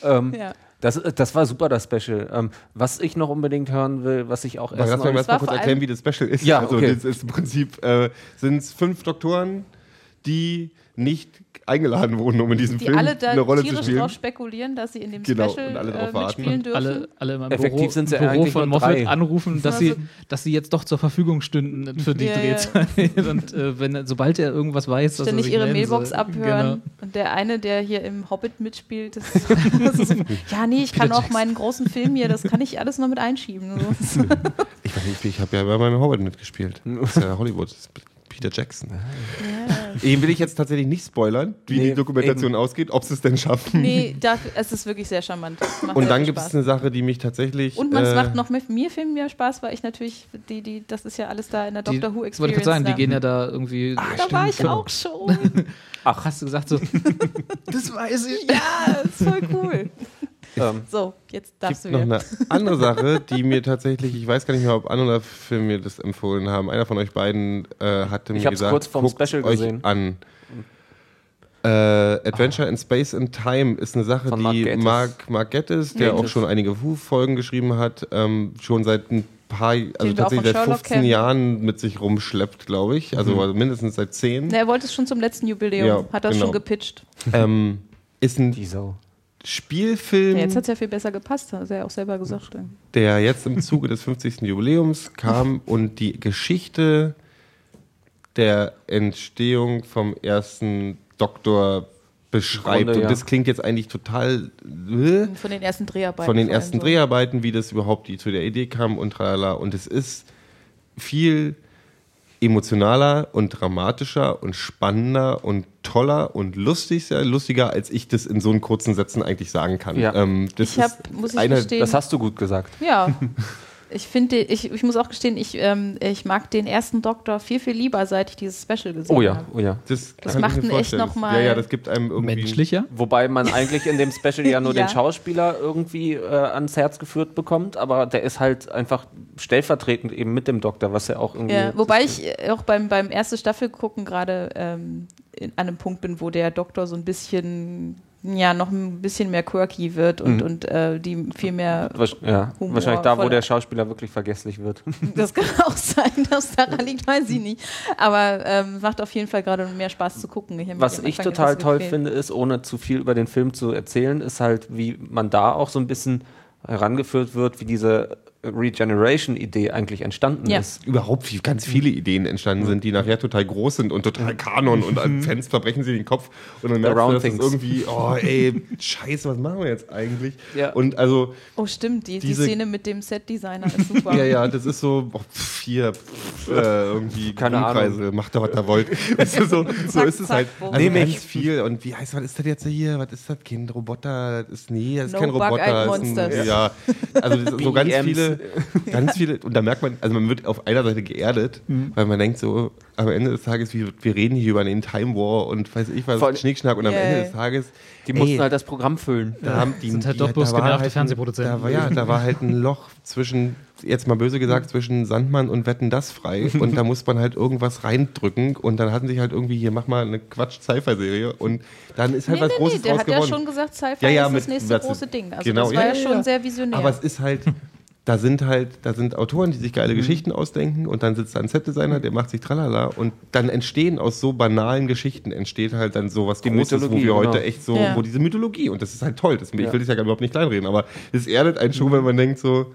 Speaker 4: Ähm,
Speaker 1: genau, Ja.
Speaker 4: das, das war super, das Special. Ähm, was ich noch unbedingt hören will, was ich auch
Speaker 3: Aber lass mal,
Speaker 4: mal-
Speaker 3: lass mal
Speaker 1: war
Speaker 3: kurz
Speaker 1: vor
Speaker 3: erklären,
Speaker 1: allem-
Speaker 3: wie das Special ist.
Speaker 4: Ja,
Speaker 3: also
Speaker 4: okay.
Speaker 3: das ist im Prinzip äh, sind es fünf Doktoren, die nicht eingeladen wurden, um in diesem
Speaker 1: die
Speaker 3: Film
Speaker 1: alle da
Speaker 3: eine Rolle zu
Speaker 1: tierisch
Speaker 3: spielen.
Speaker 1: drauf spekulieren, dass sie in dem
Speaker 3: Genau,
Speaker 1: Special
Speaker 3: und alle drauf
Speaker 1: äh,
Speaker 3: warten.
Speaker 1: mitspielen dürfen.
Speaker 2: Alle, alle im
Speaker 4: Effektiv
Speaker 2: Büro,
Speaker 4: sind sie
Speaker 2: Büro
Speaker 4: eigentlich
Speaker 2: von
Speaker 4: nur drei.
Speaker 2: Moffat anrufen, dass
Speaker 1: Also-
Speaker 2: sie, dass sie jetzt doch zur Verfügung stünden für die
Speaker 1: Ja, ja.
Speaker 2: Drehzeit. Und äh, wenn, er- sobald er irgendwas weiß, dass er
Speaker 1: ständig
Speaker 2: sich
Speaker 1: ihre
Speaker 2: melden
Speaker 1: Mailbox
Speaker 2: soll. Genau.
Speaker 3: Genau.
Speaker 1: abhören. Und der eine, der hier im Hobbit mitspielt, das, das ist so, ja, nee, ich kann auch meinen großen Film hier, das kann ich alles noch mit einschieben. So.
Speaker 3: Ich weiß nicht, ich habe ja bei meinem Hobbit mitgespielt. Das ist ja Hollywood. Das ist Peter Jackson. Eben will ich jetzt tatsächlich nicht spoilern, wie
Speaker 4: Nee,
Speaker 3: die Dokumentation ausgeht, ob sie es denn schaffen.
Speaker 1: Nee, da, es ist wirklich sehr charmant. Das macht
Speaker 3: Und
Speaker 1: sehr
Speaker 3: dann
Speaker 1: viel
Speaker 3: gibt es
Speaker 1: Spaß.
Speaker 3: eine Sache, die mich tatsächlich.
Speaker 1: Und man es
Speaker 3: äh,
Speaker 1: macht noch mit mir Film mehr Spaß, weil ich natürlich, die, die, das ist ja alles da in der
Speaker 2: Die,
Speaker 1: Doctor Who
Speaker 2: ich wollte gerade
Speaker 1: Experience.
Speaker 2: sagen, die
Speaker 1: da. Ah,
Speaker 2: gehen ja da irgendwie.
Speaker 1: da war ich
Speaker 3: genau.
Speaker 1: auch schon.
Speaker 2: Ach, hast du gesagt so. das weiß ich.
Speaker 1: Ja, ist voll cool. So, jetzt darfst du
Speaker 3: gibt Ähm, noch
Speaker 1: wieder.
Speaker 3: eine andere Sache, die mir tatsächlich, ich weiß gar nicht mehr, ob Anne oder Phil mir das empfohlen haben. Einer von euch beiden äh, hatte mir
Speaker 4: hab's
Speaker 3: gesagt,
Speaker 4: kurz vorm
Speaker 3: guckt
Speaker 4: Special
Speaker 3: euch
Speaker 4: gesehen.
Speaker 3: an. Äh, Adventure in Space and Time ist eine Sache,
Speaker 4: Von Mark
Speaker 3: die
Speaker 4: Gatiss.
Speaker 3: Mark, Mark Gettis, der auch
Speaker 4: Gatiss.
Speaker 3: schon einige Who-Folgen geschrieben hat, ähm, schon seit ein paar, also
Speaker 1: wir auch von
Speaker 3: tatsächlich seit
Speaker 1: Sherlock
Speaker 3: 15
Speaker 1: kennen.
Speaker 3: Jahren mit sich rumschleppt, glaube ich. Also
Speaker 4: Mhm.
Speaker 3: mindestens seit 10.
Speaker 1: Na, er wollte es schon zum letzten Jubiläum,
Speaker 3: Ja,
Speaker 1: hat das
Speaker 3: genau.
Speaker 1: schon gepitcht.
Speaker 3: Ähm, ist ein
Speaker 4: Die Sau.
Speaker 3: Spielfilm.
Speaker 1: Ja, jetzt hat es ja viel besser gepasst, hat er ja auch selber gesagt.
Speaker 3: der jetzt im Zuge des 50. Jubiläums kam und die Geschichte der Entstehung vom ersten Doktor beschreibt.
Speaker 4: Grunde, ja.
Speaker 3: Und das klingt jetzt eigentlich total äh,
Speaker 1: Von den ersten Dreharbeiten.
Speaker 3: von den
Speaker 1: vor allem
Speaker 3: ersten
Speaker 1: so.
Speaker 3: Dreharbeiten, wie das überhaupt die, zu der Idee kam und tralala. Und es ist viel emotionaler und dramatischer und spannender und toller und lustiger, lustiger als ich das in so einen kurzen Sätzen eigentlich sagen kann.
Speaker 4: Ja.
Speaker 3: Ähm, das
Speaker 1: Ich hab,
Speaker 3: ist
Speaker 1: muss ich
Speaker 3: eine,
Speaker 1: gestehen,
Speaker 4: Das hast du gut gesagt.
Speaker 1: ja. Ich finde, ich, ich muss auch gestehen, ich, ähm, ich mag den ersten Doktor viel, viel lieber, seit ich dieses Special gesehen
Speaker 4: Oh ja,
Speaker 1: habe.
Speaker 4: oh ja.
Speaker 3: Das,
Speaker 1: Das
Speaker 3: kann ich
Speaker 1: macht
Speaker 3: mir
Speaker 1: ihn echt
Speaker 3: vorstellen.
Speaker 1: noch
Speaker 3: Das-
Speaker 1: mal
Speaker 3: Ja, ja, das gibt einem irgendwie.
Speaker 2: Menschlicher?
Speaker 4: Wobei man eigentlich in dem Special ja nur
Speaker 1: Ja.
Speaker 4: den Schauspieler irgendwie äh, ans Herz geführt bekommt, aber der ist halt einfach stellvertretend eben mit dem Doktor, was ja auch irgendwie.
Speaker 1: Ja, wobei ich äh, auch beim, beim ersten Staffel gucken gerade ähm, in- an einem Punkt bin, wo der Doktor so ein bisschen, ja, noch ein bisschen mehr quirky wird
Speaker 3: Mhm.
Speaker 1: und, und äh, die viel mehr,
Speaker 4: Wasch- ja,
Speaker 1: Humor
Speaker 4: wahrscheinlich da, wo
Speaker 1: voll-
Speaker 4: der Schauspieler wirklich vergesslich wird.
Speaker 1: das kann auch sein, dass daran liegt, weiß ich nicht. Aber ähm, macht auf jeden Fall gerade mehr Spaß zu gucken. hab mich
Speaker 4: Was
Speaker 1: am
Speaker 4: ich
Speaker 1: Anfang
Speaker 4: total
Speaker 1: etwas
Speaker 4: toll
Speaker 1: gefehlt.
Speaker 4: finde, ist, ohne zu viel über den Film zu erzählen, ist halt, wie man da auch so ein bisschen herangeführt wird, wie diese Regeneration-Idee eigentlich entstanden
Speaker 1: Ja.
Speaker 4: ist.
Speaker 3: Überhaupt wie ganz viele Ideen entstanden sind, die nachher total groß sind und total Kanon und an Fans verbrechen sie den Kopf und dann merkst du,
Speaker 4: Around
Speaker 3: dass es
Speaker 4: things.
Speaker 3: irgendwie, oh ey, scheiße, was machen wir jetzt eigentlich?
Speaker 4: Ja.
Speaker 3: Und also,
Speaker 1: Oh, stimmt, die, die
Speaker 3: Diese-
Speaker 1: Szene mit dem Set-Designer ist super.
Speaker 3: ja, ja, das ist so, oh, pff, hier, pff, äh, irgendwie
Speaker 4: Keine Ahnung.
Speaker 3: Umkreise, macht da, was ihr wollt. Weißt du, so so
Speaker 1: Zack,
Speaker 3: ist es
Speaker 1: zack,
Speaker 3: halt.
Speaker 1: bumm.
Speaker 3: Also
Speaker 4: Nehm
Speaker 3: ganz
Speaker 4: ich.
Speaker 3: viel. Und wie heißt, was ist das jetzt hier? Was ist das? Kein Roboter? Das ist, nee, das ist
Speaker 1: No
Speaker 3: kein Roboter. Das ist
Speaker 1: Bug-Eyed
Speaker 3: ein, ja, also das ist so ganz
Speaker 4: BEMs.
Speaker 3: viele, ganz viele. Und da merkt man, also man wird auf einer Seite geerdet,
Speaker 4: Mhm.
Speaker 3: weil man denkt so, am Ende des Tages, wir, wir reden hier über den Time War und weiß ich was,
Speaker 4: Voll.
Speaker 3: Schnickschnack. Und am
Speaker 1: Yeah.
Speaker 3: Ende des Tages,
Speaker 4: Die
Speaker 3: ey,
Speaker 4: mussten halt das Programm füllen.
Speaker 3: da haben die,
Speaker 2: sind halt
Speaker 3: die,
Speaker 2: doch bloß
Speaker 3: da war
Speaker 2: genervte
Speaker 3: halt ein-
Speaker 2: Fernsehproduzenten.
Speaker 3: Da war, ja, da war halt ein Loch zwischen, jetzt mal böse gesagt, zwischen Sandmann und Wetten das frei. Und da muss man halt irgendwas reindrücken. Und dann hatten sich halt irgendwie hier, mach mal eine Quatsch-Sci-Fi-Serie. Und dann ist halt
Speaker 1: nee,
Speaker 3: was
Speaker 1: nee,
Speaker 3: Großes
Speaker 1: nee, der
Speaker 3: draus
Speaker 1: hat
Speaker 3: geworden.
Speaker 1: ja schon gesagt, Sci-Fi
Speaker 3: Ja, ja,
Speaker 1: ist das
Speaker 3: mit-
Speaker 1: nächste
Speaker 3: das-
Speaker 1: große Ding. Also
Speaker 3: genau,
Speaker 1: das war
Speaker 3: ja,
Speaker 1: ja,
Speaker 3: ja,
Speaker 1: schon
Speaker 3: ja.
Speaker 1: sehr visionär.
Speaker 3: Aber es ist halt, da sind halt, da sind Autoren, die sich geile Geschichten ausdenken und dann sitzt da ein Set-Designer, der macht sich tralala und dann entstehen aus so banalen Geschichten entsteht halt dann sowas
Speaker 4: Die
Speaker 3: Großes, wo wir
Speaker 4: Mythologie,
Speaker 3: heute
Speaker 4: genau.
Speaker 3: echt so,
Speaker 1: Ja.
Speaker 3: wo diese Mythologie und das ist halt toll, das, ich
Speaker 4: Ja.
Speaker 3: will das ja gar überhaupt nicht kleinreden, aber es erdet einen schon, wenn man denkt so,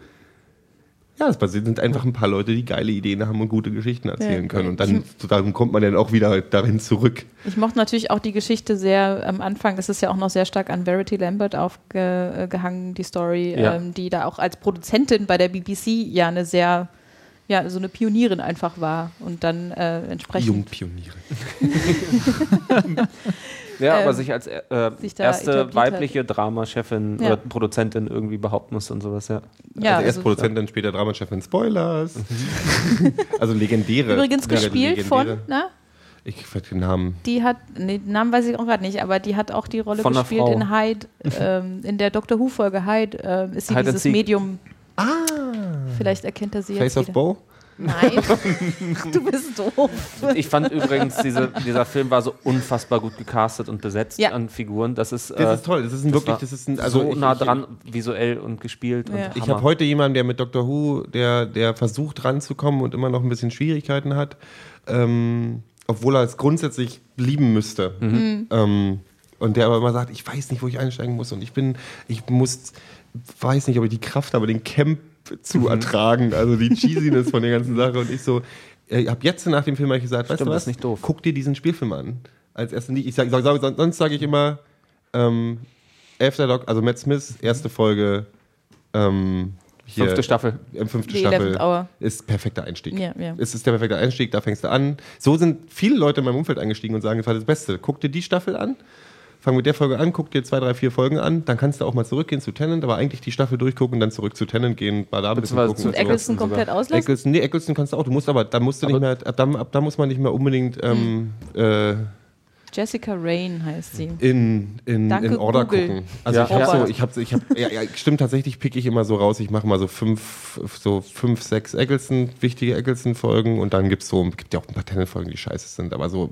Speaker 3: ja, es passiert, sind einfach ein paar Leute, die geile Ideen haben und gute Geschichten erzählen
Speaker 1: Ja.
Speaker 3: können und dann, darum kommt man dann auch wieder darin zurück.
Speaker 1: Ich mochte natürlich auch die Geschichte sehr am Anfang. Es ist ja auch noch sehr stark an Verity Lambert aufgehangen, die Story,
Speaker 4: Ja.
Speaker 1: ähm, die da auch als Produzentin bei der BBC ja eine sehr, ja, so eine Pionierin einfach war und dann äh, entsprechend
Speaker 3: Jungpioniere.
Speaker 4: Ja,
Speaker 1: Ähm,
Speaker 4: aber sich als äh,
Speaker 1: sich da
Speaker 4: erste
Speaker 1: etabliert
Speaker 4: weibliche Dramachefin
Speaker 1: Ja.
Speaker 4: oder Produzentin irgendwie behaupten muss und sowas, ja.
Speaker 1: Ja,
Speaker 3: also erst
Speaker 1: also-
Speaker 3: Produzent, dann später Dramachefin. Spoilers. also legendäre.
Speaker 1: Übrigens
Speaker 3: Ja,
Speaker 1: gespielt von,
Speaker 3: legendäre.
Speaker 1: na,
Speaker 3: Ich weiß den Namen.
Speaker 1: die hat, nee, den Namen weiß ich auch gerade nicht, aber die hat auch die Rolle
Speaker 4: Von einer
Speaker 1: gespielt
Speaker 4: Frau.
Speaker 1: in Hyde, ähm, in der Doctor Who-Folge Hyde, ähm, ist sie
Speaker 4: Hide and
Speaker 1: dieses
Speaker 4: Seek.
Speaker 1: Medium. Ah! Vielleicht erkennt er sie
Speaker 3: Face
Speaker 1: jetzt
Speaker 3: of
Speaker 1: wieder.
Speaker 3: Bo?
Speaker 1: Nein, du bist doof.
Speaker 4: Ich fand übrigens, diese, dieser Film war so unfassbar gut gecastet und besetzt
Speaker 1: Ja.
Speaker 4: an Figuren. Das ist,
Speaker 3: Das
Speaker 4: äh,
Speaker 3: ist toll. Das ist ein wirklich, das ist ein, also
Speaker 4: also so
Speaker 3: ich,
Speaker 4: nah
Speaker 3: ich,
Speaker 4: dran, visuell und gespielt.
Speaker 1: Ja.
Speaker 4: Und
Speaker 3: Ich
Speaker 4: Hammer.
Speaker 3: habe heute jemanden, der mit Doctor Who, der, der versucht ranzukommen und immer noch ein bisschen Schwierigkeiten hat, ähm, obwohl er es grundsätzlich lieben müsste.
Speaker 4: Mhm.
Speaker 3: Ähm, und der aber immer sagt, ich weiß nicht, wo ich einsteigen muss und ich bin, ich muss, weiß nicht, ob ich die Kraft habe, den Camp
Speaker 4: Mhm.
Speaker 3: zu ertragen, also die Cheesiness von der ganzen Sache. Und ich so, ich habe jetzt nach dem Film hab ich gesagt, weißt
Speaker 4: Stimmt,
Speaker 3: du was,
Speaker 4: das ist nicht doof.
Speaker 3: guck dir diesen Spielfilm an. Als erstes nicht, ich sag, sag, sag, sonst sage ich immer, ähm, Elfter Doc, also Matt Smith, erste Folge, ähm, hier,
Speaker 4: Fünfte Staffel.
Speaker 3: äh, fünfte
Speaker 1: The
Speaker 3: Staffel
Speaker 1: 11th Hour.
Speaker 3: ist perfekter Einstieg.
Speaker 1: Ja, ja.
Speaker 3: Es ist der perfekte Einstieg, da fängst du an. So sind viele Leute in meinem Umfeld eingestiegen und sagen, das war das Beste. Guck dir die Staffel an, fang mit der Folge an, guck dir zwei, drei, vier Folgen an, dann kannst du auch mal zurückgehen zu Tennant, aber eigentlich die Staffel durchgucken, dann zurück zu Tennant gehen, mal da ein bisschen
Speaker 4: Beziehungsweise
Speaker 3: gucken.
Speaker 4: zu
Speaker 3: und so.
Speaker 1: Eccleston
Speaker 4: sogar.
Speaker 1: komplett auslassen.
Speaker 3: Eccleston, nee, Eccleston kannst du auch, du musst aber, da musst du nicht mehr, ab da, ab da muss man nicht mehr unbedingt ähm,
Speaker 1: Hm.
Speaker 3: äh,
Speaker 1: Jessica Rain heißt sie.
Speaker 3: in, in,
Speaker 1: Danke,
Speaker 3: in Order
Speaker 1: Google.
Speaker 3: gucken. Also
Speaker 4: Ja.
Speaker 3: ich habe
Speaker 4: Ja.
Speaker 3: so, ich habe, ich hab, ja, ja, stimmt tatsächlich, pick ich immer so raus. Ich mache mal so fünf, so fünf, sechs Eccleston, wichtige Eccleston-Folgen und dann gibt's so, gibt ja auch ein paar Tennant-Folgen, die scheiße sind, aber so,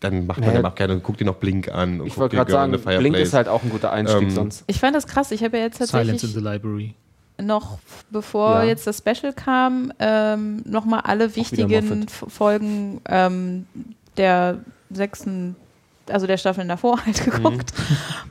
Speaker 3: dann macht man
Speaker 4: Naja.
Speaker 3: ja auch gerne, guck dir noch Blink an. Und
Speaker 4: Ich
Speaker 3: guck
Speaker 4: wollte
Speaker 3: dir
Speaker 4: gerade
Speaker 3: Girl in
Speaker 4: sagen,
Speaker 3: the Fireplace.
Speaker 4: Blink ist halt auch ein guter Einstieg
Speaker 3: Ähm,
Speaker 4: sonst.
Speaker 1: Ich fand das krass. Ich habe ja jetzt
Speaker 2: Silence in
Speaker 1: tatsächlich
Speaker 2: the Library.
Speaker 1: noch, bevor
Speaker 4: Ja.
Speaker 1: jetzt das Special kam, ähm, nochmal alle wichtigen
Speaker 4: Moffat.
Speaker 1: F- Folgen ähm, der sechsten, also der Staffeln davor halt geguckt.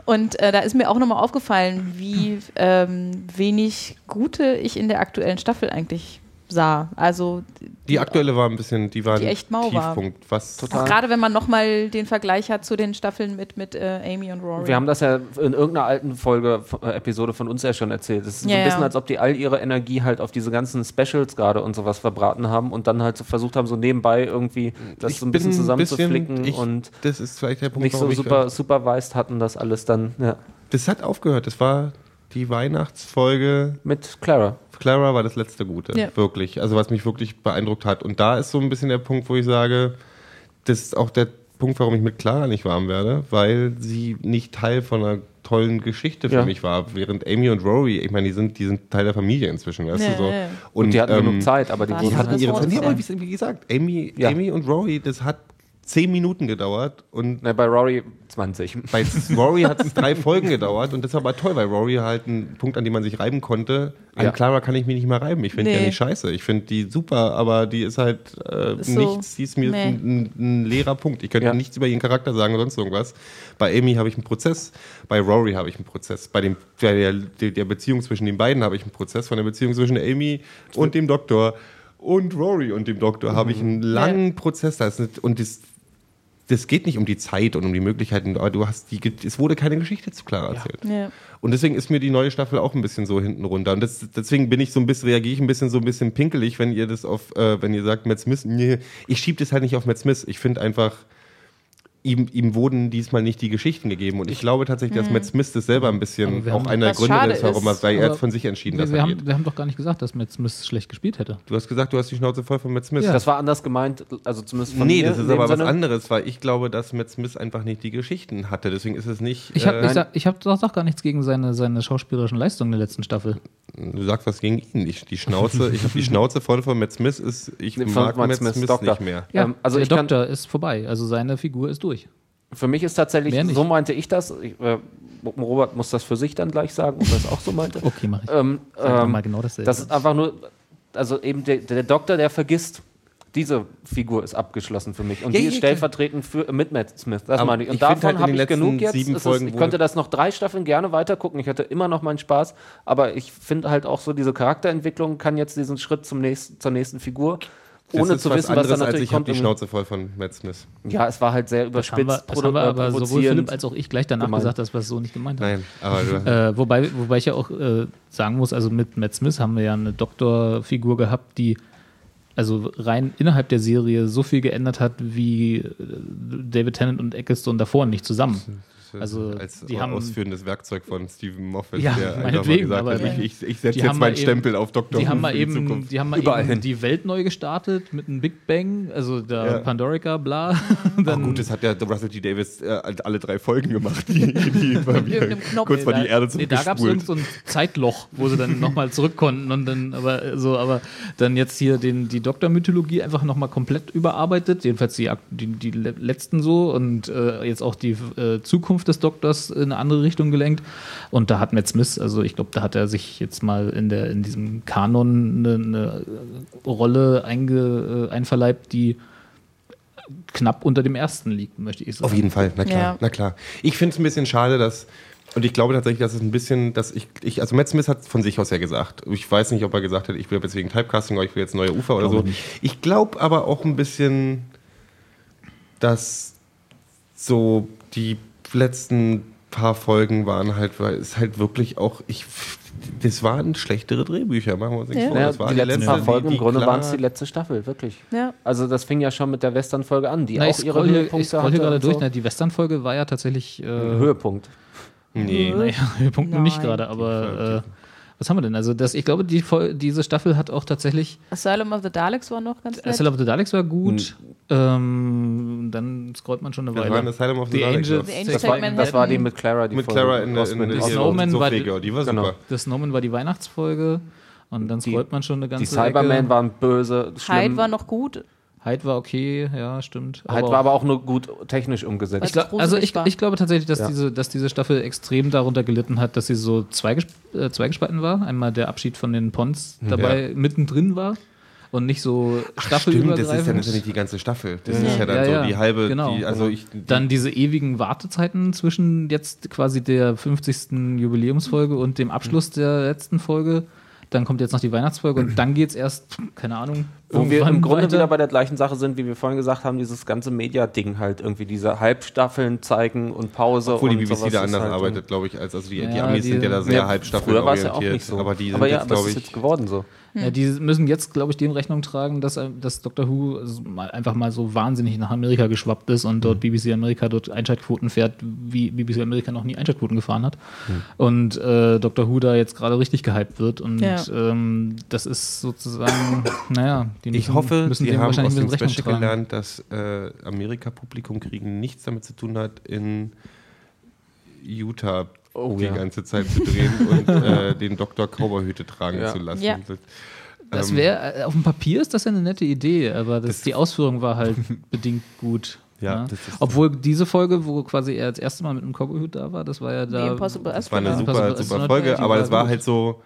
Speaker 1: Und äh, da ist mir auch nochmal aufgefallen, wie ähm, wenig gute ich in der aktuellen Staffel eigentlich sah. Also
Speaker 3: die aktuelle war ein bisschen, die war
Speaker 1: Die
Speaker 3: ein
Speaker 1: echt mau war.
Speaker 3: Tiefpunkt. Was
Speaker 4: Total.
Speaker 1: auch gerade wenn man nochmal den Vergleich hat zu den Staffeln mit, mit äh, Amy und Rory.
Speaker 4: Wir haben das ja in irgendeiner alten Folge, äh, Episode von uns ja schon erzählt. Es ist so
Speaker 1: Ja,
Speaker 4: ein bisschen,
Speaker 1: ja.
Speaker 4: als ob die all ihre Energie halt auf diese ganzen Specials gerade und sowas verbraten haben und dann halt so versucht haben, so nebenbei irgendwie das so ein bisschen
Speaker 3: bin
Speaker 4: zusammenzuflicken
Speaker 3: bisschen- ich-
Speaker 4: und
Speaker 3: das ist vielleicht der Punkt,
Speaker 4: nicht so
Speaker 3: warum ich-
Speaker 4: super supervised hatten das alles dann ja.
Speaker 3: Das hat aufgehört. Das war die Weihnachtsfolge
Speaker 4: mit Clara.
Speaker 3: Clara war das letzte Gute,
Speaker 1: Ja.
Speaker 3: wirklich. Also was mich wirklich beeindruckt hat. Und da ist so ein bisschen der Punkt, wo ich sage, das ist auch der Punkt, warum ich mit Clara nicht warm werde, weil sie nicht Teil von einer tollen Geschichte für
Speaker 4: Ja.
Speaker 3: mich war. Während Amy und Rory, ich meine, die sind, die sind Teil der Familie inzwischen, weißt
Speaker 1: Ja,
Speaker 3: du so.
Speaker 1: ja, ja.
Speaker 4: Und die hatten
Speaker 3: ähm,
Speaker 4: genug Zeit, aber die halt
Speaker 1: die
Speaker 4: wussten
Speaker 1: hatten
Speaker 3: Die hatten
Speaker 1: das
Speaker 3: ihre
Speaker 1: Wort
Speaker 3: Zeit. Nee,
Speaker 1: zu
Speaker 3: aber
Speaker 1: sagen.
Speaker 3: wie wie gesagt, Amy,
Speaker 4: Ja.
Speaker 3: Amy und Rory, das hat zehn Minuten gedauert und
Speaker 4: Na, bei Rory 20.
Speaker 3: bei Rory hat es drei Folgen gedauert und das war aber toll, weil Rory halt ein Punkt, an dem man sich reiben konnte. An
Speaker 2: Ja.
Speaker 3: Clara kann ich mich nicht mehr reiben. Ich finde die ja
Speaker 1: Nee.
Speaker 3: nicht scheiße. Ich finde die super, aber die ist halt äh,
Speaker 1: So.
Speaker 3: nichts. Die ist mir
Speaker 1: Nee.
Speaker 3: ein, ein leerer Punkt. Ich könnte
Speaker 4: Ja.
Speaker 3: nichts über ihren Charakter sagen oder sonst irgendwas. Bei Amy habe ich einen Prozess, bei Rory habe ich einen Prozess, bei dem, bei der, der, der Beziehung zwischen den beiden habe ich einen Prozess, von der Beziehung zwischen Amy und dem Doktor und Rory und dem Doktor habe ich einen langen Prozess. Da ist, nicht- und das, das geht nicht um die Zeit und um die Möglichkeiten, aber du hast die, es wurde keine Geschichte zu klar erzählt.
Speaker 1: Ja.
Speaker 3: Und deswegen ist mir die neue Staffel auch ein bisschen so hinten runter. Und das, deswegen bin ich so ein bisschen, reagiere ich ein bisschen so ein bisschen pinkelig, wenn ihr das auf, äh, wenn ihr sagt, Matt Smith, nee, ich schieb das halt nicht auf Matt Smith. Ich finde einfach, ihm, ihm wurden diesmal nicht die Geschichten gegeben. Und ich glaube tatsächlich, dass Matt Smith das selber ein
Speaker 2: Aber
Speaker 3: bisschen
Speaker 2: wir
Speaker 3: auch
Speaker 2: haben-
Speaker 3: einer
Speaker 1: Mhm.
Speaker 3: der
Speaker 1: Was
Speaker 3: Gründe
Speaker 1: schade
Speaker 3: ist, warum
Speaker 1: ist,
Speaker 3: er, weil er
Speaker 2: aber
Speaker 3: hat von sich entschieden, dass
Speaker 2: Wir, wir,
Speaker 3: er geht.
Speaker 2: haben, wir haben doch gar nicht gesagt, dass Matt Smith schlecht gespielt hätte.
Speaker 3: Du hast gesagt, du hast die Schnauze voll von Matt Smith.
Speaker 4: Das war anders gemeint, also zumindest von
Speaker 3: nee,
Speaker 4: mir.
Speaker 3: das
Speaker 4: in
Speaker 3: ist
Speaker 4: dem
Speaker 3: aber was
Speaker 4: Sinne.
Speaker 3: anderes, weil ich glaube, dass Matt Smith einfach nicht die Geschichten hatte. Deswegen ist es nicht.
Speaker 2: Ich habe
Speaker 3: äh,
Speaker 2: ich sag, ich hab doch, doch gar nichts gegen seine, seine schauspielerischen Leistungen in der letzten Staffel.
Speaker 3: Du sagst was gegen ihn. Ich, die Schnauze, ich habe die Schnauze voll von Matt Smith. Ist, ich
Speaker 4: Nee, von
Speaker 3: mag
Speaker 4: Matt
Speaker 3: Matt
Speaker 4: Smith,
Speaker 3: Smith,
Speaker 4: Doktor.
Speaker 3: nicht mehr.
Speaker 4: Ja, Ähm, also
Speaker 2: der
Speaker 4: ich kann-
Speaker 2: Doktor ist vorbei. Also seine Figur ist durch.
Speaker 4: Für mich ist tatsächlich,
Speaker 2: Mehr nicht.
Speaker 4: so meinte ich das. Ich, äh, Robert muss das für sich dann gleich sagen, ob er es auch so meinte.
Speaker 2: Okay, mach ich.
Speaker 4: Ähm,
Speaker 2: Sag doch
Speaker 4: ähm,
Speaker 2: mal genau dasselbe.
Speaker 4: das ist einfach nur, also eben der, der Doktor, der vergisst. Diese Figur ist abgeschlossen für mich und
Speaker 3: Ja,
Speaker 4: die
Speaker 3: ja,
Speaker 4: ist
Speaker 3: klar.
Speaker 4: stellvertretend für äh, mit Matt Smith. Das
Speaker 3: Aber
Speaker 4: meine ich. Und
Speaker 3: ich find
Speaker 4: davon
Speaker 3: halt in
Speaker 4: habe
Speaker 3: den
Speaker 4: ich
Speaker 3: letzten
Speaker 4: genug jetzt.
Speaker 3: sieben
Speaker 4: Es
Speaker 3: Folgen
Speaker 4: ist, ich
Speaker 3: wurde-
Speaker 4: könnte das noch drei Staffeln gerne weitergucken. Ich hätte immer noch meinen Spaß, aber ich finde halt auch so diese Charakterentwicklung kann jetzt diesen Schritt zum nächsten zur nächsten Figur
Speaker 3: Das
Speaker 4: ohne
Speaker 3: ist
Speaker 4: zu wissen, was
Speaker 3: anderes,
Speaker 4: da
Speaker 3: als
Speaker 4: natürlich
Speaker 3: ich habe
Speaker 4: kommt.
Speaker 3: die
Speaker 4: im-
Speaker 3: Schnauze voll von Matt Smith.
Speaker 4: ja, es war halt sehr
Speaker 2: Das haben wir,
Speaker 4: überspitzt,
Speaker 2: das haben wir
Speaker 4: produ- äh,
Speaker 2: aber sowohl
Speaker 4: provozierend.
Speaker 2: Philipp als auch ich gleich danach
Speaker 4: gemeint.
Speaker 2: gesagt, dass wir es so nicht gemeint haben.
Speaker 3: Nein, aber du,
Speaker 2: Äh, wobei, wobei ich ja auch äh, sagen muss, also mit Matt Smith haben wir ja eine Doktorfigur gehabt, die also rein innerhalb der Serie so viel geändert hat, wie äh, David Tennant und Eccleston davor nicht zusammen. Also
Speaker 3: als
Speaker 2: die haben,
Speaker 3: ausführendes Werkzeug von Stephen Moffat,
Speaker 2: Ja,
Speaker 3: der einfach mal
Speaker 2: meinetwegen,
Speaker 3: gesagt hat,
Speaker 2: aber-
Speaker 3: ich, ich, ich setze
Speaker 2: Die
Speaker 3: jetzt
Speaker 2: haben mal
Speaker 3: meinen
Speaker 2: eben-
Speaker 3: Stempel auf Dr.
Speaker 2: die haben
Speaker 3: Who
Speaker 2: mal
Speaker 3: für die
Speaker 2: eben,
Speaker 3: Zukunft.
Speaker 2: die, haben mal
Speaker 4: Überall
Speaker 2: eben
Speaker 4: hin.
Speaker 2: die Welt neu gestartet mit einem Big Bang, also der
Speaker 3: Ja.
Speaker 2: Pandorica, bla. Und
Speaker 3: Ach
Speaker 2: dann,
Speaker 3: gut, das hat ja Russell T. Davis äh, alle drei Folgen gemacht. Die, die
Speaker 1: irgendeinem Knopf.
Speaker 3: kurz mal
Speaker 2: da-
Speaker 3: die Erde
Speaker 2: nee, da gab es
Speaker 3: zurückgespult.
Speaker 2: irgend so ein Zeitloch, wo sie dann nochmal zurück konnten und dann aber so, aber dann jetzt hier den, die Doktormythologie einfach nochmal komplett überarbeitet, jedenfalls die, Ak- die, die le- letzten so und äh, jetzt auch die äh, Zukunft des Doktors in eine andere Richtung gelenkt. Und da hat Matt Smith, also ich glaube, da hat er sich jetzt mal in der in diesem Kanon eine, eine Rolle einge, äh, einverleibt, die knapp unter dem ersten liegt, möchte ich sagen.
Speaker 3: Auf jeden Fall, na klar,
Speaker 1: Ja.
Speaker 3: na klar. Ich finde es ein bisschen schade, dass und ich glaube tatsächlich, dass es ein bisschen, dass ich, ich also Matt Smith hat von sich aus ja gesagt. Ich weiß nicht, ob er gesagt hat, ich will jetzt wegen Typecasting oder ich will jetzt neue Ufer oder so. Ich glaube aber auch ein bisschen, dass so die letzten paar Folgen waren halt, weil es halt wirklich auch, ich, das waren schlechtere Drehbücher, machen wir uns nichts
Speaker 1: Ja.
Speaker 3: vor.
Speaker 4: Ja,
Speaker 3: das war
Speaker 4: die letzten paar
Speaker 3: letzte,
Speaker 4: Folgen,
Speaker 3: die-
Speaker 4: im Grunde
Speaker 3: klar-
Speaker 4: waren es die letzte Staffel, wirklich.
Speaker 1: Ja.
Speaker 4: Also das fing ja schon mit der Western-Folge an, die
Speaker 2: Na, ich
Speaker 4: auch ihre
Speaker 2: scroll hier, ich
Speaker 4: Höhepunkte
Speaker 2: scroll hier
Speaker 4: hatte.
Speaker 2: gerade
Speaker 4: und
Speaker 2: durch.
Speaker 4: so.
Speaker 2: Na, die Western-Folge war ja tatsächlich. Äh,
Speaker 4: Höhepunkt.
Speaker 3: Nee,
Speaker 2: Naja, Höhepunkt nun nicht
Speaker 1: Nein.
Speaker 2: gerade, aber äh, was haben wir denn? Also, das, ich glaube, die, Fol- diese Staffel hat auch tatsächlich.
Speaker 1: Asylum of the Daleks war noch ganz nett.
Speaker 2: Asylum of the Daleks war gut. Ähm, dann scrollt man schon eine
Speaker 3: Das
Speaker 2: Weile.
Speaker 3: war in Asylum of the
Speaker 2: The Angels.
Speaker 3: Daleks, ja.
Speaker 1: The
Speaker 4: Das
Speaker 1: Angels
Speaker 4: war,
Speaker 1: Take
Speaker 4: das war die
Speaker 1: Manhattan.
Speaker 4: mit Clara, die
Speaker 3: mit
Speaker 4: Folge
Speaker 3: Clara in,
Speaker 4: aus
Speaker 3: in, in, in
Speaker 4: Manhattan.
Speaker 2: Disney. Snowman war-
Speaker 3: ja, die war
Speaker 4: Genau.
Speaker 3: super.
Speaker 2: Das Snowman war die Weihnachtsfolge. Und dann
Speaker 4: Die-
Speaker 2: scrollt man schon eine ganze
Speaker 4: Die Cybermen
Speaker 2: Ecke.
Speaker 4: waren böse, schlimm.
Speaker 1: Hyde war noch gut.
Speaker 2: Hyde war okay, ja, stimmt.
Speaker 4: Hyde Halt war aber auch nur gut technisch umgesetzt.
Speaker 2: Ich glaub, also ich,
Speaker 1: gruselig war.
Speaker 2: ich glaube tatsächlich, dass,
Speaker 4: Ja.
Speaker 2: diese, dass diese Staffel extrem darunter gelitten hat, dass sie so zweiges äh, zweigespalten war. Einmal der Abschied von den Pons dabei mittendrin war und nicht so
Speaker 3: Stimmt, das ist, ja,
Speaker 2: staffelübergreifend.
Speaker 3: das ist ja nicht die ganze Staffel. Das ist ja dann
Speaker 2: Ja,
Speaker 3: so
Speaker 2: ja,
Speaker 3: die halbe,
Speaker 2: genau.
Speaker 3: die, also ich, die,
Speaker 2: dann diese ewigen Wartezeiten zwischen jetzt quasi der 50. Jubiläumsfolge und dem Abschluss der letzten Folge. Dann kommt jetzt noch die Weihnachtsfolge und dann geht's erst, keine Ahnung,
Speaker 4: Wo wir im
Speaker 2: irgendwann
Speaker 4: Grunde
Speaker 2: weiter.
Speaker 4: wieder bei der gleichen Sache sind, wie wir vorhin gesagt haben, dieses ganze Media-Ding halt irgendwie, diese Halbstaffeln zeigen und Pause.
Speaker 3: obwohl die
Speaker 4: und
Speaker 3: BBC
Speaker 4: sowas
Speaker 3: da
Speaker 4: ist
Speaker 3: anders
Speaker 4: halt-
Speaker 3: arbeitet, glaube ich, als also die, die
Speaker 2: Ja,
Speaker 3: Amis
Speaker 2: die-
Speaker 3: sind ja da sehr
Speaker 4: Ja,
Speaker 3: halbstaffel
Speaker 4: Früher war es ja auch
Speaker 3: orientiert,
Speaker 4: nicht so.
Speaker 3: Aber die sind
Speaker 4: aber ja,
Speaker 3: jetzt,
Speaker 4: aber es
Speaker 3: glaube
Speaker 4: ist
Speaker 3: ich,
Speaker 4: jetzt geworden so.
Speaker 1: Hm.
Speaker 2: Ja, die müssen jetzt, glaube ich, dem Rechnung tragen, dass, äh, dass Doctor Who so mal- einfach mal so wahnsinnig nach Amerika geschwappt ist und
Speaker 3: Hm.
Speaker 2: dort BBC Amerika dort Einschaltquoten fährt, wie BBC Amerika noch nie Einschaltquoten gefahren hat.
Speaker 3: Hm.
Speaker 2: Und äh, Doctor Who da jetzt gerade richtig gehypt wird. Und
Speaker 1: Ja.
Speaker 2: ähm, das ist sozusagen, naja, die
Speaker 3: ich hoffe,
Speaker 2: müssen
Speaker 3: die haben aus
Speaker 2: ein
Speaker 3: dem
Speaker 2: bisschen
Speaker 3: Special gelernt, dass äh, Amerika-Publikum kriegen nichts damit zu tun hat, in Utah die
Speaker 4: Oh, ja.
Speaker 3: ganze Zeit zu drehen und äh, den Doktor Cowboyhüte tragen
Speaker 4: Ja.
Speaker 3: zu lassen.
Speaker 1: Ja.
Speaker 3: Das,
Speaker 2: Das
Speaker 3: ähm,
Speaker 2: wäre, äh, auf dem Papier ist das ja eine nette Idee, aber das, die Ausführung war halt bedingt gut.
Speaker 3: Ja, das ist-
Speaker 2: Obwohl diese Folge, wo quasi er das erste Mal mit einem Cowboyhut da war, das war ja
Speaker 1: The
Speaker 2: da.
Speaker 1: Impossible
Speaker 3: Das war eine
Speaker 2: Genau.
Speaker 1: Astronaut.
Speaker 4: also
Speaker 3: super,
Speaker 2: Das ist
Speaker 3: super
Speaker 2: natürlich
Speaker 3: Folge,
Speaker 2: super
Speaker 3: aber das war
Speaker 2: gut.
Speaker 3: halt so.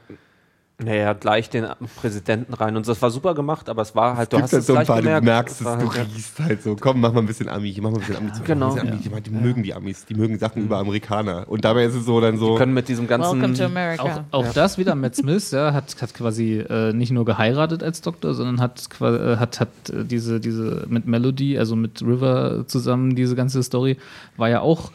Speaker 4: Naja, gleich den Präsidenten rein. Und das war super gemacht, aber es war halt, du
Speaker 3: gibt
Speaker 4: hast
Speaker 3: halt
Speaker 4: es
Speaker 3: so ein
Speaker 4: gleich
Speaker 3: paar,
Speaker 4: gemerkt.
Speaker 3: du merkst
Speaker 4: es
Speaker 3: es,
Speaker 4: war
Speaker 3: du
Speaker 4: halt-
Speaker 3: riechst halt so. Komm, mach mal ein bisschen Ami, mach mal ein bisschen Ami. zu.
Speaker 4: genau.
Speaker 3: Diese Ami, die, die mögen die Amis, die mögen Sachen über Amerikaner. Und dabei ist es so dann so.
Speaker 4: können mit diesem
Speaker 1: Welcome to
Speaker 4: ganzen
Speaker 2: Auch,
Speaker 1: America.
Speaker 2: auch das wieder, Matt Smith, ja, hat, hat quasi äh, nicht nur geheiratet als Doktor, sondern hat, qua- äh, hat, hat äh, diese, diese mit Melody, also mit River zusammen, diese ganze Story, war ja auch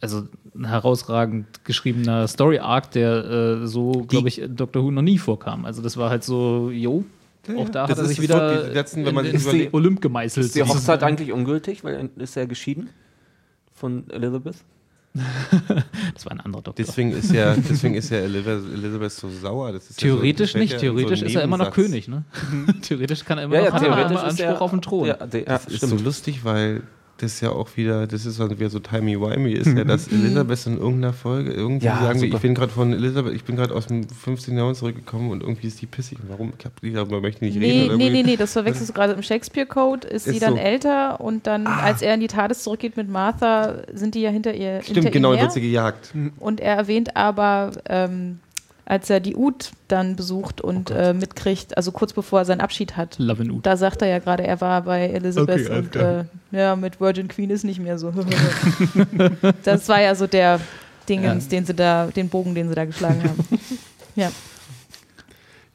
Speaker 2: also ein herausragend geschriebener Story-Arc, der äh, so, glaube ich, in Doctor Who noch nie vorkam. Also das war halt so, jo, auch da
Speaker 3: das
Speaker 2: hat er
Speaker 3: ist
Speaker 2: sich
Speaker 3: wirklich
Speaker 2: wieder
Speaker 3: die letzten, wenn
Speaker 2: in,
Speaker 3: man
Speaker 2: in
Speaker 3: sich
Speaker 2: den
Speaker 3: überlegt-
Speaker 2: Olymp gemeißelt.
Speaker 4: Ist die Hochzeit halt eigentlich ungültig, weil ist er geschieden von Elizabeth?
Speaker 2: Das war ein anderer Doktor.
Speaker 3: Deswegen ist ja, deswegen ist ja Elizabeth, Elizabeth so sauer. Das ist
Speaker 2: Theoretisch
Speaker 3: ja so, das fällt
Speaker 2: nicht,
Speaker 3: ja
Speaker 2: theoretisch
Speaker 3: so ein
Speaker 2: ist er immer noch
Speaker 3: Nebensatz. Mhm.
Speaker 2: König, ne? theoretisch kann er immer noch hat er immer Anspruch auf den Thron.
Speaker 4: Ja, der, ja,
Speaker 3: Das ist so
Speaker 4: stimmt.
Speaker 3: lustig, weil das ja auch wieder, das ist wieder so timey-wimey ist, ja, dass Elisabeth in irgendeiner Folge irgendwie
Speaker 4: Ja,
Speaker 3: sagen, wir,
Speaker 4: super.
Speaker 3: ich bin gerade von Elisabeth, ich bin gerade aus dem 15. Jahrhundert zurückgekommen und irgendwie ist die pissig. Warum? Ich hab, die- darüber möchte ich nicht
Speaker 1: Nee,
Speaker 3: reden. oder
Speaker 1: nee, nee,
Speaker 3: irgendwie-
Speaker 1: nee, das verwechselst du gerade im Shakespeare-Code. Ist,
Speaker 3: Ist
Speaker 1: sie dann
Speaker 3: so. Ah.
Speaker 1: älter und dann, als er in die TARDIS zurückgeht mit Martha, sind die ja hinter ihr. hinter
Speaker 3: Stimmt, genau,
Speaker 1: ihm
Speaker 3: dann
Speaker 1: her.
Speaker 3: wird sie gejagt.
Speaker 1: Und er erwähnt aber, ähm, als er die Ut dann besucht und
Speaker 3: Oh
Speaker 1: äh, mitkriegt, also kurz bevor er seinen Abschied hat.
Speaker 2: Love and Ud.
Speaker 1: Da sagt er ja gerade, er war bei Elizabeth
Speaker 2: Okay, alles
Speaker 1: und äh, ja, mit Virgin Queen ist nicht mehr so. das war ja so der Dingens,
Speaker 2: Ja.
Speaker 1: den sie da, den Bogen, den sie da geschlagen haben. ja.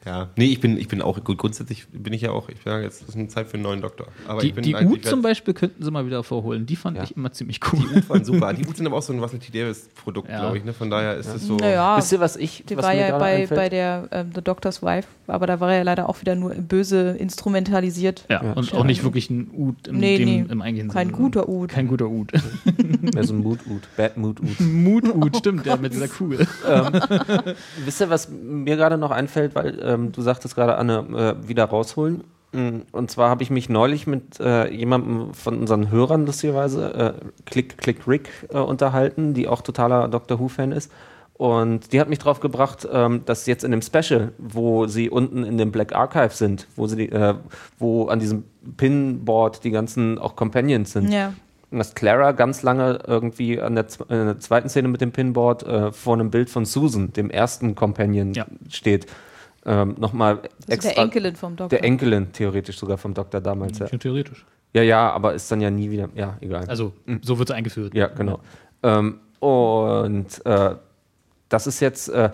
Speaker 3: Ja, nee, ich bin, ich bin auch, gut, grundsätzlich bin ich ja auch, ich sage jetzt, es ist eine Zeit für einen neuen Doktor. Aber
Speaker 2: Die,
Speaker 3: ich bin
Speaker 2: die
Speaker 3: eigentlich-
Speaker 2: Ut zum Beispiel könnten sie mal wieder vorholen. Die fand
Speaker 4: Ja.
Speaker 2: ich immer ziemlich cool.
Speaker 3: Die Ut waren super. Die Ut sind aber auch so ein Russell T. Davis-Produkt,
Speaker 2: Ja.
Speaker 3: glaube ich, ne? Von daher ist es so.
Speaker 1: Naja,
Speaker 4: Wisst ihr, was ich,
Speaker 1: die
Speaker 4: was
Speaker 1: war
Speaker 4: mir
Speaker 1: ja
Speaker 4: gerade
Speaker 1: bei,
Speaker 4: einfällt?
Speaker 1: bei der ähm, The Doctor's Wife, aber da war er ja leider auch wieder nur böse instrumentalisiert.
Speaker 2: Ja,
Speaker 4: Ja.
Speaker 2: und auch nicht wirklich ein Ut im,
Speaker 1: Nee,
Speaker 2: dem,
Speaker 1: nee.
Speaker 2: im eigentlichen
Speaker 1: Kein
Speaker 2: Sinne.
Speaker 1: guter Ut.
Speaker 2: Kein guter Ut.
Speaker 4: Mehr so ein Mood-Ud, Bad-Mood-Ud.
Speaker 2: Mut-Ut, stimmt, der mit dieser Kugel.
Speaker 4: Wisst ihr, was mir gerade noch einfällt, weil ähm, du sagtest gerade, Anne, äh, wieder rausholen. Mm, Und zwar habe ich mich neulich mit äh, jemandem von unseren Hörern lustigerweise, äh, Click Click Rick, äh, unterhalten, die auch totaler Doctor Who-Fan ist. Und die hat mich drauf gebracht, ähm, dass jetzt in dem Special, wo sie unten in dem Black Archive sind, wo sie, die, äh, wo an diesem Pinboard die ganzen auch Companions sind,
Speaker 1: Ja.
Speaker 4: dass Clara ganz lange irgendwie an der, z- äh, der zweiten Szene mit dem Pinboard äh, vor einem Bild von Susan, dem ersten Companion,
Speaker 2: Ja.
Speaker 4: steht. Ähm, Nochmal
Speaker 1: Also
Speaker 4: extra.
Speaker 1: der Enkelin vom Doktor.
Speaker 4: Der Enkelin, theoretisch sogar vom Doktor damals. Ja.
Speaker 2: Theoretisch.
Speaker 4: ja, ja, aber ist dann ja nie wieder. Ja, egal.
Speaker 2: Also,
Speaker 4: Hm.
Speaker 2: so wird es eingeführt.
Speaker 4: Ja, genau. Ähm, und äh, das ist jetzt. Äh,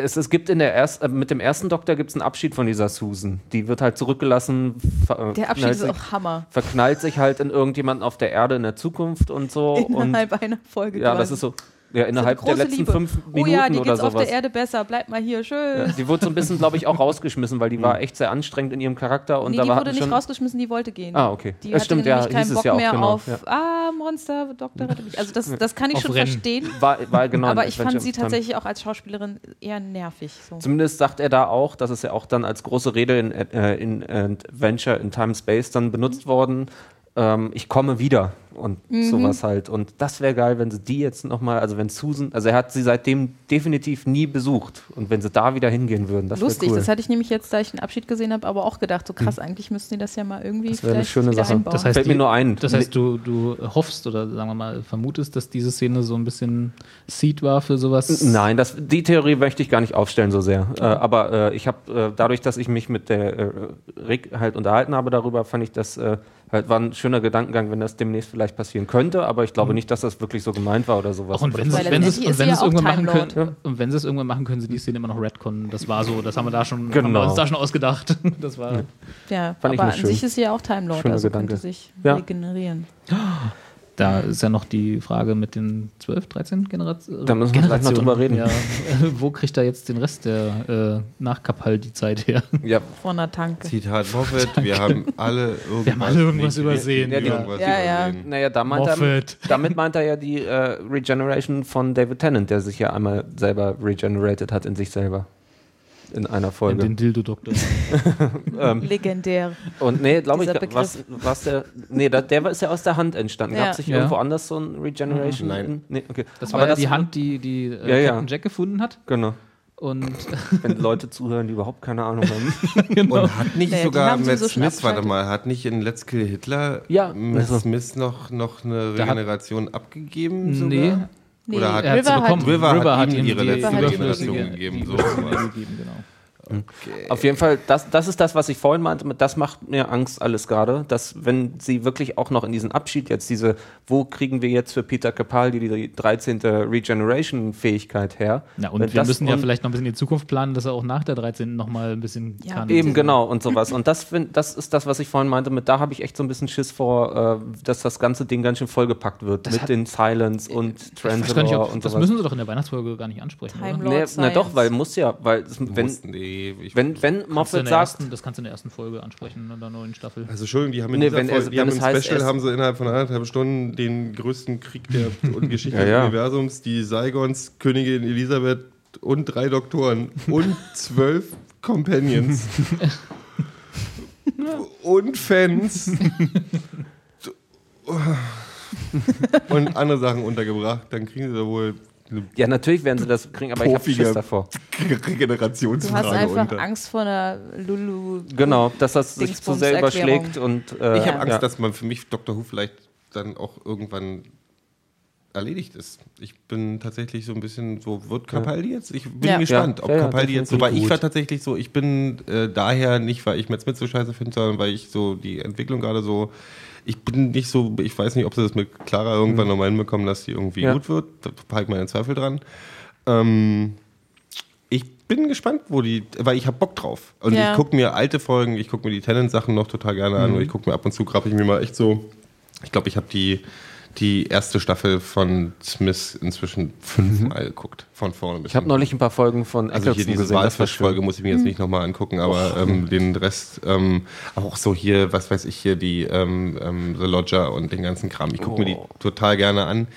Speaker 4: es, es gibt in der erst, äh, mit dem ersten Doktor gibt es einen Abschied von dieser Susan. Die wird halt zurückgelassen. ver-
Speaker 1: der Abschied
Speaker 4: knallt
Speaker 1: ist
Speaker 4: sich-
Speaker 1: auch Hammer.
Speaker 4: verknallt sich halt in irgendjemanden auf der Erde in der Zukunft und so. Oh, und
Speaker 1: Innerhalb einer Folge.
Speaker 4: ja, das
Speaker 1: quasi.
Speaker 4: ist so.
Speaker 1: Das
Speaker 4: Ja,
Speaker 1: ist eine
Speaker 4: innerhalb der
Speaker 1: große
Speaker 4: letzten
Speaker 1: Liebe.
Speaker 4: fünf Minuten
Speaker 1: oh ja, die
Speaker 4: oder
Speaker 1: geht's auf der
Speaker 4: sowas.
Speaker 1: Erde besser, bleib mal hier, schön.
Speaker 4: Ja, die wurde so ein bisschen, glaube ich, auch rausgeschmissen, weil die war echt sehr anstrengend in ihrem Charakter und
Speaker 1: Nee,
Speaker 4: da
Speaker 1: die
Speaker 4: war
Speaker 1: wurde
Speaker 4: hatten
Speaker 1: nicht
Speaker 4: schon.
Speaker 1: rausgeschmissen, die wollte gehen.
Speaker 4: Ah, okay.
Speaker 1: Die
Speaker 4: Ja,
Speaker 1: hatte
Speaker 4: stimmt, ja,
Speaker 1: nämlich keinen
Speaker 4: hieß es
Speaker 1: Bock
Speaker 4: ja auch,
Speaker 1: mehr
Speaker 4: genau,
Speaker 1: auf,
Speaker 4: ja.
Speaker 1: ah, Monster, Doktor, rette mich. Also das, das kann ich
Speaker 2: Auf
Speaker 1: schon
Speaker 2: Rennen.
Speaker 1: verstehen,
Speaker 4: War, war genau
Speaker 1: aber
Speaker 4: ein
Speaker 1: ich fand
Speaker 4: Adventure
Speaker 1: sie
Speaker 4: of Time.
Speaker 1: tatsächlich auch als Schauspielerin eher nervig. So.
Speaker 4: Zumindest sagt er da auch, das ist ja auch dann als große Rede in, äh, in Adventure in Time Space dann benutzt
Speaker 1: Mhm.
Speaker 4: worden. Ähm, ich komme wieder und sowas halt. Und das wäre geil, wenn sie die jetzt nochmal, also wenn Susan, also er hat sie seitdem definitiv nie besucht. Und wenn sie da wieder hingehen würden, das wäre
Speaker 1: Lustig,
Speaker 4: cool.
Speaker 1: das hatte ich nämlich jetzt, da ich den Abschied gesehen habe, aber auch gedacht, so krass, eigentlich müssten die das ja mal irgendwie
Speaker 4: wäre eine
Speaker 1: vielleicht
Speaker 4: schöne
Speaker 1: wieder
Speaker 4: Sache.
Speaker 1: einbauen.
Speaker 2: Das heißt,
Speaker 4: Fällt
Speaker 2: die-
Speaker 4: mir nur ein.
Speaker 2: Das heißt, du, du hoffst oder sagen wir mal vermutest, dass diese Szene so ein bisschen Seed war für sowas.
Speaker 4: Nein, das, die Theorie möchte ich gar nicht aufstellen so sehr. Äh, aber äh, ich habe äh, dadurch, dass ich mich mit der äh, Rick halt unterhalten habe darüber, fand ich das äh, halt war ein schöner Gedankengang, wenn das demnächst vielleicht passieren könnte. Aber ich glaube nicht, dass das wirklich so gemeint war oder sowas.
Speaker 2: Ach, und
Speaker 4: Aber
Speaker 2: wenn
Speaker 4: das-
Speaker 2: sie
Speaker 1: Weil
Speaker 2: wenn sie es
Speaker 1: letztendlich
Speaker 2: und
Speaker 1: ist
Speaker 2: wenn
Speaker 1: sie
Speaker 2: sie es
Speaker 1: ja auch
Speaker 2: irgendwann machen
Speaker 1: Time Lord.
Speaker 2: können, und wenn sie es irgendwann machen können, sie die Szene immer noch retconnen. Das war so, das haben wir da schon, haben
Speaker 4: Genau. Hm.
Speaker 2: wir uns da schon ausgedacht. Das war
Speaker 1: ja,
Speaker 4: fand ich
Speaker 1: aber an
Speaker 4: nicht schön.
Speaker 1: sich ist sie ja auch Time Lord,
Speaker 4: Schöner
Speaker 1: also
Speaker 4: Gedanke.
Speaker 1: könnte sich
Speaker 4: Ja.
Speaker 1: regenerieren.
Speaker 2: Da ist ja noch die Frage mit den 12, 13 Generationen.
Speaker 4: Da müssen wir gleich noch drüber reden.
Speaker 2: Ja. Äh, Wo kriegt er jetzt den Rest der äh, Nachkapal die Zeit her?
Speaker 4: ja,
Speaker 1: Vor einer Tanke.
Speaker 3: Zitat Moffat, wir haben alle irgendwas,
Speaker 2: Wir haben alle irgendwas
Speaker 3: nicht-
Speaker 2: übersehen.
Speaker 4: Ja, die-
Speaker 3: irgendwas
Speaker 1: Ja, ja.
Speaker 3: übersehen.
Speaker 4: naja, da meint er,
Speaker 2: Moffat.
Speaker 4: damit meint er ja die äh, Regeneration von David Tennant, der sich ja einmal selber regenerated hat in sich selber. In einer Folge.
Speaker 2: Den Dildo-Doktor.
Speaker 1: Legendär.
Speaker 4: Und nee, glaube ich,
Speaker 1: Dieser Begriff.
Speaker 4: was, was der. Nee, da, der war- ist ja aus der Hand entstanden.
Speaker 1: Ja.
Speaker 4: Gab es nicht
Speaker 2: Ja. Hm.
Speaker 4: irgendwo anders so ein Regeneration?
Speaker 3: Nein.
Speaker 4: Nee, okay.
Speaker 2: Das war
Speaker 4: Aber
Speaker 2: ja
Speaker 4: das,
Speaker 2: die Hand, die, die äh,
Speaker 4: Ja, ja.
Speaker 2: Captain Jack gefunden hat.
Speaker 4: Genau.
Speaker 2: Und
Speaker 4: Wenn Leute zuhören, die überhaupt keine Ahnung haben.
Speaker 2: genau.
Speaker 3: Hat nicht
Speaker 1: Naja, die
Speaker 3: sogar
Speaker 1: haben
Speaker 3: Matt
Speaker 1: sowieso schon
Speaker 3: Smith, warte
Speaker 1: abgeschaltet.
Speaker 3: mal, hat nicht in Let's Kill Hitler
Speaker 4: Ja,
Speaker 3: Matt
Speaker 4: also-
Speaker 3: Smith noch, noch eine
Speaker 2: Da hat-
Speaker 3: Regeneration abgegeben? Sogar?
Speaker 2: Nee.
Speaker 1: Nee.
Speaker 3: Oder hat-
Speaker 2: er hat sie
Speaker 1: River hat-
Speaker 2: bekommen.
Speaker 3: River hat ihm ihre
Speaker 2: die-
Speaker 3: letzte
Speaker 2: die
Speaker 3: Regeneration
Speaker 2: Flüssige-
Speaker 3: gegeben,
Speaker 2: die
Speaker 3: so
Speaker 2: Flüssige
Speaker 3: was.
Speaker 2: gegeben, genau.
Speaker 4: Auf jeden Fall, das, das ist das, was ich vorhin meinte. mit Das macht mir Angst alles gerade, dass wenn sie wirklich auch noch in diesen Abschied jetzt diese, wo kriegen wir jetzt für Peter Capaldi die 13. Regeneration-Fähigkeit her?
Speaker 2: Na, und
Speaker 4: Wenn
Speaker 2: wir
Speaker 4: das-
Speaker 2: müssen ja
Speaker 4: und-
Speaker 2: vielleicht noch ein bisschen die Zukunft planen, dass er auch nach der 13. nochmal ein bisschen
Speaker 1: Ja.
Speaker 2: kann.
Speaker 4: Eben genau und sowas. Und das, find, das ist das, was ich vorhin meinte. Mit da habe ich echt so ein bisschen Schiss vor, äh, dass das ganze Ding ganz schön vollgepackt wird mit
Speaker 2: hat-
Speaker 4: den Silence und
Speaker 2: Ich weiß gar nicht,
Speaker 4: Transfer
Speaker 2: ob,
Speaker 4: und
Speaker 2: das
Speaker 4: sowas.
Speaker 2: müssen sie doch in der Weihnachtsfolge gar nicht ansprechen.
Speaker 1: Time
Speaker 2: Oder?
Speaker 1: Lord
Speaker 4: Nee, na
Speaker 1: Science.
Speaker 4: doch, weil muss ja, weil es, wenn,
Speaker 3: Mussten die- ich-
Speaker 4: wenn, wenn
Speaker 2: Kannst du in
Speaker 4: Moffat
Speaker 2: der
Speaker 4: sagt,
Speaker 2: ersten, das kannst du in der ersten Folge ansprechen, in der neuen Staffel.
Speaker 3: also Entschuldigung, die haben in
Speaker 4: Nee,
Speaker 3: dieser
Speaker 4: wenn er-
Speaker 3: Folge, die
Speaker 4: wenn
Speaker 3: haben
Speaker 4: es
Speaker 3: im
Speaker 4: heißt,
Speaker 3: Special
Speaker 4: es-
Speaker 3: haben sie innerhalb von anderthalb Stunden den größten Krieg der Geschichte
Speaker 4: Ja, ja.
Speaker 3: des Universums, die Saigons, Königin Elisabeth und drei Doktoren und zwölf Companions und Fans und andere Sachen untergebracht, dann kriegen sie da wohl eine
Speaker 4: ja natürlich werden sie das kriegen, aber ich
Speaker 3: Profiger.
Speaker 4: habe Schiss davor.
Speaker 1: Du hast
Speaker 3: Regenerationsfrage
Speaker 1: einfach
Speaker 3: unter.
Speaker 1: Angst vor einer Lulu.
Speaker 4: Genau, dass das sich zu
Speaker 1: Dingsbums
Speaker 4: sehr
Speaker 1: Erklärung.
Speaker 4: überschlägt und äh,
Speaker 3: Ich
Speaker 4: ja.
Speaker 3: habe Angst, dass man für mich Dr. Who vielleicht dann auch irgendwann erledigt ist. Ich bin tatsächlich so ein bisschen so, wird Capaldi jetzt? Ich bin
Speaker 1: Ja.
Speaker 3: gespannt,
Speaker 4: Ja,
Speaker 3: ob
Speaker 4: ja,
Speaker 3: Capaldi jetzt so,
Speaker 4: definitiv
Speaker 3: weil ich
Speaker 4: gut.
Speaker 3: war tatsächlich so, ich bin äh, daher nicht, weil ich Matt Smith so scheiße finde, sondern weil ich so die Entwicklung gerade so, ich bin nicht so, ich weiß nicht, ob sie das mit Clara irgendwann noch nochmal hinbekommen, dass sie irgendwie
Speaker 4: Mhm. Ja.
Speaker 3: gut wird. Da habe ich meine Zweifel dran. Ähm, ich bin gespannt, wo die, weil ich habe Bock drauf. Und
Speaker 1: Ja.
Speaker 3: ich gucke mir alte Folgen, ich gucke mir die Tenant-Sachen noch total gerne an und ich gucke mir ab und zu, grabe ich mir mal echt so, ich glaube, ich habe die, die erste Staffel von Smith inzwischen fünfmal geguckt, von vorne bis
Speaker 4: Ich habe
Speaker 3: hinten.
Speaker 4: neulich ein paar Folgen von
Speaker 3: Also hier
Speaker 4: Eccleston
Speaker 3: diese
Speaker 4: gesehen. Das war schön. Mhm.
Speaker 3: Walfisch-Folge muss ich mir jetzt nicht nochmal angucken, aber ähm, den Rest, ähm, aber auch so hier, was weiß ich hier, die ähm, ähm, The Lodger und den ganzen Kram. Ich gucke mir die
Speaker 4: Oh.
Speaker 3: total gerne an.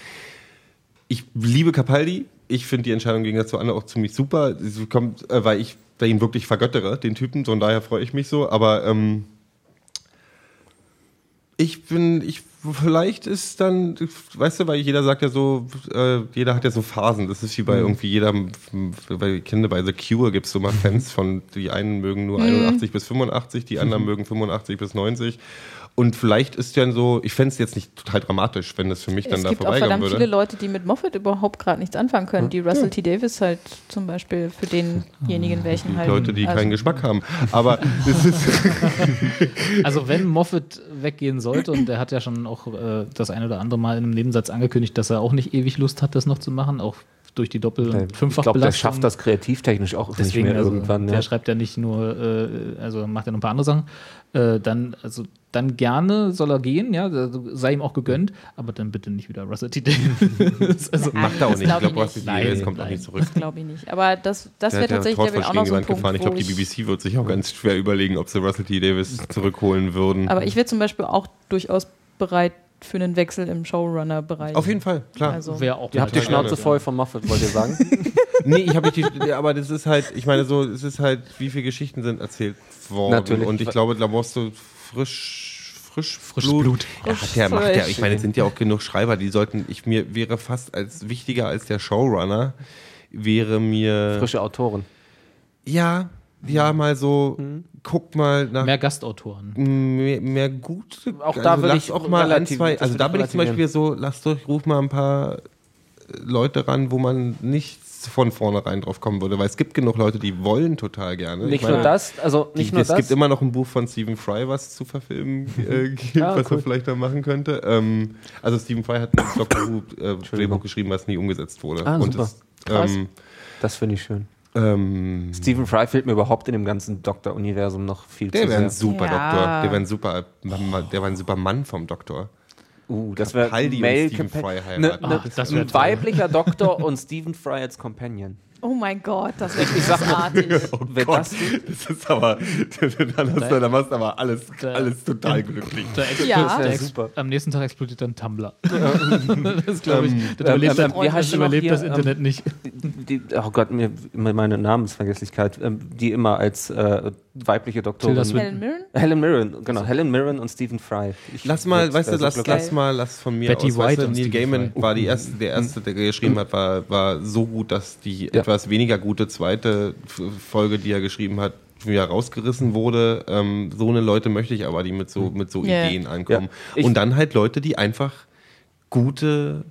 Speaker 3: Ich liebe Capaldi. Ich finde die Entscheidung gegen dazu auch ziemlich super. Sie kommt, äh, weil ich da ihn wirklich vergöttere, den Typen. Von daher freue ich mich so. Aber ähm, ich bin, ich, vielleicht ist dann, weißt du, weil jeder sagt ja so, äh, jeder hat ja so Phasen. Das ist wie
Speaker 1: Mhm.
Speaker 3: bei irgendwie jeder, bei Kinder bei The Cure gibt es so mal Fans von, die einen mögen
Speaker 1: Mhm.
Speaker 3: nur 81 bis 85, die anderen mögen 85 bis 90. Und vielleicht ist dann so, ich fände es jetzt nicht total dramatisch, wenn das für mich dann
Speaker 1: Es
Speaker 3: da
Speaker 1: gibt auch
Speaker 3: vorbeigehen
Speaker 1: verdammt
Speaker 3: würde.
Speaker 1: viele Leute, die mit Moffat überhaupt gerade nichts anfangen können.
Speaker 4: Hm.
Speaker 1: Die Russell T. Davis halt zum Beispiel, für denjenigen, welchen halt.
Speaker 3: Leute, Hm. die
Speaker 1: also-
Speaker 3: keinen Geschmack haben. Aber das ist,
Speaker 2: Also wenn Moffat weggehen sollte, und er hat ja schon auch äh, das ein oder andere Mal in einem Nebensatz angekündigt, dass er auch nicht ewig Lust hat, das noch zu machen, auch durch die Doppel- und
Speaker 4: Ich glaube,
Speaker 2: Fünffachbelastung.
Speaker 4: der schafft das kreativtechnisch auch
Speaker 2: Deswegen,
Speaker 4: nicht mehr
Speaker 2: also,
Speaker 4: irgendwann.
Speaker 2: der
Speaker 4: Ja.
Speaker 2: schreibt ja nicht nur, äh, also macht ja noch ein paar andere Sachen. Äh, dann, also dann gerne soll er gehen, ja, also sei ihm auch gegönnt, aber dann bitte nicht wieder Russell T. Davis. also,
Speaker 3: macht er auch nicht. Ich
Speaker 1: glaub ich
Speaker 3: glaube, Rusty
Speaker 1: nicht.
Speaker 3: Nein,
Speaker 2: Nein,
Speaker 3: kommt auch
Speaker 2: nein.
Speaker 3: nicht zurück.
Speaker 1: Glaube ich nicht. Aber das, das wäre
Speaker 3: hat ja
Speaker 1: tatsächlich
Speaker 3: Torfrosch
Speaker 1: der auch noch
Speaker 3: gegen
Speaker 1: so ein
Speaker 3: die Wand gefahren.
Speaker 1: Punkt,
Speaker 3: Ich glaube,
Speaker 1: wo
Speaker 3: die BBC wird sich auch ganz schwer überlegen, ob sie Russell T. Davis zurückholen würden.
Speaker 1: Aber ich wäre zum Beispiel auch durchaus bereit für einen Wechsel im Showrunner-Bereich.
Speaker 3: Auf jeden Fall, klar.
Speaker 1: Also,
Speaker 2: Wäre auch
Speaker 4: Ihr habt die
Speaker 2: total
Speaker 4: Schnauze
Speaker 2: gerne.
Speaker 4: voll von Moffat, wollt ihr sagen?
Speaker 3: nee, ich habe nicht die, aber das ist halt, ich meine so, es ist halt, wie viele Geschichten sind erzählt worden.
Speaker 4: Natürlich.
Speaker 3: Und ich glaube, da brauchst du frisch, frisch
Speaker 2: Frisches Blut.
Speaker 3: Er hat ja, macht ja,
Speaker 1: Frisch.
Speaker 3: ich meine, es sind ja auch genug Schreiber, die sollten, ich mir wäre fast als wichtiger als der Showrunner, wäre mir,
Speaker 4: Frische Autoren.
Speaker 3: ja, ja, mal so,
Speaker 1: Hm.
Speaker 3: guck mal nach
Speaker 2: Mehr Gastautoren.
Speaker 3: mehr, mehr gute. also
Speaker 4: Auch da will
Speaker 3: lass
Speaker 4: ich
Speaker 3: auch mal ein,
Speaker 4: relativ-
Speaker 3: zwei.
Speaker 4: das
Speaker 3: Also
Speaker 4: will
Speaker 3: da
Speaker 4: ich
Speaker 3: bin ich zum Beispiel so, lasst euch, ruf mal ein paar äh, Leute ran, wo man nicht von vornherein drauf kommen würde, weil es gibt genug Leute, die wollen total gerne. Ich
Speaker 4: Nicht
Speaker 3: meine,
Speaker 4: nur das, also
Speaker 3: die-
Speaker 4: nicht nur
Speaker 3: Es gibt
Speaker 4: das.
Speaker 3: immer noch ein Buch von Stephen Fry, was zu verfilmen äh, gibt,
Speaker 4: Ah,
Speaker 3: was
Speaker 4: cool.
Speaker 3: man vielleicht da machen könnte. Ähm, also Stephen Fry hat ein Doctor Who äh, Drehbuch geschrieben, was nie umgesetzt wurde.
Speaker 4: Ah,
Speaker 3: Und
Speaker 4: super.
Speaker 3: es,
Speaker 4: Krass.
Speaker 3: ähm,
Speaker 4: Das finde ich schön.
Speaker 3: ähm,
Speaker 4: Stephen Fry fehlt mir überhaupt in dem ganzen Doktor-Universum noch viel
Speaker 3: der
Speaker 4: zu
Speaker 3: wäre ein
Speaker 4: sehr.
Speaker 3: super
Speaker 1: Ja.
Speaker 3: Doktor. Der wäre ein super, der war ein super Mann vom Doktor.
Speaker 4: Uh, das wäre
Speaker 3: Capaldi und
Speaker 4: Male
Speaker 3: Stephen Fry
Speaker 4: Compa-
Speaker 3: heiraten.
Speaker 4: ne, ne,
Speaker 2: Ach, das wär
Speaker 4: ein
Speaker 2: toll.
Speaker 4: weiblicher Doktor und Stephen Fry als Companion.
Speaker 1: oh mein Gott, das wäre großartig.
Speaker 3: Oh
Speaker 4: Wer das
Speaker 3: Das ist aber, dann hast du, dann machst du aber alles,
Speaker 2: Da-
Speaker 3: alles total glücklich.
Speaker 2: Da explodiert-
Speaker 1: Ja.
Speaker 2: der
Speaker 4: Das wär
Speaker 2: ex-
Speaker 4: super.
Speaker 2: Am nächsten Tag explodiert dann Tumblr. das glaube ich. Das
Speaker 4: ähm,
Speaker 2: überlebt,
Speaker 4: ähm,
Speaker 2: das
Speaker 4: wie heißt sie noch
Speaker 2: überlebt
Speaker 4: hier?
Speaker 2: das Internet nicht.
Speaker 4: die, oh Gott, mir immer meine Namensvergesslichkeit, ähm, die immer als äh, weibliche
Speaker 2: Tilda
Speaker 4: Doktorin.
Speaker 2: Swinton.
Speaker 1: Helen Mirren?
Speaker 4: Helen Mirren, genau, Helen Mirren und Stephen Fry. Ich
Speaker 3: Lass mal,
Speaker 4: würd-
Speaker 3: weißt du,
Speaker 4: wär äh, so
Speaker 3: lass,
Speaker 4: glücklich.
Speaker 3: lass mal, lass von mir
Speaker 2: Betty
Speaker 3: aus. weißt
Speaker 2: White
Speaker 3: du,
Speaker 2: und
Speaker 3: Neil
Speaker 2: Stephen
Speaker 3: Gaiman
Speaker 2: Fry.
Speaker 3: war die erste, der erste, der geschrieben hat, war, war so gut, dass die
Speaker 4: Ja.
Speaker 3: etwas weniger gute zweite F- Folge, die er geschrieben hat, wieder rausgerissen wurde. Ähm, so eine Leute möchte ich aber, die mit so, mit so
Speaker 1: Ja.
Speaker 3: Ideen ankommen.
Speaker 4: Ja. Ich-
Speaker 3: Und dann halt Leute, die einfach gute,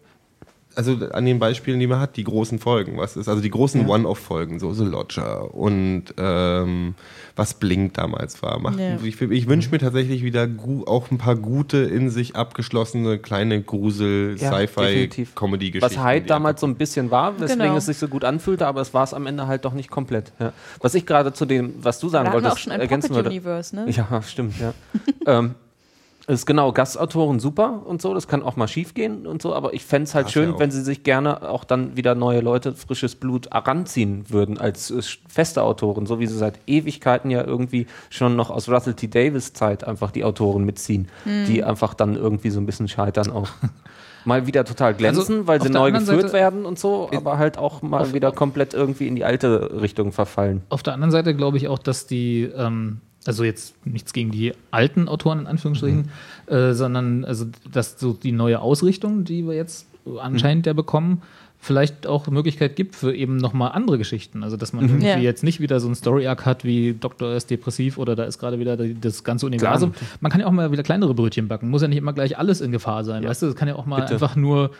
Speaker 3: also an den Beispielen, die man hat, die großen Folgen, was ist, also die großen One-Off-Folgen, so The Lodger und ähm, was Blink damals war. Macht,
Speaker 1: Ja.
Speaker 3: Ich, ich wünsche mir tatsächlich wieder gu, auch ein paar gute, in sich abgeschlossene, kleine
Speaker 4: Ja, definitiv.
Speaker 3: Grusel-Sci-Fi-Comedy-Geschichten.
Speaker 4: Was Hyde
Speaker 3: die
Speaker 4: damals so ein bisschen war, weswegen
Speaker 1: Genau.
Speaker 4: es sich so gut anfühlte, aber es war es am Ende halt doch nicht komplett. Ja. Was ich gerade zu dem, was du sagen
Speaker 1: Da hatten wir
Speaker 4: wolltest,
Speaker 1: auch schon ein
Speaker 4: ergänzen würde.
Speaker 1: Pocket-Universe, ne?
Speaker 4: Ja, stimmt, ja. ähm, ist genau, Gastautoren super und so, das kann auch mal schief gehen und so, aber ich fände es halt
Speaker 3: Darf ja
Speaker 4: schön,
Speaker 3: auch.
Speaker 4: wenn sie sich gerne auch dann wieder neue Leute, frisches Blut ranziehen würden als äh, feste Autoren, so wie sie seit Ewigkeiten ja irgendwie schon noch aus Russell T. Davis Zeit einfach die Autoren mitziehen, die einfach dann irgendwie so ein bisschen scheitern auch. Mal wieder total glänzen,
Speaker 2: Also,
Speaker 4: weil
Speaker 2: auf
Speaker 4: sie
Speaker 2: der
Speaker 4: neu
Speaker 2: anderen
Speaker 4: geführt
Speaker 2: Seite-
Speaker 4: werden und so, aber halt auch mal wieder komplett irgendwie in die alte Richtung verfallen.
Speaker 2: Auf der anderen Seite glaube ich auch, dass die, ähm, also jetzt nichts gegen die alten Autoren in Anführungsstrichen,
Speaker 4: Mhm.
Speaker 2: äh, sondern also dass so die neue Ausrichtung, die wir jetzt anscheinend
Speaker 4: Mhm.
Speaker 2: ja bekommen, vielleicht auch Möglichkeit gibt für eben nochmal andere Geschichten. Also dass man
Speaker 4: Mhm.
Speaker 2: irgendwie
Speaker 1: Ja.
Speaker 2: jetzt nicht wieder so einen Story-Arc hat wie Doktor ist depressiv oder da ist gerade wieder die- das ganze Universum. Man kann ja auch mal wieder kleinere Brötchen backen. Muss ja nicht immer gleich alles in Gefahr sein, weißt du? Das kann ja auch mal einfach nur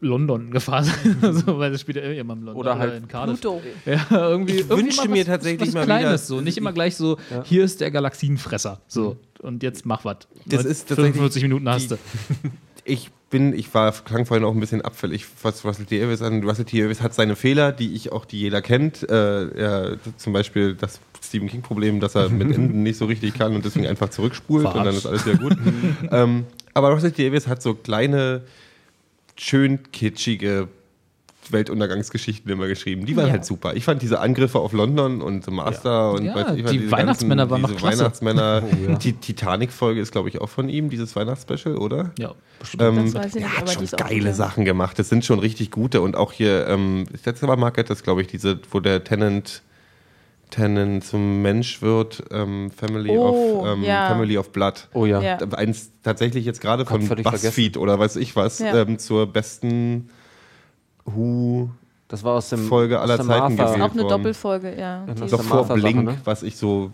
Speaker 2: London in Gefahr sein. so, weil das spielt ja eh immer in London
Speaker 4: Mhm. Oder halt
Speaker 2: in Cardiff.
Speaker 1: Pluto.
Speaker 2: Ja, irgendwie.
Speaker 3: Ich
Speaker 2: irgendwie
Speaker 3: wünsche
Speaker 2: mal
Speaker 3: mir tatsächlich
Speaker 2: was
Speaker 3: mal
Speaker 2: Kleines,
Speaker 3: wieder-
Speaker 2: so. Nicht immer gleich so, hier ist der Galaxienfresser. So, und jetzt mach was.
Speaker 3: Mhm. Das ist tatsächlich
Speaker 2: 45 Minuten
Speaker 3: die-
Speaker 2: hast du.
Speaker 3: ich bin, ich war, klang vorhin auch ein bisschen abfällig, was Russell T. Davis an. Russell T. Davis hat seine Fehler, die ich auch, die jeder kennt. Äh, ja, zum Beispiel das Stephen King-Problem, dass er mit Enden nicht so richtig kann und deswegen einfach zurückspult und dann
Speaker 2: Verarscht.
Speaker 3: ist alles wieder gut. ähm, aber Russell T. Davis hat so kleine, schön kitschige Weltuntergangsgeschichten immer geschrieben. Die waren
Speaker 1: Ja.
Speaker 3: halt super. Ich fand diese Angriffe auf London und The Master und
Speaker 2: Ja,
Speaker 3: weiß ich, was,
Speaker 2: die
Speaker 3: diese
Speaker 2: Weihnachtsmänner waren noch
Speaker 3: diese
Speaker 2: klasse. Oh,
Speaker 3: Weihnachtsmänner. Die Titanic-Folge ist, glaube ich, auch von ihm, dieses Weihnachtsspecial, oder?
Speaker 2: Ja.
Speaker 3: Ähm,
Speaker 1: Das weiß ich
Speaker 3: er
Speaker 1: nicht,
Speaker 3: hat
Speaker 1: aber die
Speaker 3: schon
Speaker 1: ist auch
Speaker 3: geile
Speaker 1: gut.
Speaker 3: Sachen gemacht. Das sind schon richtig gute. Und auch hier, ähm, das letzte Mal Market, das glaube ich, diese, wo der Tenant, Tenant zum Mensch wird, ähm, Family,
Speaker 1: Oh,
Speaker 3: of, ähm,
Speaker 1: ja.
Speaker 3: Family of Blood.
Speaker 4: Oh ja.
Speaker 1: Ja.
Speaker 3: Eins tatsächlich jetzt gerade von
Speaker 4: Gott, völlig
Speaker 3: BuzzFeed
Speaker 4: vergessen.
Speaker 3: oder weiß ich was,
Speaker 1: Ja.
Speaker 3: ähm, zur besten Who
Speaker 4: Das war aus dem
Speaker 3: Folge aller
Speaker 4: aus der
Speaker 3: Zeiten
Speaker 4: Martha-
Speaker 3: gewählt.
Speaker 1: Auch eine
Speaker 3: worden.
Speaker 1: Doppelfolge, ja.
Speaker 4: Ja,
Speaker 1: Die
Speaker 4: das
Speaker 1: ist-
Speaker 3: noch
Speaker 4: der
Speaker 3: vor
Speaker 4: Martha-Sache,
Speaker 3: Blink,
Speaker 4: ne?
Speaker 3: was ich so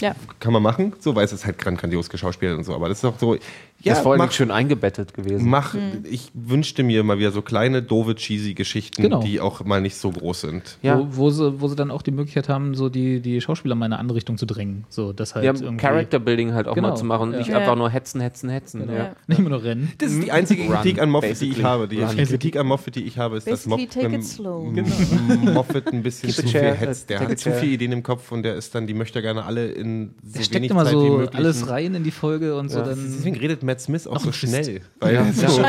Speaker 1: ja.
Speaker 3: kann man machen, so weil es ist halt gran- grandios geschauspielert und so, aber das ist auch so, ja,
Speaker 4: das ist vor allem
Speaker 3: mach-
Speaker 4: schön eingebettet gewesen.
Speaker 3: Mach,
Speaker 1: Hm.
Speaker 3: ich wünschte mir mal wieder so kleine, doofe, cheesy Geschichten,
Speaker 2: Genau.
Speaker 3: die auch mal nicht so groß sind.
Speaker 4: Ja.
Speaker 2: Wo, wo, sie, wo sie dann auch die Möglichkeit haben, so die, die Schauspieler mal in eine andere Richtung zu drängen. So, das halt
Speaker 4: Ja,
Speaker 2: irgendwie.
Speaker 4: Character Building halt auch
Speaker 2: Genau,
Speaker 4: mal zu machen,
Speaker 2: ja.
Speaker 4: nicht
Speaker 1: Ja.
Speaker 4: einfach nur hetzen, hetzen, hetzen. Genau. Ja.
Speaker 2: Nicht immer nur rennen.
Speaker 3: Das ist die einzige
Speaker 4: Run,
Speaker 3: Kritik an Moffat, die ich
Speaker 4: basically.
Speaker 3: habe. Die
Speaker 4: Run.
Speaker 3: Kritik an Moffat, die ich habe, ist, dass
Speaker 1: Basically
Speaker 3: Moff,
Speaker 1: take
Speaker 3: ähm,
Speaker 1: it slow.
Speaker 3: M- Moffat ein bisschen
Speaker 4: Genau. Keep it
Speaker 3: zu viel
Speaker 4: chair,
Speaker 3: hetzt. Der
Speaker 4: take
Speaker 3: hat
Speaker 4: it
Speaker 3: zu
Speaker 4: chair.
Speaker 3: viele Ideen im Kopf und der ist dann, die möchte gerne alle in so
Speaker 2: Der steckt
Speaker 3: wenig
Speaker 2: immer
Speaker 3: Zeit wie
Speaker 2: so
Speaker 3: möglich. ne?
Speaker 2: alles rein in die Folge und so dann.
Speaker 3: Deswegen redet Matt Smith auch
Speaker 2: ein
Speaker 3: so
Speaker 2: Mist.
Speaker 3: schnell. Weil er so,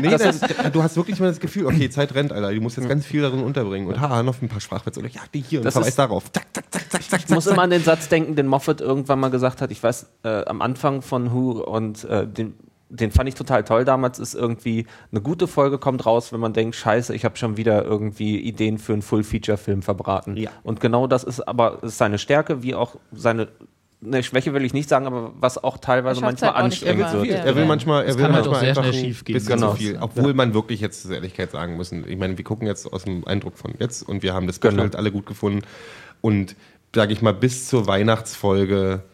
Speaker 3: nee,
Speaker 4: Das
Speaker 3: das, du hast wirklich mal das Gefühl, okay, Zeit rennt, Alter. Du musst jetzt ganz viel darin unterbringen. Und ha, noch ein paar Sprachwitze. Oder ja, die hier und
Speaker 4: Das
Speaker 3: verweis
Speaker 4: ist-
Speaker 3: darauf. Zack, zack, zack, zack, zack,
Speaker 4: Ich muss
Speaker 3: zack.
Speaker 4: immer an den Satz denken, den Moffat irgendwann mal gesagt hat. Ich weiß, äh, am Anfang von Who und äh, den, den fand ich total toll damals, ist irgendwie eine gute Folge kommt raus, wenn man denkt, scheiße, ich habe schon wieder irgendwie Ideen für einen Full-Feature-Film verbraten.
Speaker 3: Ja.
Speaker 4: Und genau das ist aber ist seine Stärke, wie auch seine ne, Schwäche will ich nicht sagen, aber was auch teilweise
Speaker 1: schafft's
Speaker 4: manchmal
Speaker 1: halt auch nicht
Speaker 4: anstrengend
Speaker 1: immer.
Speaker 4: wird.
Speaker 1: Ja.
Speaker 3: Er will manchmal, er
Speaker 2: Das
Speaker 3: will
Speaker 2: kann halt auch
Speaker 3: manchmal
Speaker 2: sehr
Speaker 3: einfach
Speaker 2: schnell
Speaker 3: ein
Speaker 2: schief gehen.
Speaker 3: bisschen
Speaker 4: Genau.
Speaker 3: zu viel. Obwohl man wirklich jetzt zur Ehrlichkeit sagen müssen. Ich meine, wir gucken jetzt aus dem Eindruck von jetzt und wir haben das Special
Speaker 4: Genau.
Speaker 3: alle gut gefunden. Und sage ich mal, bis zur Weihnachtsfolge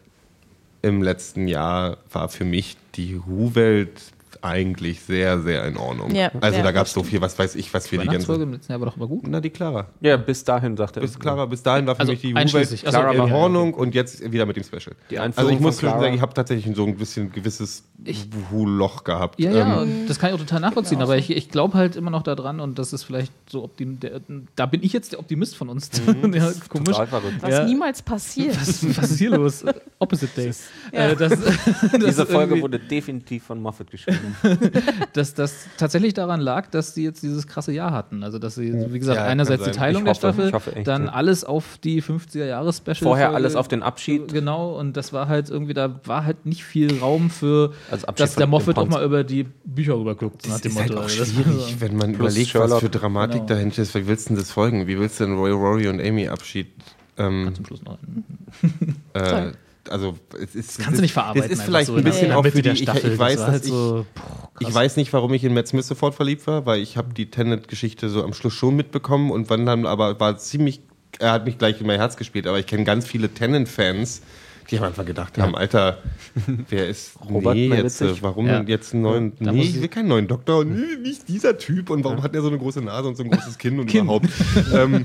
Speaker 3: im letzten Jahr war für mich die Hu-Welt eigentlich sehr, sehr in Ordnung.
Speaker 1: Ja,
Speaker 3: also
Speaker 1: ja,
Speaker 3: da gab es so viel, was weiß ich, was wir die
Speaker 2: Weihnachtsfolge
Speaker 3: ganze...
Speaker 2: im letzten Jahr war doch immer gut.
Speaker 3: Na, die Clara.
Speaker 4: Ja, bis dahin, sagt er.
Speaker 3: Bis Clara, bis dahin war für
Speaker 2: Also
Speaker 3: mich die
Speaker 2: einschließlich.
Speaker 3: Welt
Speaker 2: Achso,
Speaker 3: klar
Speaker 2: ja,
Speaker 3: in
Speaker 2: ja,
Speaker 3: Ordnung und jetzt wieder mit dem Special.
Speaker 4: Die
Speaker 3: also
Speaker 4: Einführung
Speaker 3: ich muss
Speaker 4: von Clara.
Speaker 3: sagen, ich habe tatsächlich so ein bisschen gewisses Loch gehabt.
Speaker 2: Ja, ja,
Speaker 3: Ähm,
Speaker 2: das kann ich auch total nachvollziehen, aber ich, ich glaube halt immer noch daran und das ist vielleicht so optim der, da bin ich jetzt der Optimist von uns.
Speaker 3: Mhm.
Speaker 2: ja, komisch.
Speaker 4: Total verrückt.
Speaker 1: Was
Speaker 2: Ja.
Speaker 1: niemals passiert.
Speaker 2: Was, was ist hier los? Opposite Days. Äh, das,
Speaker 4: Diese Folge
Speaker 2: irgendwie-
Speaker 4: wurde definitiv von Moffat geschrieben.
Speaker 2: dass das tatsächlich daran lag, dass sie jetzt dieses krasse Jahr hatten. Also, dass sie, wie gesagt,
Speaker 3: Ja, kann
Speaker 2: einerseits die
Speaker 3: sein.
Speaker 2: Teilung
Speaker 4: Ich
Speaker 2: der
Speaker 4: hoffe,
Speaker 2: Staffel,
Speaker 4: ich hoffe echt,
Speaker 2: dann
Speaker 4: ja.
Speaker 2: alles auf die 50er-Jahres-Special.
Speaker 4: Vorher alles auf den Abschied.
Speaker 2: Genau, und das war halt irgendwie, da war halt nicht viel Raum für,
Speaker 4: Als Abschied
Speaker 2: dass der
Speaker 4: von
Speaker 2: Moffat
Speaker 4: dem
Speaker 2: auch
Speaker 4: Ponz.
Speaker 2: mal über die Bücher rüberguckt. nach
Speaker 3: Das
Speaker 2: dem
Speaker 3: ist
Speaker 2: Motto.
Speaker 3: halt auch
Speaker 2: Also, das-
Speaker 3: schwierig, wenn man
Speaker 4: Plus
Speaker 3: überlegt, was
Speaker 4: Sherlock.
Speaker 3: für Dramatik
Speaker 2: Genau.
Speaker 3: dahinter ist. Wie willst du denn das folgen? Wie willst du denn Roy, Rory und Amy Abschied? Ähm,
Speaker 2: Zum Schluss noch. einen.
Speaker 3: äh, also es ist.
Speaker 2: Kannst du nicht verarbeiten.
Speaker 3: Das ist
Speaker 2: einfach
Speaker 3: vielleicht
Speaker 2: so
Speaker 3: ein
Speaker 2: in der-
Speaker 3: bisschen
Speaker 2: in der
Speaker 3: auch
Speaker 2: Mitte
Speaker 3: für die,
Speaker 2: der
Speaker 3: ich,
Speaker 2: Staffel.
Speaker 3: ich weiß,
Speaker 2: das
Speaker 3: dass
Speaker 2: war halt
Speaker 3: ich,
Speaker 2: so, puh,
Speaker 3: ich weiß nicht, warum ich in Matt Smith sofort verliebt war, weil ich habe die Tenet-Geschichte so am Schluss schon mitbekommen und wann dann aber war ziemlich, er hat mich gleich in mein Herz gespielt, aber ich kenne ganz viele Tenet-Fans, die haben einfach gedacht haben, Alter, wer ist
Speaker 4: Robert
Speaker 3: nee, jetzt,
Speaker 4: Malitzig?
Speaker 3: äh, warum
Speaker 2: Ja.
Speaker 3: denn jetzt einen neuen,
Speaker 2: Da
Speaker 3: nee,
Speaker 2: muss
Speaker 3: ich
Speaker 2: ich-
Speaker 3: will keinen neuen Doktor, und nee, nicht dieser Typ und warum hat er so eine große Nase und so ein großes Kinn und überhaupt. ähm,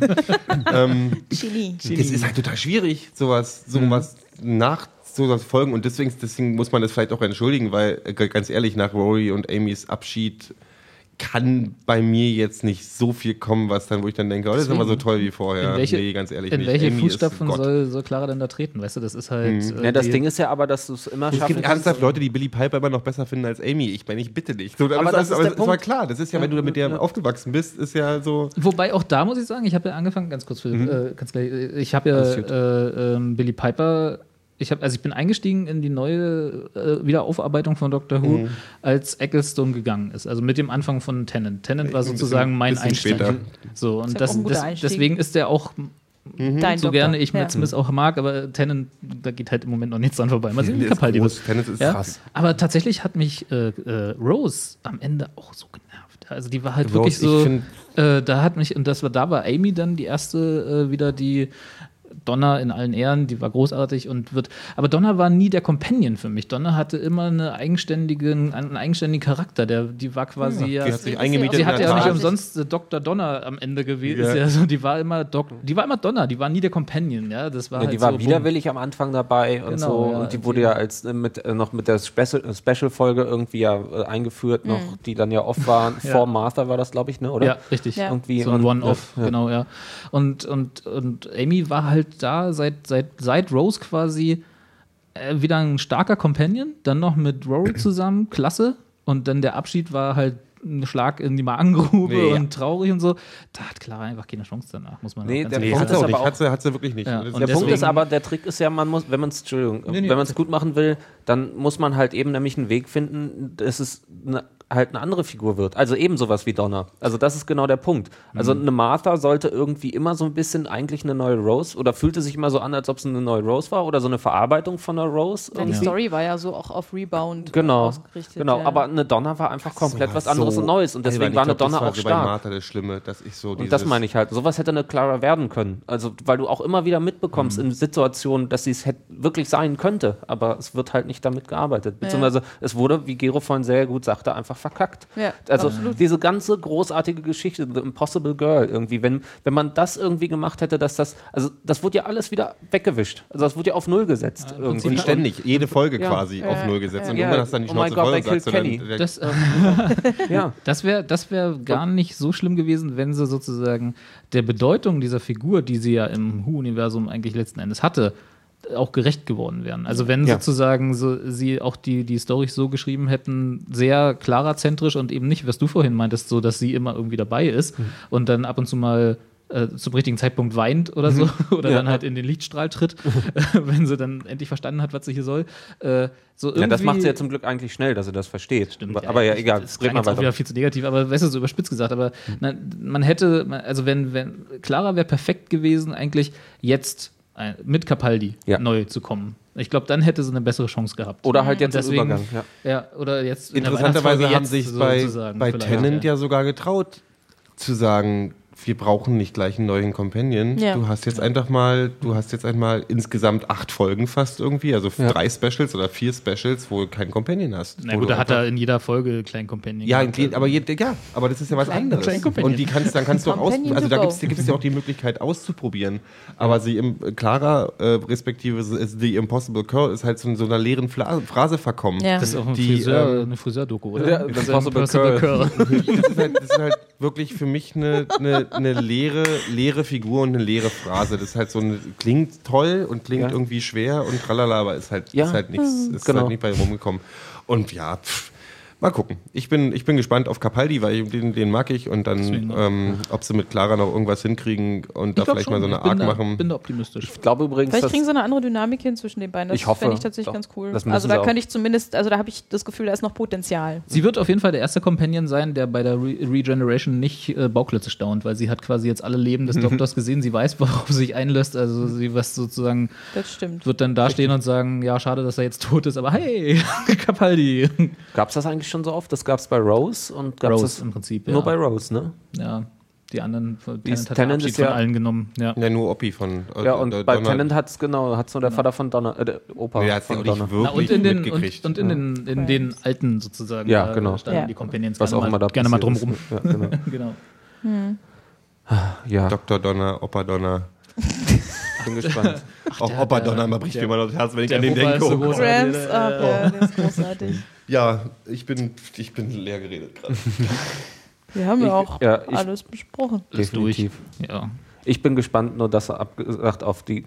Speaker 3: ähm,
Speaker 1: Chili.
Speaker 3: das ist halt total schwierig, sowas, sowas
Speaker 4: Mhm.
Speaker 3: nach sowas folgen und deswegen, deswegen muss man das vielleicht auch entschuldigen, weil äh, g- ganz ehrlich, nach Rory und Amy's Abschied kann bei mir jetzt nicht so viel kommen, was dann, wo ich dann denke, oh, das ist
Speaker 2: Deswegen,
Speaker 3: aber so toll wie vorher.
Speaker 2: in welche,
Speaker 3: nee, ganz ehrlich
Speaker 2: in
Speaker 3: nicht.
Speaker 2: welche
Speaker 3: Amy ist
Speaker 2: Fußstapfen
Speaker 3: Gott. Mhm.
Speaker 2: soll, soll Clara denn da treten? Weißt du, das ist halt. äh,
Speaker 4: Ja, Ne, das
Speaker 2: die-
Speaker 4: Ding ist ja aber, dass du es immer
Speaker 3: Es
Speaker 4: schaffen
Speaker 3: gibt
Speaker 4: kannst.
Speaker 3: ernsthaft Leute, die Billy Piper immer noch besser finden als Amy. Ich meine, ich bitte dich. So,
Speaker 4: Aber das ist der
Speaker 3: es war
Speaker 4: Punkt.
Speaker 3: klar. Das ist ja, wenn du mit der aufgewachsen bist, ist ja so.
Speaker 2: Wobei auch da muss ich sagen, ich habe ja angefangen, ganz kurz, für,
Speaker 3: Mhm.
Speaker 2: äh, ganz gleich, äh, ich habe ja
Speaker 4: gut.
Speaker 2: äh, ähm, Billy Piper, ich habe, also ich bin eingestiegen in die neue äh, Wiederaufarbeitung von Doctor Who,
Speaker 3: Mhm.
Speaker 2: als Ecclestone gegangen ist, also mit dem Anfang von Tennant. Tennant war
Speaker 3: ein bisschen-
Speaker 2: sozusagen mein
Speaker 3: bisschen
Speaker 2: Einstieg.
Speaker 3: später.
Speaker 2: So und
Speaker 1: ja
Speaker 2: das,
Speaker 1: auch ein guter
Speaker 2: das,
Speaker 1: Einstieg.
Speaker 2: deswegen ist der auch
Speaker 1: Dein
Speaker 2: Mhm, so
Speaker 1: Doktor.
Speaker 2: gerne ich mit
Speaker 1: ja.
Speaker 2: Smith auch mag, aber Tennant, da geht halt im Moment noch nichts dran vorbei. Mal sehen, wie
Speaker 3: Tennis ist
Speaker 2: Capaldi
Speaker 3: groß.
Speaker 2: wird.
Speaker 3: Tennis ist
Speaker 2: Ja,
Speaker 3: krass.
Speaker 2: aber tatsächlich hat mich äh, äh, Rose am Ende auch so genervt. Also die war halt
Speaker 3: Rose,
Speaker 2: wirklich
Speaker 3: ich
Speaker 2: so.
Speaker 3: find-
Speaker 2: äh, da hat mich und das war da war Amy dann die erste äh, wieder die Donna in allen Ehren, die war großartig und wird. Aber Donna war nie der Companion für mich. Donna hatte immer eine eigenständige, einen eigenständigen Charakter. Der, die war quasi ja.
Speaker 3: Die hat sich
Speaker 1: ja
Speaker 3: eingemietet.
Speaker 1: auch-
Speaker 2: Sie
Speaker 3: in
Speaker 2: hat
Speaker 3: der
Speaker 2: ja auch nicht
Speaker 3: Tat.
Speaker 2: umsonst äh, Dr. Donna am Ende gewählt.
Speaker 3: Ja.
Speaker 2: Ist ja so, die war immer Doc, die war immer Donna, die war nie der Companion, ja. Das war
Speaker 4: Ja,
Speaker 2: halt
Speaker 4: die war
Speaker 2: so, bumm.
Speaker 4: widerwillig am Anfang dabei und
Speaker 2: Genau,
Speaker 4: so.
Speaker 2: ja,
Speaker 4: und die
Speaker 2: die-
Speaker 4: wurde ja als äh, mit, äh, noch mit der Special- äh, Special-Folge irgendwie ja äh, eingeführt, noch, die dann ja off war. Vor Martha war das, glaube ich, ne? Oder?
Speaker 2: Ja, richtig.
Speaker 1: Ja.
Speaker 4: Irgendwie
Speaker 2: So ein
Speaker 4: und-
Speaker 2: One-Off,
Speaker 4: ja.
Speaker 2: genau, ja. Und, und, und Amy war halt da seit, seit, seit Rose quasi äh, wieder ein starker Companion, dann noch mit Rory zusammen, klasse. Und dann der Abschied war halt ein Schlag in die Magengrube
Speaker 3: Nee, ja.
Speaker 2: und traurig und so. Da hat Clara einfach keine Chance danach, muss man
Speaker 4: Nee,
Speaker 2: ganz
Speaker 4: der
Speaker 2: ehrlich
Speaker 4: Punkt
Speaker 3: Hat
Speaker 4: ist
Speaker 2: sagen.
Speaker 3: sie auch
Speaker 4: aber
Speaker 3: nicht.
Speaker 4: auch-
Speaker 3: Hat sie, hat sie wirklich nicht.
Speaker 2: Ja,
Speaker 3: Das
Speaker 2: und
Speaker 3: der
Speaker 4: Der Punkt ist
Speaker 2: Deswegen-
Speaker 4: aber, der Trick ist ja, man muss, wenn man es, Entschuldigung,
Speaker 2: nee.
Speaker 4: wenn man es gut machen will, dann muss man halt eben nämlich einen Weg finden, dass es ne- halt eine andere Figur wird. Also eben sowas wie Donna. Also das ist genau der Punkt. Also
Speaker 2: Mhm.
Speaker 4: eine Martha sollte irgendwie immer so ein bisschen eigentlich eine neue Rose oder fühlte sich immer so an, als ob es eine neue Rose war oder so eine Verarbeitung von einer Rose.
Speaker 1: Ja, Die
Speaker 4: irgendwie.
Speaker 1: Story war ja so auch auf Rebound
Speaker 4: Genau,
Speaker 1: ausgerichtet.
Speaker 4: genau.
Speaker 1: ja.
Speaker 4: Aber eine Donna war einfach komplett was anderes
Speaker 3: so
Speaker 4: und Neues und deswegen
Speaker 3: albern.
Speaker 4: war
Speaker 3: Ich
Speaker 4: eine
Speaker 3: glaub,
Speaker 4: Donna
Speaker 3: das war
Speaker 4: auch
Speaker 3: so
Speaker 4: stark.
Speaker 3: Bei Martha das Schlimme, dass ich so
Speaker 4: Und das meine ich halt. Sowas hätte eine Clara werden können. Also, weil du auch immer wieder mitbekommst
Speaker 3: Mhm.
Speaker 4: in Situationen, dass sie es hätt- wirklich sein könnte, aber es wird halt nicht damit gearbeitet. Beziehungsweise es wurde, wie Gero vorhin sehr gut sagte, einfach verkackt.
Speaker 1: Ja,
Speaker 4: also diese ganze großartige Geschichte, The Impossible Girl irgendwie, wenn, wenn man das irgendwie gemacht hätte, dass das, also das wurde ja alles wieder weggewischt. Also das wurde ja auf null gesetzt. irgendwie.
Speaker 3: Und
Speaker 4: Und
Speaker 3: ständig, jede Folge quasi
Speaker 1: Ja.
Speaker 3: auf Null gesetzt. Und
Speaker 4: Ja.
Speaker 3: irgendwann hast du dann die
Speaker 4: Oh mein
Speaker 3: Schnauze
Speaker 4: Gott,
Speaker 3: voll
Speaker 4: they
Speaker 3: und sagst
Speaker 4: killed
Speaker 3: du dann,
Speaker 4: Kenny.
Speaker 3: der-
Speaker 2: Das, äh,
Speaker 4: ja.
Speaker 2: Das wäre das wär gar nicht so schlimm gewesen, wenn sie sozusagen der Bedeutung dieser Figur, die sie ja im Who-Universum eigentlich letzten Endes hatte, auch gerecht geworden wären. Also wenn
Speaker 4: Ja.
Speaker 2: sozusagen so, sie auch die, die Storys so geschrieben hätten, sehr Clara-zentrisch und eben nicht, was du vorhin meintest, so dass sie immer irgendwie dabei ist
Speaker 4: Mhm.
Speaker 2: und dann ab und zu mal äh, zum richtigen Zeitpunkt weint
Speaker 4: Mhm.
Speaker 2: oder so oder dann halt in den Lichtstrahl tritt, wenn sie dann endlich verstanden hat, was sie hier soll. Äh, so
Speaker 4: ja, das
Speaker 2: irgendwie-
Speaker 4: macht sie ja zum Glück eigentlich schnell, dass sie das versteht.
Speaker 2: Stimmt,
Speaker 4: aber ja, egal,
Speaker 2: Das
Speaker 4: red
Speaker 2: klang
Speaker 4: mal
Speaker 2: jetzt auch wieder
Speaker 4: weiter.
Speaker 2: viel zu negativ, aber weißt du, so überspitzt gesagt, aber na, man hätte, man- also wenn, wenn Clara wäre perfekt gewesen, eigentlich jetzt ein, mit Capaldi
Speaker 4: Ja.
Speaker 2: neu zu kommen. Ich glaube, dann hätte sie eine bessere Chance gehabt.
Speaker 4: Oder halt jetzt im
Speaker 2: Deswegen-
Speaker 4: Übergang. Ja.
Speaker 2: Ja, oder jetzt in der
Speaker 3: Interessanterweise
Speaker 2: Weihnachtsfolge
Speaker 3: haben
Speaker 2: jetzt
Speaker 3: sich bei,
Speaker 2: sozusagen
Speaker 3: bei
Speaker 2: vielleicht,
Speaker 3: Tennant ja. sogar getraut, zu sagen, wir brauchen nicht gleich einen neuen Companion.
Speaker 1: Ja.
Speaker 3: Du hast jetzt einfach mal, du hast jetzt einmal insgesamt acht Folgen fast irgendwie, also drei Specials oder vier Specials, wo du keinen Companion hast.
Speaker 2: Na
Speaker 3: Wo
Speaker 2: gut,
Speaker 3: du
Speaker 2: da hat
Speaker 3: einfach-
Speaker 2: er in jeder Folge einen kleinen Companion.
Speaker 3: Ja, ein
Speaker 2: gehabt.
Speaker 3: Clean, aber, je, ja, aber das ist ja was anderes.
Speaker 2: kleinen Companion.
Speaker 3: Und die kannst, dann kannst du auch aus,
Speaker 1: Companion to
Speaker 3: also da
Speaker 1: go.
Speaker 3: gibt's gibt's ja auch die Möglichkeit auszuprobieren. Aber sie im Clara äh, respektive ist The Impossible Curl ist halt zu so einer leeren Fla Phrase verkommen.
Speaker 1: Ja.
Speaker 2: Das ist auch ein
Speaker 3: Die,
Speaker 2: Friseur,
Speaker 3: ähm,
Speaker 2: eine Friseurdoku, oder?
Speaker 4: Ja,
Speaker 2: Das ist
Speaker 4: Impossible
Speaker 2: Impossible Curl.
Speaker 3: das, ist halt, das ist halt wirklich für mich eine, eine, eine leere, leere Figur und eine leere Phrase. Das ist halt so eine, klingt toll und klingt
Speaker 4: Ja.
Speaker 3: irgendwie schwer und tralala, aber ist halt,
Speaker 4: Ja,
Speaker 3: ist halt nichts, ist
Speaker 4: genau.
Speaker 3: halt nicht bei rumgekommen. Und ja, pff, Mal gucken. Ich bin, ich bin gespannt auf Capaldi, weil ich, den, den mag ich und dann,
Speaker 2: Deswegen.
Speaker 3: ähm, ob sie mit Clara noch irgendwas hinkriegen und da vielleicht mal so eine
Speaker 2: ich bin
Speaker 3: Arc
Speaker 2: da,
Speaker 3: machen.
Speaker 2: bin da optimistisch.
Speaker 4: Ich glaube übrigens,
Speaker 1: Vielleicht
Speaker 4: dass,
Speaker 1: kriegen sie eine andere Dynamik hin zwischen den beiden. Das
Speaker 4: Ich hoffe,
Speaker 1: fände ich tatsächlich
Speaker 4: doch.
Speaker 1: ganz cool.
Speaker 4: Das müssen
Speaker 1: Also
Speaker 4: sie
Speaker 1: da
Speaker 4: auch.
Speaker 1: könnte ich zumindest, also da habe ich das Gefühl, da ist noch Potenzial.
Speaker 2: Sie wird auf jeden Fall der erste Companion sein, der bei der Re Regeneration nicht äh, Bauklötze staunt, weil sie hat quasi jetzt alle Leben
Speaker 4: Mhm.
Speaker 2: des Doktors gesehen, sie weiß, worauf sie sich einlässt, also sie was sozusagen
Speaker 1: Das stimmt.
Speaker 2: wird dann dastehen und sagen, ja, schade, dass er jetzt tot ist, aber hey, Capaldi.
Speaker 4: gab es das eigentlich schon so oft? Das gab es bei Rose und gab
Speaker 2: Rose
Speaker 4: es
Speaker 2: im Prinzip, ja.
Speaker 4: nur bei Rose, ne?
Speaker 2: ja. Die anderen,
Speaker 4: ist-
Speaker 2: Tennant hat
Speaker 4: Tennant
Speaker 2: Abschied
Speaker 4: ist
Speaker 2: von
Speaker 4: ja-
Speaker 2: allen genommen. Ja.
Speaker 3: Ja, nur Oppi von äh,
Speaker 4: Ja, und
Speaker 3: äh,
Speaker 4: bei
Speaker 3: Donner-
Speaker 4: Tennant hat es genau, hat es nur der Vater von Donner, äh, der Opa
Speaker 3: Nee, der hat's ja
Speaker 4: von
Speaker 3: auch nicht
Speaker 4: Donner.
Speaker 2: Na,
Speaker 3: wirklich
Speaker 2: und in den, und,
Speaker 3: mitgekriegt.
Speaker 2: und in den, in den alten sozusagen.
Speaker 4: Ja,
Speaker 2: da
Speaker 4: genau.
Speaker 2: standen
Speaker 1: Ja.
Speaker 2: Die Companions
Speaker 4: Was
Speaker 2: gerne
Speaker 4: auch
Speaker 2: mal,
Speaker 4: immer da
Speaker 2: gerne mal
Speaker 4: passiert
Speaker 2: drumrum.
Speaker 4: ist. Ja, genau.
Speaker 2: genau.
Speaker 4: ja
Speaker 3: Dr. Donner, Opa Donner.
Speaker 4: bin gespannt.
Speaker 3: auch Opa Donner, man bricht mir mal das Herz, wenn ich an den
Speaker 2: Opa
Speaker 3: denke.
Speaker 2: ist so
Speaker 3: Oh
Speaker 2: groß.
Speaker 3: Gott.
Speaker 1: Rams up, ja, der ist großartig.
Speaker 3: ja, ich bin, ich bin leer geredet gerade.
Speaker 1: Wir haben
Speaker 4: Ich-
Speaker 1: ja auch
Speaker 4: ja, ich-
Speaker 1: alles besprochen.
Speaker 2: Ist durch.
Speaker 4: Definitiv.
Speaker 2: Ja.
Speaker 4: Ich bin gespannt, nur dass er abgesagt auf die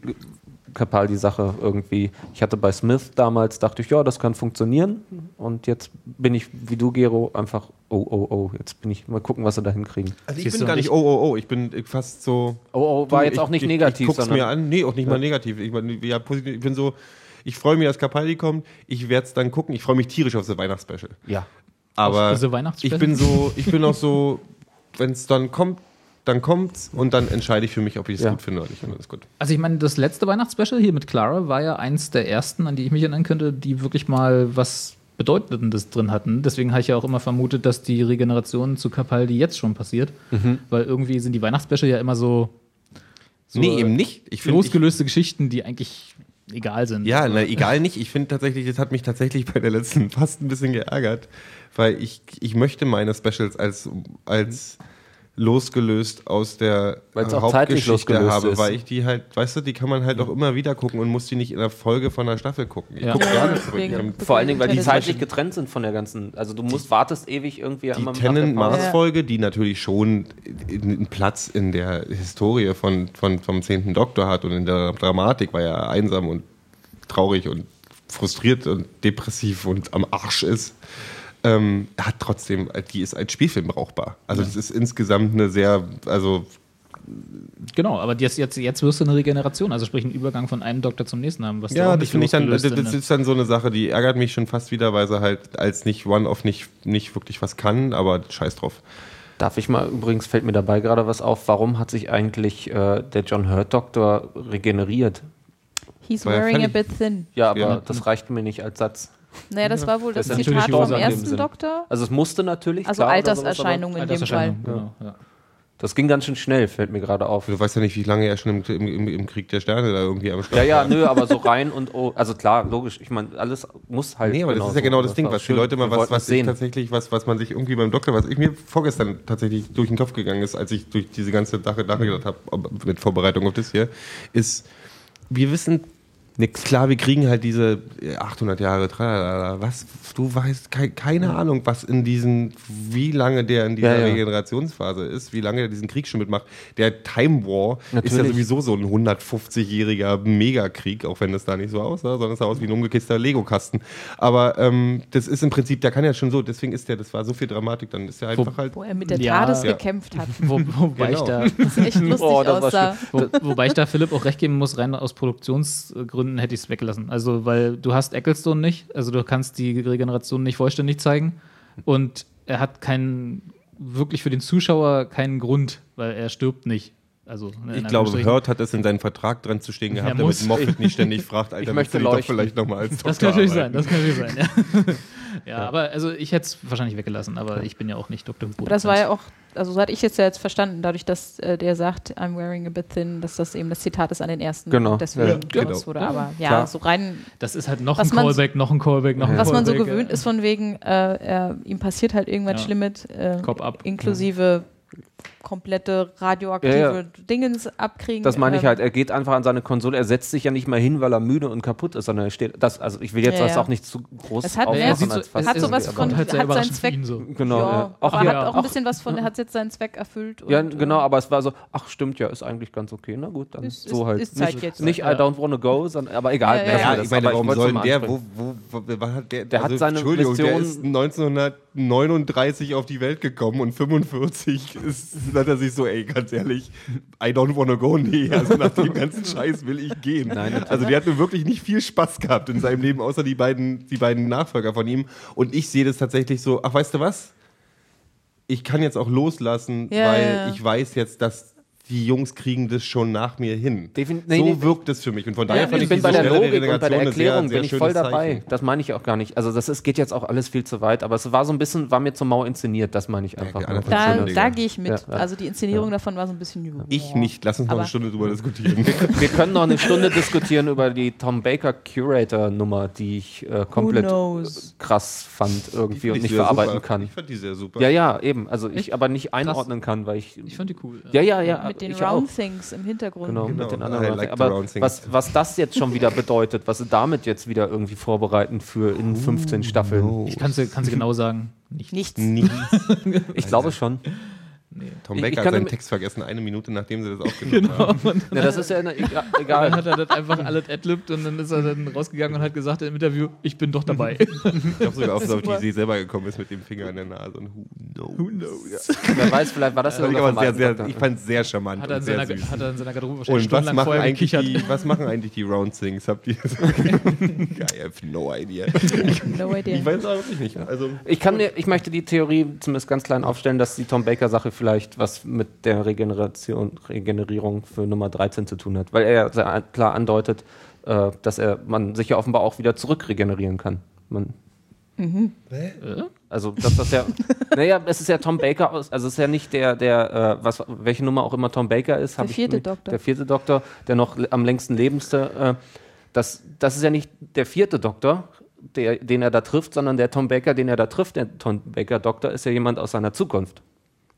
Speaker 4: Capaldi-Sache irgendwie. Ich hatte bei Smith damals, dachte ich, ja, das kann funktionieren. Und jetzt bin ich, wie du, Gero, einfach, oh, oh, oh, jetzt bin ich, mal gucken, was sie da hinkriegen.
Speaker 3: Also ich
Speaker 2: Siehst
Speaker 3: bin
Speaker 2: du,
Speaker 3: gar
Speaker 2: und
Speaker 3: nicht,
Speaker 2: ich-
Speaker 3: oh, oh, oh, ich bin fast so.
Speaker 4: Oh, oh, war jetzt
Speaker 3: ich,
Speaker 4: auch nicht
Speaker 3: ich,
Speaker 4: negativ,
Speaker 3: Ich guck's
Speaker 4: sondern-
Speaker 3: mir an, nee, auch nicht mal negativ. Ich, mein, ja, positiv. ich bin so, ich freue mich, dass Capaldi kommt. Ich werde es dann gucken. Ich freue mich tierisch auf das Weihnachtsspecial.
Speaker 4: Ja.
Speaker 3: Aber
Speaker 2: Auf das Weihnachtsspecial?
Speaker 3: ich bin so, ich bin auch so, wenn es dann kommt, dann kommt's und dann entscheide ich für mich, ob ich es
Speaker 4: Ja.
Speaker 3: gut finde oder nicht. Und dann ist gut.
Speaker 2: Also ich meine, das letzte Weihnachtsspecial hier mit Clara war ja eins der ersten, an die ich mich erinnern könnte, die wirklich mal was Bedeutendes drin hatten. Deswegen habe ich ja auch immer vermutet, dass die Regeneration zu Capaldi jetzt schon passiert.
Speaker 3: Mhm.
Speaker 2: Weil irgendwie sind die Weihnachtsspecial ja immer so, so
Speaker 3: nee, eben nicht. Ich finde, ich-
Speaker 2: losgelöste Geschichten, die eigentlich egal sind.
Speaker 3: Ja, na, egal nicht. Ich finde tatsächlich, das hat mich tatsächlich bei der letzten fast ein bisschen geärgert, weil ich, ich möchte meine Specials als, als losgelöst aus der äh,
Speaker 4: Weil's auch zeitlich
Speaker 3: Hauptgeschichte
Speaker 4: losgelöst
Speaker 3: habe,
Speaker 4: ist.
Speaker 3: weil ich die halt, weißt du, die kann man halt auch immer wieder gucken und muss die nicht in der Folge von der Staffel gucken. Ich
Speaker 2: Ja.
Speaker 3: gucke
Speaker 2: Ja,
Speaker 3: gerne zurück. Ich
Speaker 1: deswegen.
Speaker 3: hab-
Speaker 4: Vor allen Dingen, weil die
Speaker 1: Tennis-
Speaker 4: zeitlich getrennt sind von der ganzen. Also du musst, wartest ewig irgendwie
Speaker 3: Die
Speaker 4: am
Speaker 1: Ja.
Speaker 3: Tennant-Mars-Folge, die natürlich schon einen Platz in der Historie von, von, vom 10. Doktor hat und in der Dramatik, weil er einsam und traurig und frustriert und depressiv und am Arsch ist, ähm, hat trotzdem, die ist als Spielfilm brauchbar. Also das ist insgesamt eine sehr, also
Speaker 2: Genau, aber jetzt, jetzt, jetzt wirst du eine Regeneration, also sprich einen Übergang von einem Doktor zum nächsten haben. Was du auch
Speaker 3: ja, das
Speaker 2: nicht
Speaker 3: finde ich dann, das,
Speaker 2: losgelöst ne?
Speaker 3: das
Speaker 2: in-
Speaker 3: ist dann so eine Sache, die ärgert mich schon fast wieder, weil sie halt als nicht One-Off nicht, nicht wirklich was kann, aber scheiß drauf.
Speaker 4: Darf ich mal, übrigens fällt mir dabei gerade was auf, warum hat sich eigentlich äh, der John Hurt Doktor regeneriert?
Speaker 1: He's
Speaker 3: War ja
Speaker 1: wearing a
Speaker 3: völlig-
Speaker 1: bit thin.
Speaker 4: Ja, aber
Speaker 3: Ja.
Speaker 4: das reicht mir nicht als Satz.
Speaker 1: Naja, das war wohl das,
Speaker 4: Das ist
Speaker 1: Zitat
Speaker 2: natürlich Hose
Speaker 1: vom
Speaker 2: an dem
Speaker 1: ersten
Speaker 4: Sinn.
Speaker 1: Doktor.
Speaker 4: Also es musste natürlich.
Speaker 1: Also
Speaker 4: klar, oder sowas, aber
Speaker 1: Alterserscheinung in dem Fall.
Speaker 2: Alterserscheinung, Genau, ja.
Speaker 4: Das ging ganz schön schnell, fällt mir gerade auf.
Speaker 3: Du weißt ja nicht, wie lange er schon im, im, im Krieg der Sterne da irgendwie am Start
Speaker 4: Ja, ja, nö, aber so rein und oh, also klar, logisch. Ich meine, alles muss halt.
Speaker 3: Nee, aber das ist ja
Speaker 4: so.
Speaker 3: genau das
Speaker 4: war
Speaker 3: Ding, was die
Speaker 4: schön.
Speaker 3: Leute mal
Speaker 4: Wir
Speaker 3: was,
Speaker 4: wollten
Speaker 3: was
Speaker 4: es
Speaker 3: ich
Speaker 4: sehen.
Speaker 3: tatsächlich, was, was man sich irgendwie beim Doktor, was ich mir vorgestern tatsächlich durch den Kopf gegangen ist, als ich durch diese ganze Sache nachgedacht habe, ob- mit Vorbereitung auf das hier, ist, wir wissen nix. Klar, wir kriegen halt diese 800 Jahre, tralala, was, du weißt, kei- keine Ahnung, was in diesen, wie lange der in dieser
Speaker 4: Ja, ja.
Speaker 3: Regenerationsphase ist, wie lange er diesen Krieg schon mitmacht. Der Time War ist ja
Speaker 4: Natürlich.
Speaker 3: sowieso so ein 150-jähriger Megakrieg, auch wenn das da nicht so aussah, sondern es sah aus wie ein umgekister Lego-Kasten. Aber ähm, das ist im Prinzip, der kann ja schon so, deswegen ist der, das war so viel Dramatik, dann ist der einfach halt.
Speaker 1: Wo er mit der
Speaker 2: Ja.
Speaker 1: TARDIS
Speaker 2: Ja.
Speaker 1: gekämpft hat.
Speaker 2: Wo, wobei
Speaker 3: Genau.
Speaker 2: ich da
Speaker 1: Das ist echt lustig
Speaker 4: Oh, das war
Speaker 1: aussah.
Speaker 2: Wo, wobei ich da Philipp auch recht geben muss, rein aus Produktionsgründen hätte ich es weggelassen. Also, weil du hast Ecclestone nicht, also du kannst die Regeneration nicht vollständig zeigen und er hat keinen, wirklich für den Zuschauer keinen Grund, weil er stirbt nicht. Also, ne, in
Speaker 3: Ich glaube,
Speaker 2: Anführungsstrichen.
Speaker 3: Hurt hat es in seinen Vertrag dran zu stehen gehabt, damit
Speaker 2: muss.
Speaker 3: Moffat nicht ständig fragt, Alter,
Speaker 4: möchte
Speaker 3: willst du dich
Speaker 4: leuchten.
Speaker 3: doch vielleicht nochmal als Doktor
Speaker 2: Das kann natürlich sein,
Speaker 3: arbeiten?
Speaker 2: das kann natürlich sein, ja. ja, aber also ich hätte es wahrscheinlich weggelassen, aber ich bin ja auch nicht Dr. Who.
Speaker 1: Aber das war ja auch, also so hatte ich jetzt ja jetzt verstanden, dadurch, dass äh, der sagt, I'm wearing a bit thin, dass das eben das Zitat ist an den ersten.
Speaker 4: Genau.
Speaker 1: Deswegen
Speaker 4: Ja,
Speaker 3: genau.
Speaker 1: genutzt wurde. Aber ja,
Speaker 4: Klar.
Speaker 1: so rein,
Speaker 2: Das ist halt noch ein
Speaker 1: Was man-
Speaker 2: Callback, noch ein Callback, noch ein
Speaker 1: was man so
Speaker 2: Callback.
Speaker 1: gewöhnt ist von wegen, äh, äh, ihm passiert halt irgendwas
Speaker 2: Ja.
Speaker 1: Schlimmes, äh,
Speaker 2: Cop up.
Speaker 1: inklusive komplette radioaktive
Speaker 4: Ja, ja.
Speaker 1: Dingens abkriegen.
Speaker 4: Das meine ich
Speaker 1: ähm,
Speaker 4: halt. Er geht einfach an seine Konsole. Er setzt sich ja nicht mal hin, weil er müde und kaputt ist, sondern er steht. Das, also ich will jetzt
Speaker 1: Ja,
Speaker 4: das
Speaker 1: ja.
Speaker 4: auch nicht zu groß
Speaker 1: Es hat-
Speaker 4: aufmachen
Speaker 1: ja, es sieht
Speaker 2: so-
Speaker 4: als was
Speaker 2: es
Speaker 1: hat
Speaker 4: ist.
Speaker 1: sowas
Speaker 4: Aber-
Speaker 1: von-
Speaker 2: halt sehr
Speaker 1: hat
Speaker 2: überraschend
Speaker 1: seinen Zweck.
Speaker 2: für ihn so.
Speaker 4: Genau.
Speaker 1: ja,
Speaker 4: Ja. Auch,
Speaker 1: aber
Speaker 4: ja,
Speaker 1: hat auch ein
Speaker 4: auch-
Speaker 1: bisschen was von, er hat jetzt seinen Zweck erfüllt.
Speaker 4: ja,
Speaker 1: und, äh,
Speaker 4: genau, aber es war so, ach stimmt, ja, ist eigentlich ganz okay. Na gut, dann
Speaker 1: Ist- ist-
Speaker 4: so halt.
Speaker 1: ist Zeit
Speaker 4: nicht,
Speaker 1: jetzt.
Speaker 4: nicht I don't wanna go, sondern aber egal.
Speaker 1: Ja,
Speaker 4: lassen wir
Speaker 3: Ja,
Speaker 4: das.
Speaker 3: ich meine,
Speaker 4: Aber
Speaker 3: warum
Speaker 4: wollte es
Speaker 3: soll
Speaker 4: mal
Speaker 3: der,
Speaker 4: ansprechen.
Speaker 3: wo, wo, wo, was hat der, also,
Speaker 4: Der hat seine
Speaker 3: Entschuldigung, der
Speaker 4: Mission-
Speaker 3: ist 1939 auf die Welt gekommen und 45 ist, hat er sich so, ey, ganz ehrlich, I don't wanna go, nee, also nach dem ganzen Scheiß will ich gehen. also der hat nur wirklich nicht viel Spaß gehabt in seinem Leben, außer die beiden, die beiden Nachfolger von ihm. Und ich sehe das tatsächlich so, ach, weißt du was? Ich kann jetzt auch loslassen,
Speaker 1: Ja,
Speaker 3: weil
Speaker 1: ja, ja.
Speaker 3: ich weiß jetzt, dass die Jungs kriegen das schon nach mir hin.
Speaker 4: Defin- nee,
Speaker 3: so
Speaker 4: nee,
Speaker 3: wirkt es für mich. Und von daher
Speaker 4: Ja,
Speaker 3: fand
Speaker 4: ich bin
Speaker 3: diese
Speaker 4: bei der
Speaker 3: schnelle
Speaker 4: Logik und bei der
Speaker 3: Relegation ein sehr,
Speaker 4: Erklärung
Speaker 3: sehr
Speaker 4: bin ich
Speaker 3: schönes
Speaker 4: voll dabei.
Speaker 3: Zeichen.
Speaker 4: Das meine ich auch gar nicht. Also das ist, geht jetzt auch alles viel zu weit, aber es war so ein bisschen, war mir zur Mau inszeniert, das meine ich einfach.
Speaker 3: Ja,
Speaker 4: nur.
Speaker 3: einfach
Speaker 1: Da,
Speaker 3: Entschuldigung.
Speaker 1: da gehe ich mit.
Speaker 4: Ja, ja.
Speaker 1: Also die Inszenierung davon war so ein bisschen. ja.
Speaker 3: Ich nicht. Lass uns noch
Speaker 1: Aber-
Speaker 3: eine Stunde drüber diskutieren.
Speaker 4: Wir können noch eine Stunde diskutieren über die Tom Baker Curator Nummer, die ich äh, komplett
Speaker 1: knows?
Speaker 4: krass fand irgendwie
Speaker 3: Die
Speaker 4: und
Speaker 3: fand ich
Speaker 4: nicht
Speaker 3: sehr
Speaker 4: verarbeiten
Speaker 3: super.
Speaker 4: kann.
Speaker 3: Ich fand die sehr super.
Speaker 4: Ja, ja, eben. Also ich
Speaker 2: Echt?
Speaker 4: aber nicht einordnen kann, weil ich.
Speaker 2: Ich fand die cool.
Speaker 4: Ja, ja, ja.
Speaker 1: Mit den
Speaker 4: ich auch.
Speaker 1: Round Things im Hintergrund.
Speaker 4: Genau,
Speaker 3: Genau,
Speaker 4: mit den
Speaker 3: I
Speaker 4: anderen.
Speaker 3: like the
Speaker 4: aber
Speaker 3: round things.
Speaker 4: was, was das jetzt schon wieder bedeutet, was sie damit jetzt wieder irgendwie vorbereiten für in
Speaker 3: Oh,
Speaker 4: 15 Staffeln.
Speaker 2: Ich kann dir kann's dir genau sagen. Nicht.
Speaker 1: Nichts.
Speaker 3: Nie.
Speaker 4: Ich glaube schon.
Speaker 3: Tom
Speaker 4: Ich- ich
Speaker 3: Baker
Speaker 4: kann Genau.
Speaker 3: hat seinen
Speaker 4: damit-
Speaker 3: Text vergessen, eine Minute nachdem sie das aufgenommen haben.
Speaker 4: Ja, das ist ja eine, egal. egal.
Speaker 2: Dann hat er das einfach alles adlibbt und dann ist er dann rausgegangen und hat gesagt im Interview, ich bin doch dabei.
Speaker 3: Ich glaube sogar, auf, auf die Idee selber gekommen ist mit dem Finger in der Nase. Und who knows? Who knows? Ja.
Speaker 4: Wer weiß, vielleicht war das ja
Speaker 3: Fand ich
Speaker 4: sogar vom
Speaker 3: aber sehr,
Speaker 4: alten
Speaker 3: sehr,
Speaker 4: Doktor.
Speaker 3: ich fand es sehr charmant
Speaker 2: Hat er
Speaker 3: und
Speaker 2: in
Speaker 3: sehr
Speaker 2: seiner,
Speaker 3: süß.
Speaker 2: hat er in seiner Garderobe wahrscheinlich
Speaker 3: Und was
Speaker 2: stundenlang
Speaker 3: machen,
Speaker 2: vorher
Speaker 3: eigentlich
Speaker 2: gekichert.
Speaker 3: die, was machen eigentlich die Round Things? Habt ihr das? I have no idea.
Speaker 1: No idea.
Speaker 3: Ich weiß es auch wirklich nicht. Also,
Speaker 4: Ich, kann mir, ich möchte die Theorie zumindest ganz klein aufstellen, dass die Tom Baker-Sache vielleicht was mit der Regeneration, Regenerierung für Nummer 13 zu tun hat, weil er ja sehr klar andeutet, äh, dass er, man sich ja offenbar auch wieder zurückregenerieren kann. Man,
Speaker 1: Mhm.
Speaker 4: also, dass das ja. naja, es ist ja Tom Baker aus. Also, es ist ja nicht der, der, äh, was, welche Nummer auch immer Tom Baker ist. hab
Speaker 1: Der vierte
Speaker 4: ich,
Speaker 1: Doktor.
Speaker 4: Der vierte Doktor, der noch le- am längsten lebendste. Äh, das, das ist ja nicht der vierte Doktor, der, den er da trifft, sondern der Tom Baker, den er da trifft, der Tom Baker Doktor, ist ja jemand aus seiner Zukunft.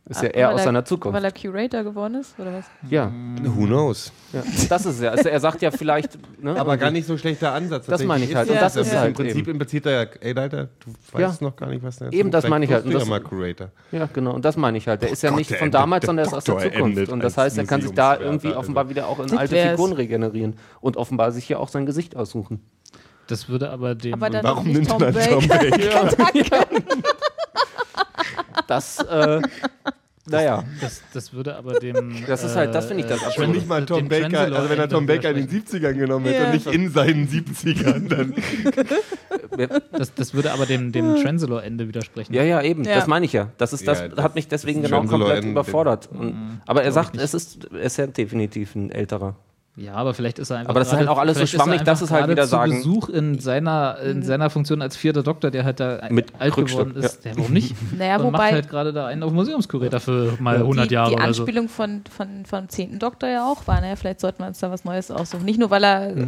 Speaker 4: Ist ja er
Speaker 1: Weil
Speaker 4: aus
Speaker 1: er-
Speaker 4: seiner
Speaker 1: Weil
Speaker 4: Zukunft.
Speaker 1: er Curator geworden ist, oder was?
Speaker 4: Ja,
Speaker 3: who knows?
Speaker 4: ja, das ist ja. Also er sagt ja vielleicht. Ne,
Speaker 3: Aber gar nicht so schlechter Ansatz.
Speaker 4: Das meine ich halt.
Speaker 3: Tatsächlich
Speaker 4: Und das
Speaker 3: es.
Speaker 4: ist
Speaker 3: im
Speaker 4: halt
Speaker 3: Prinzip
Speaker 4: eben.
Speaker 3: impliziert er ja, ey Leiter, du weißt noch gar nicht, was da jetzt
Speaker 4: Eben,
Speaker 3: kommt.
Speaker 4: das
Speaker 3: Vielleicht
Speaker 4: meine ich halt.
Speaker 3: wirst
Speaker 4: Und
Speaker 3: Du ja
Speaker 4: das-
Speaker 3: mal Creator.
Speaker 4: Ja, genau. Und das meine ich halt. Der ist ja
Speaker 3: Gott,
Speaker 4: nicht
Speaker 3: der
Speaker 4: von
Speaker 3: endet-
Speaker 4: damals,
Speaker 3: der
Speaker 4: sondern er ist aus der
Speaker 3: Doktor
Speaker 4: Zukunft.
Speaker 3: endet
Speaker 4: Und das
Speaker 3: als
Speaker 4: heißt, er kann sich da
Speaker 3: Museumswärter,
Speaker 4: irgendwie
Speaker 3: Alter.
Speaker 4: offenbar wieder auch in
Speaker 1: Dick
Speaker 4: alte
Speaker 1: wär's.
Speaker 4: Figuren regenerieren und offenbar sich ja auch sein Gesicht aussuchen.
Speaker 2: Das würde aber dem.
Speaker 1: Aber dann
Speaker 3: Warum
Speaker 1: nicht
Speaker 3: nimmt er
Speaker 1: Tom
Speaker 3: dann Tom
Speaker 1: Baker.
Speaker 3: Baker?
Speaker 4: Das, äh, naja,
Speaker 2: das, das würde aber dem.
Speaker 4: Das ist halt- das finde ich das
Speaker 2: äh,
Speaker 4: absolut.
Speaker 3: Wenn nicht mal Tom
Speaker 2: dem
Speaker 3: Baker,
Speaker 2: Trenzalore
Speaker 3: also wenn er Tom Baker in den
Speaker 2: widersprechen.
Speaker 3: 70ern genommen hätte
Speaker 1: Ja.
Speaker 3: und nicht in seinen 70ern, dann
Speaker 2: Das, das würde aber dem, dem Transalore-Ende widersprechen.
Speaker 4: ja, ja, eben.
Speaker 1: Ja.
Speaker 4: Das meine ich ja. Das ist, das,
Speaker 3: Ja, das
Speaker 4: hat mich deswegen
Speaker 3: ist
Speaker 4: genau
Speaker 3: schon so
Speaker 4: komplett
Speaker 3: ein-
Speaker 4: überfordert.
Speaker 3: Mhm.
Speaker 4: Und, aber er sagt, es ist, er ist ja definitiv ein älterer.
Speaker 2: Ja, aber vielleicht ist er einfach.
Speaker 4: Aber das ist
Speaker 2: gerade-
Speaker 4: halt auch alles so
Speaker 2: vielleicht ist er
Speaker 4: schwammig,
Speaker 2: einfach
Speaker 4: dass es halt
Speaker 2: gerade
Speaker 4: wieder
Speaker 2: zu
Speaker 4: sagen-
Speaker 2: Besuch in seiner,
Speaker 1: Mhm.
Speaker 2: in seiner Funktion als vierter Doktor, der halt da
Speaker 4: Mit
Speaker 2: alt
Speaker 4: Krückstock,
Speaker 2: geworden ist. Ja. warum nicht?
Speaker 1: Naja,
Speaker 2: Und macht
Speaker 1: wobei-
Speaker 2: halt gerade da einen auf Museumskurator für mal 100
Speaker 1: die,
Speaker 2: Jahre
Speaker 1: Die
Speaker 2: oder so.
Speaker 1: Anspielung von, von, vom zehnten Doktor ja auch war. Naja, vielleicht sollten wir uns da was Neues aussuchen. Nicht nur, weil er äh,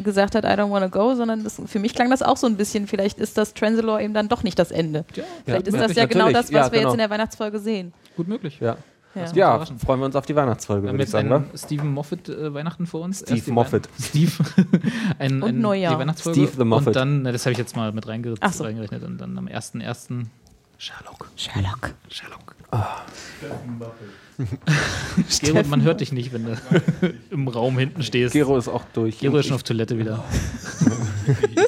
Speaker 1: gesagt hat, I don't wanna go, sondern das, für mich klang das auch so ein bisschen. Vielleicht ist das Transalore eben dann doch nicht das Ende. vielleicht ist das ja genau
Speaker 4: natürlich.
Speaker 1: das, was
Speaker 4: Ja,
Speaker 1: wir
Speaker 4: genau.
Speaker 1: jetzt in der Weihnachtsfolge sehen.
Speaker 2: Gut möglich.
Speaker 4: Ja.
Speaker 1: Ja.
Speaker 4: Ja,
Speaker 2: überraschend.
Speaker 4: freuen wir uns auf die Weihnachtsfolge,
Speaker 2: Wir haben
Speaker 4: würde ich
Speaker 2: jetzt
Speaker 4: sagen. wa?
Speaker 2: einen Stephen Moffat äh, Weihnachten vor uns.
Speaker 4: Steve
Speaker 2: Erst die
Speaker 4: Moffat.
Speaker 2: Weihn- Steve. ein,
Speaker 1: Und Neujahr.
Speaker 2: Die Weihnachtsfolge.
Speaker 4: Steve the Moffat.
Speaker 2: Und dann, na, das habe ich jetzt mal mit reinge
Speaker 1: Ach so.
Speaker 2: reingerechnet. Und dann am 1.1. Sherlock.
Speaker 1: Sherlock.
Speaker 2: Sherlock. Gero, man hört dich nicht, wenn du im Raum hinten stehst.
Speaker 4: Gero ist auch durch.
Speaker 2: Gero ist schon auf Toilette wieder.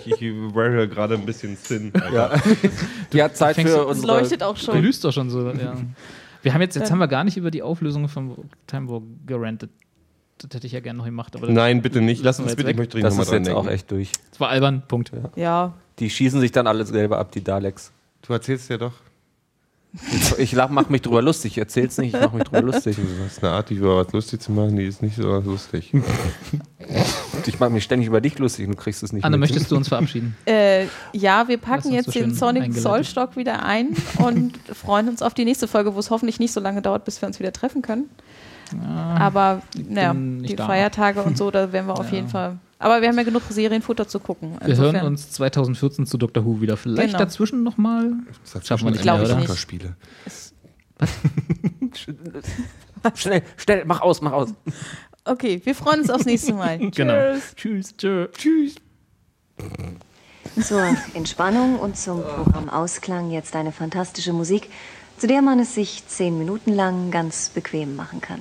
Speaker 3: ich, ich wear gerade ein bisschen Sinn. Ja.
Speaker 4: die hat Zeit
Speaker 2: fängst-
Speaker 4: für
Speaker 2: es
Speaker 1: Das
Speaker 4: unsere
Speaker 1: leuchtet auch
Speaker 2: Du
Speaker 1: schon.
Speaker 2: lüst doch schon so. Ja. Wir haben jetzt, jetzt haben wir gar nicht über die Auflösung von Time War gerantet. Das hätte ich ja gerne noch gemacht, aber das
Speaker 3: Nein, bitte nicht. Lass
Speaker 2: uns
Speaker 3: uns
Speaker 2: bitte-
Speaker 3: bitte, ich möchte
Speaker 4: Das
Speaker 3: nochmal
Speaker 4: ist
Speaker 3: dran
Speaker 4: jetzt
Speaker 3: denken.
Speaker 4: auch echt durch.
Speaker 2: war albern. Punkt.
Speaker 1: Ja,
Speaker 4: Die schießen sich dann alle selber ab, die Daleks.
Speaker 3: Du erzählst ja doch.
Speaker 4: Ich lach, mach mich drüber lustig. Ich Erzähl's nicht, ich mach mich drüber lustig.
Speaker 3: Du hast eine Art, dich über was lustig zu machen, die ist nicht so lustig.
Speaker 4: Ich mache mich ständig über dich lustig und du kriegst es nicht
Speaker 2: Anne,
Speaker 4: mit.
Speaker 2: möchtest du uns verabschieden?
Speaker 1: Äh, ja, wir
Speaker 2: Hast
Speaker 1: packen
Speaker 2: uns
Speaker 1: jetzt
Speaker 2: so schön
Speaker 1: den Sonic
Speaker 2: eingeleitet.
Speaker 1: Zollstock wieder ein und freuen uns auf die nächste Folge, wo es hoffentlich nicht so lange dauert, bis wir uns wieder treffen können. Aber naja,
Speaker 2: Ah, bin nicht
Speaker 1: die
Speaker 2: da.
Speaker 1: Feiertage und so, da werden wir auf jeden Fall. Aber wir haben ja genug Serienfutter zu gucken.
Speaker 2: Wir hören
Speaker 1: Insofern-
Speaker 2: uns 2014 zu Dr. Who wieder. Vielleicht
Speaker 1: Genau.
Speaker 2: dazwischen nochmal.
Speaker 3: Das hat
Speaker 2: Schaffen wir
Speaker 3: schon
Speaker 2: nicht
Speaker 3: ein
Speaker 1: mehr, oder?
Speaker 3: Doktorspiele.
Speaker 4: Schnell, schnell, mach aus, mach aus.
Speaker 1: Okay, wir freuen uns aufs nächste Mal.
Speaker 2: Genau. Tschüss. Tschüss. Tschüss.
Speaker 5: Zur Entspannung und zum Programmausklang jetzt eine fantastische Musik, zu der man es sich zehn Minuten lang ganz bequem machen kann.